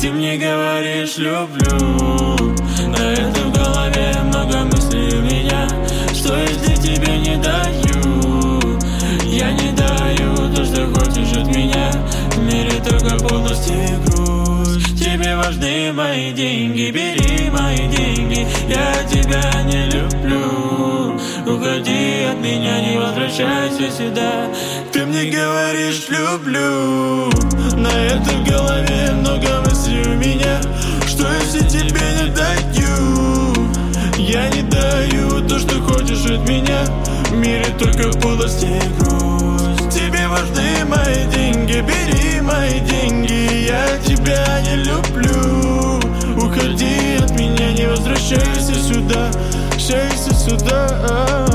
[SPEAKER 9] ты мне говоришь люблю Но это в голове много мыслей у меня Что если тебе не даю Я не даю то, что хочешь полости грусть Тебе важны мои деньги, бери мои деньги Я тебя не люблю Уходи от меня, не возвращайся сюда Ты мне говоришь люблю На этой голове много мыслей у меня Что если тебе не даю? Я не даю то, что хочешь от меня В мире только полости и грусть Тебе важны мои деньги, бери мои деньги Я тебя не люблю Уходи от меня, не возвращайся сюда Возвращайся сюда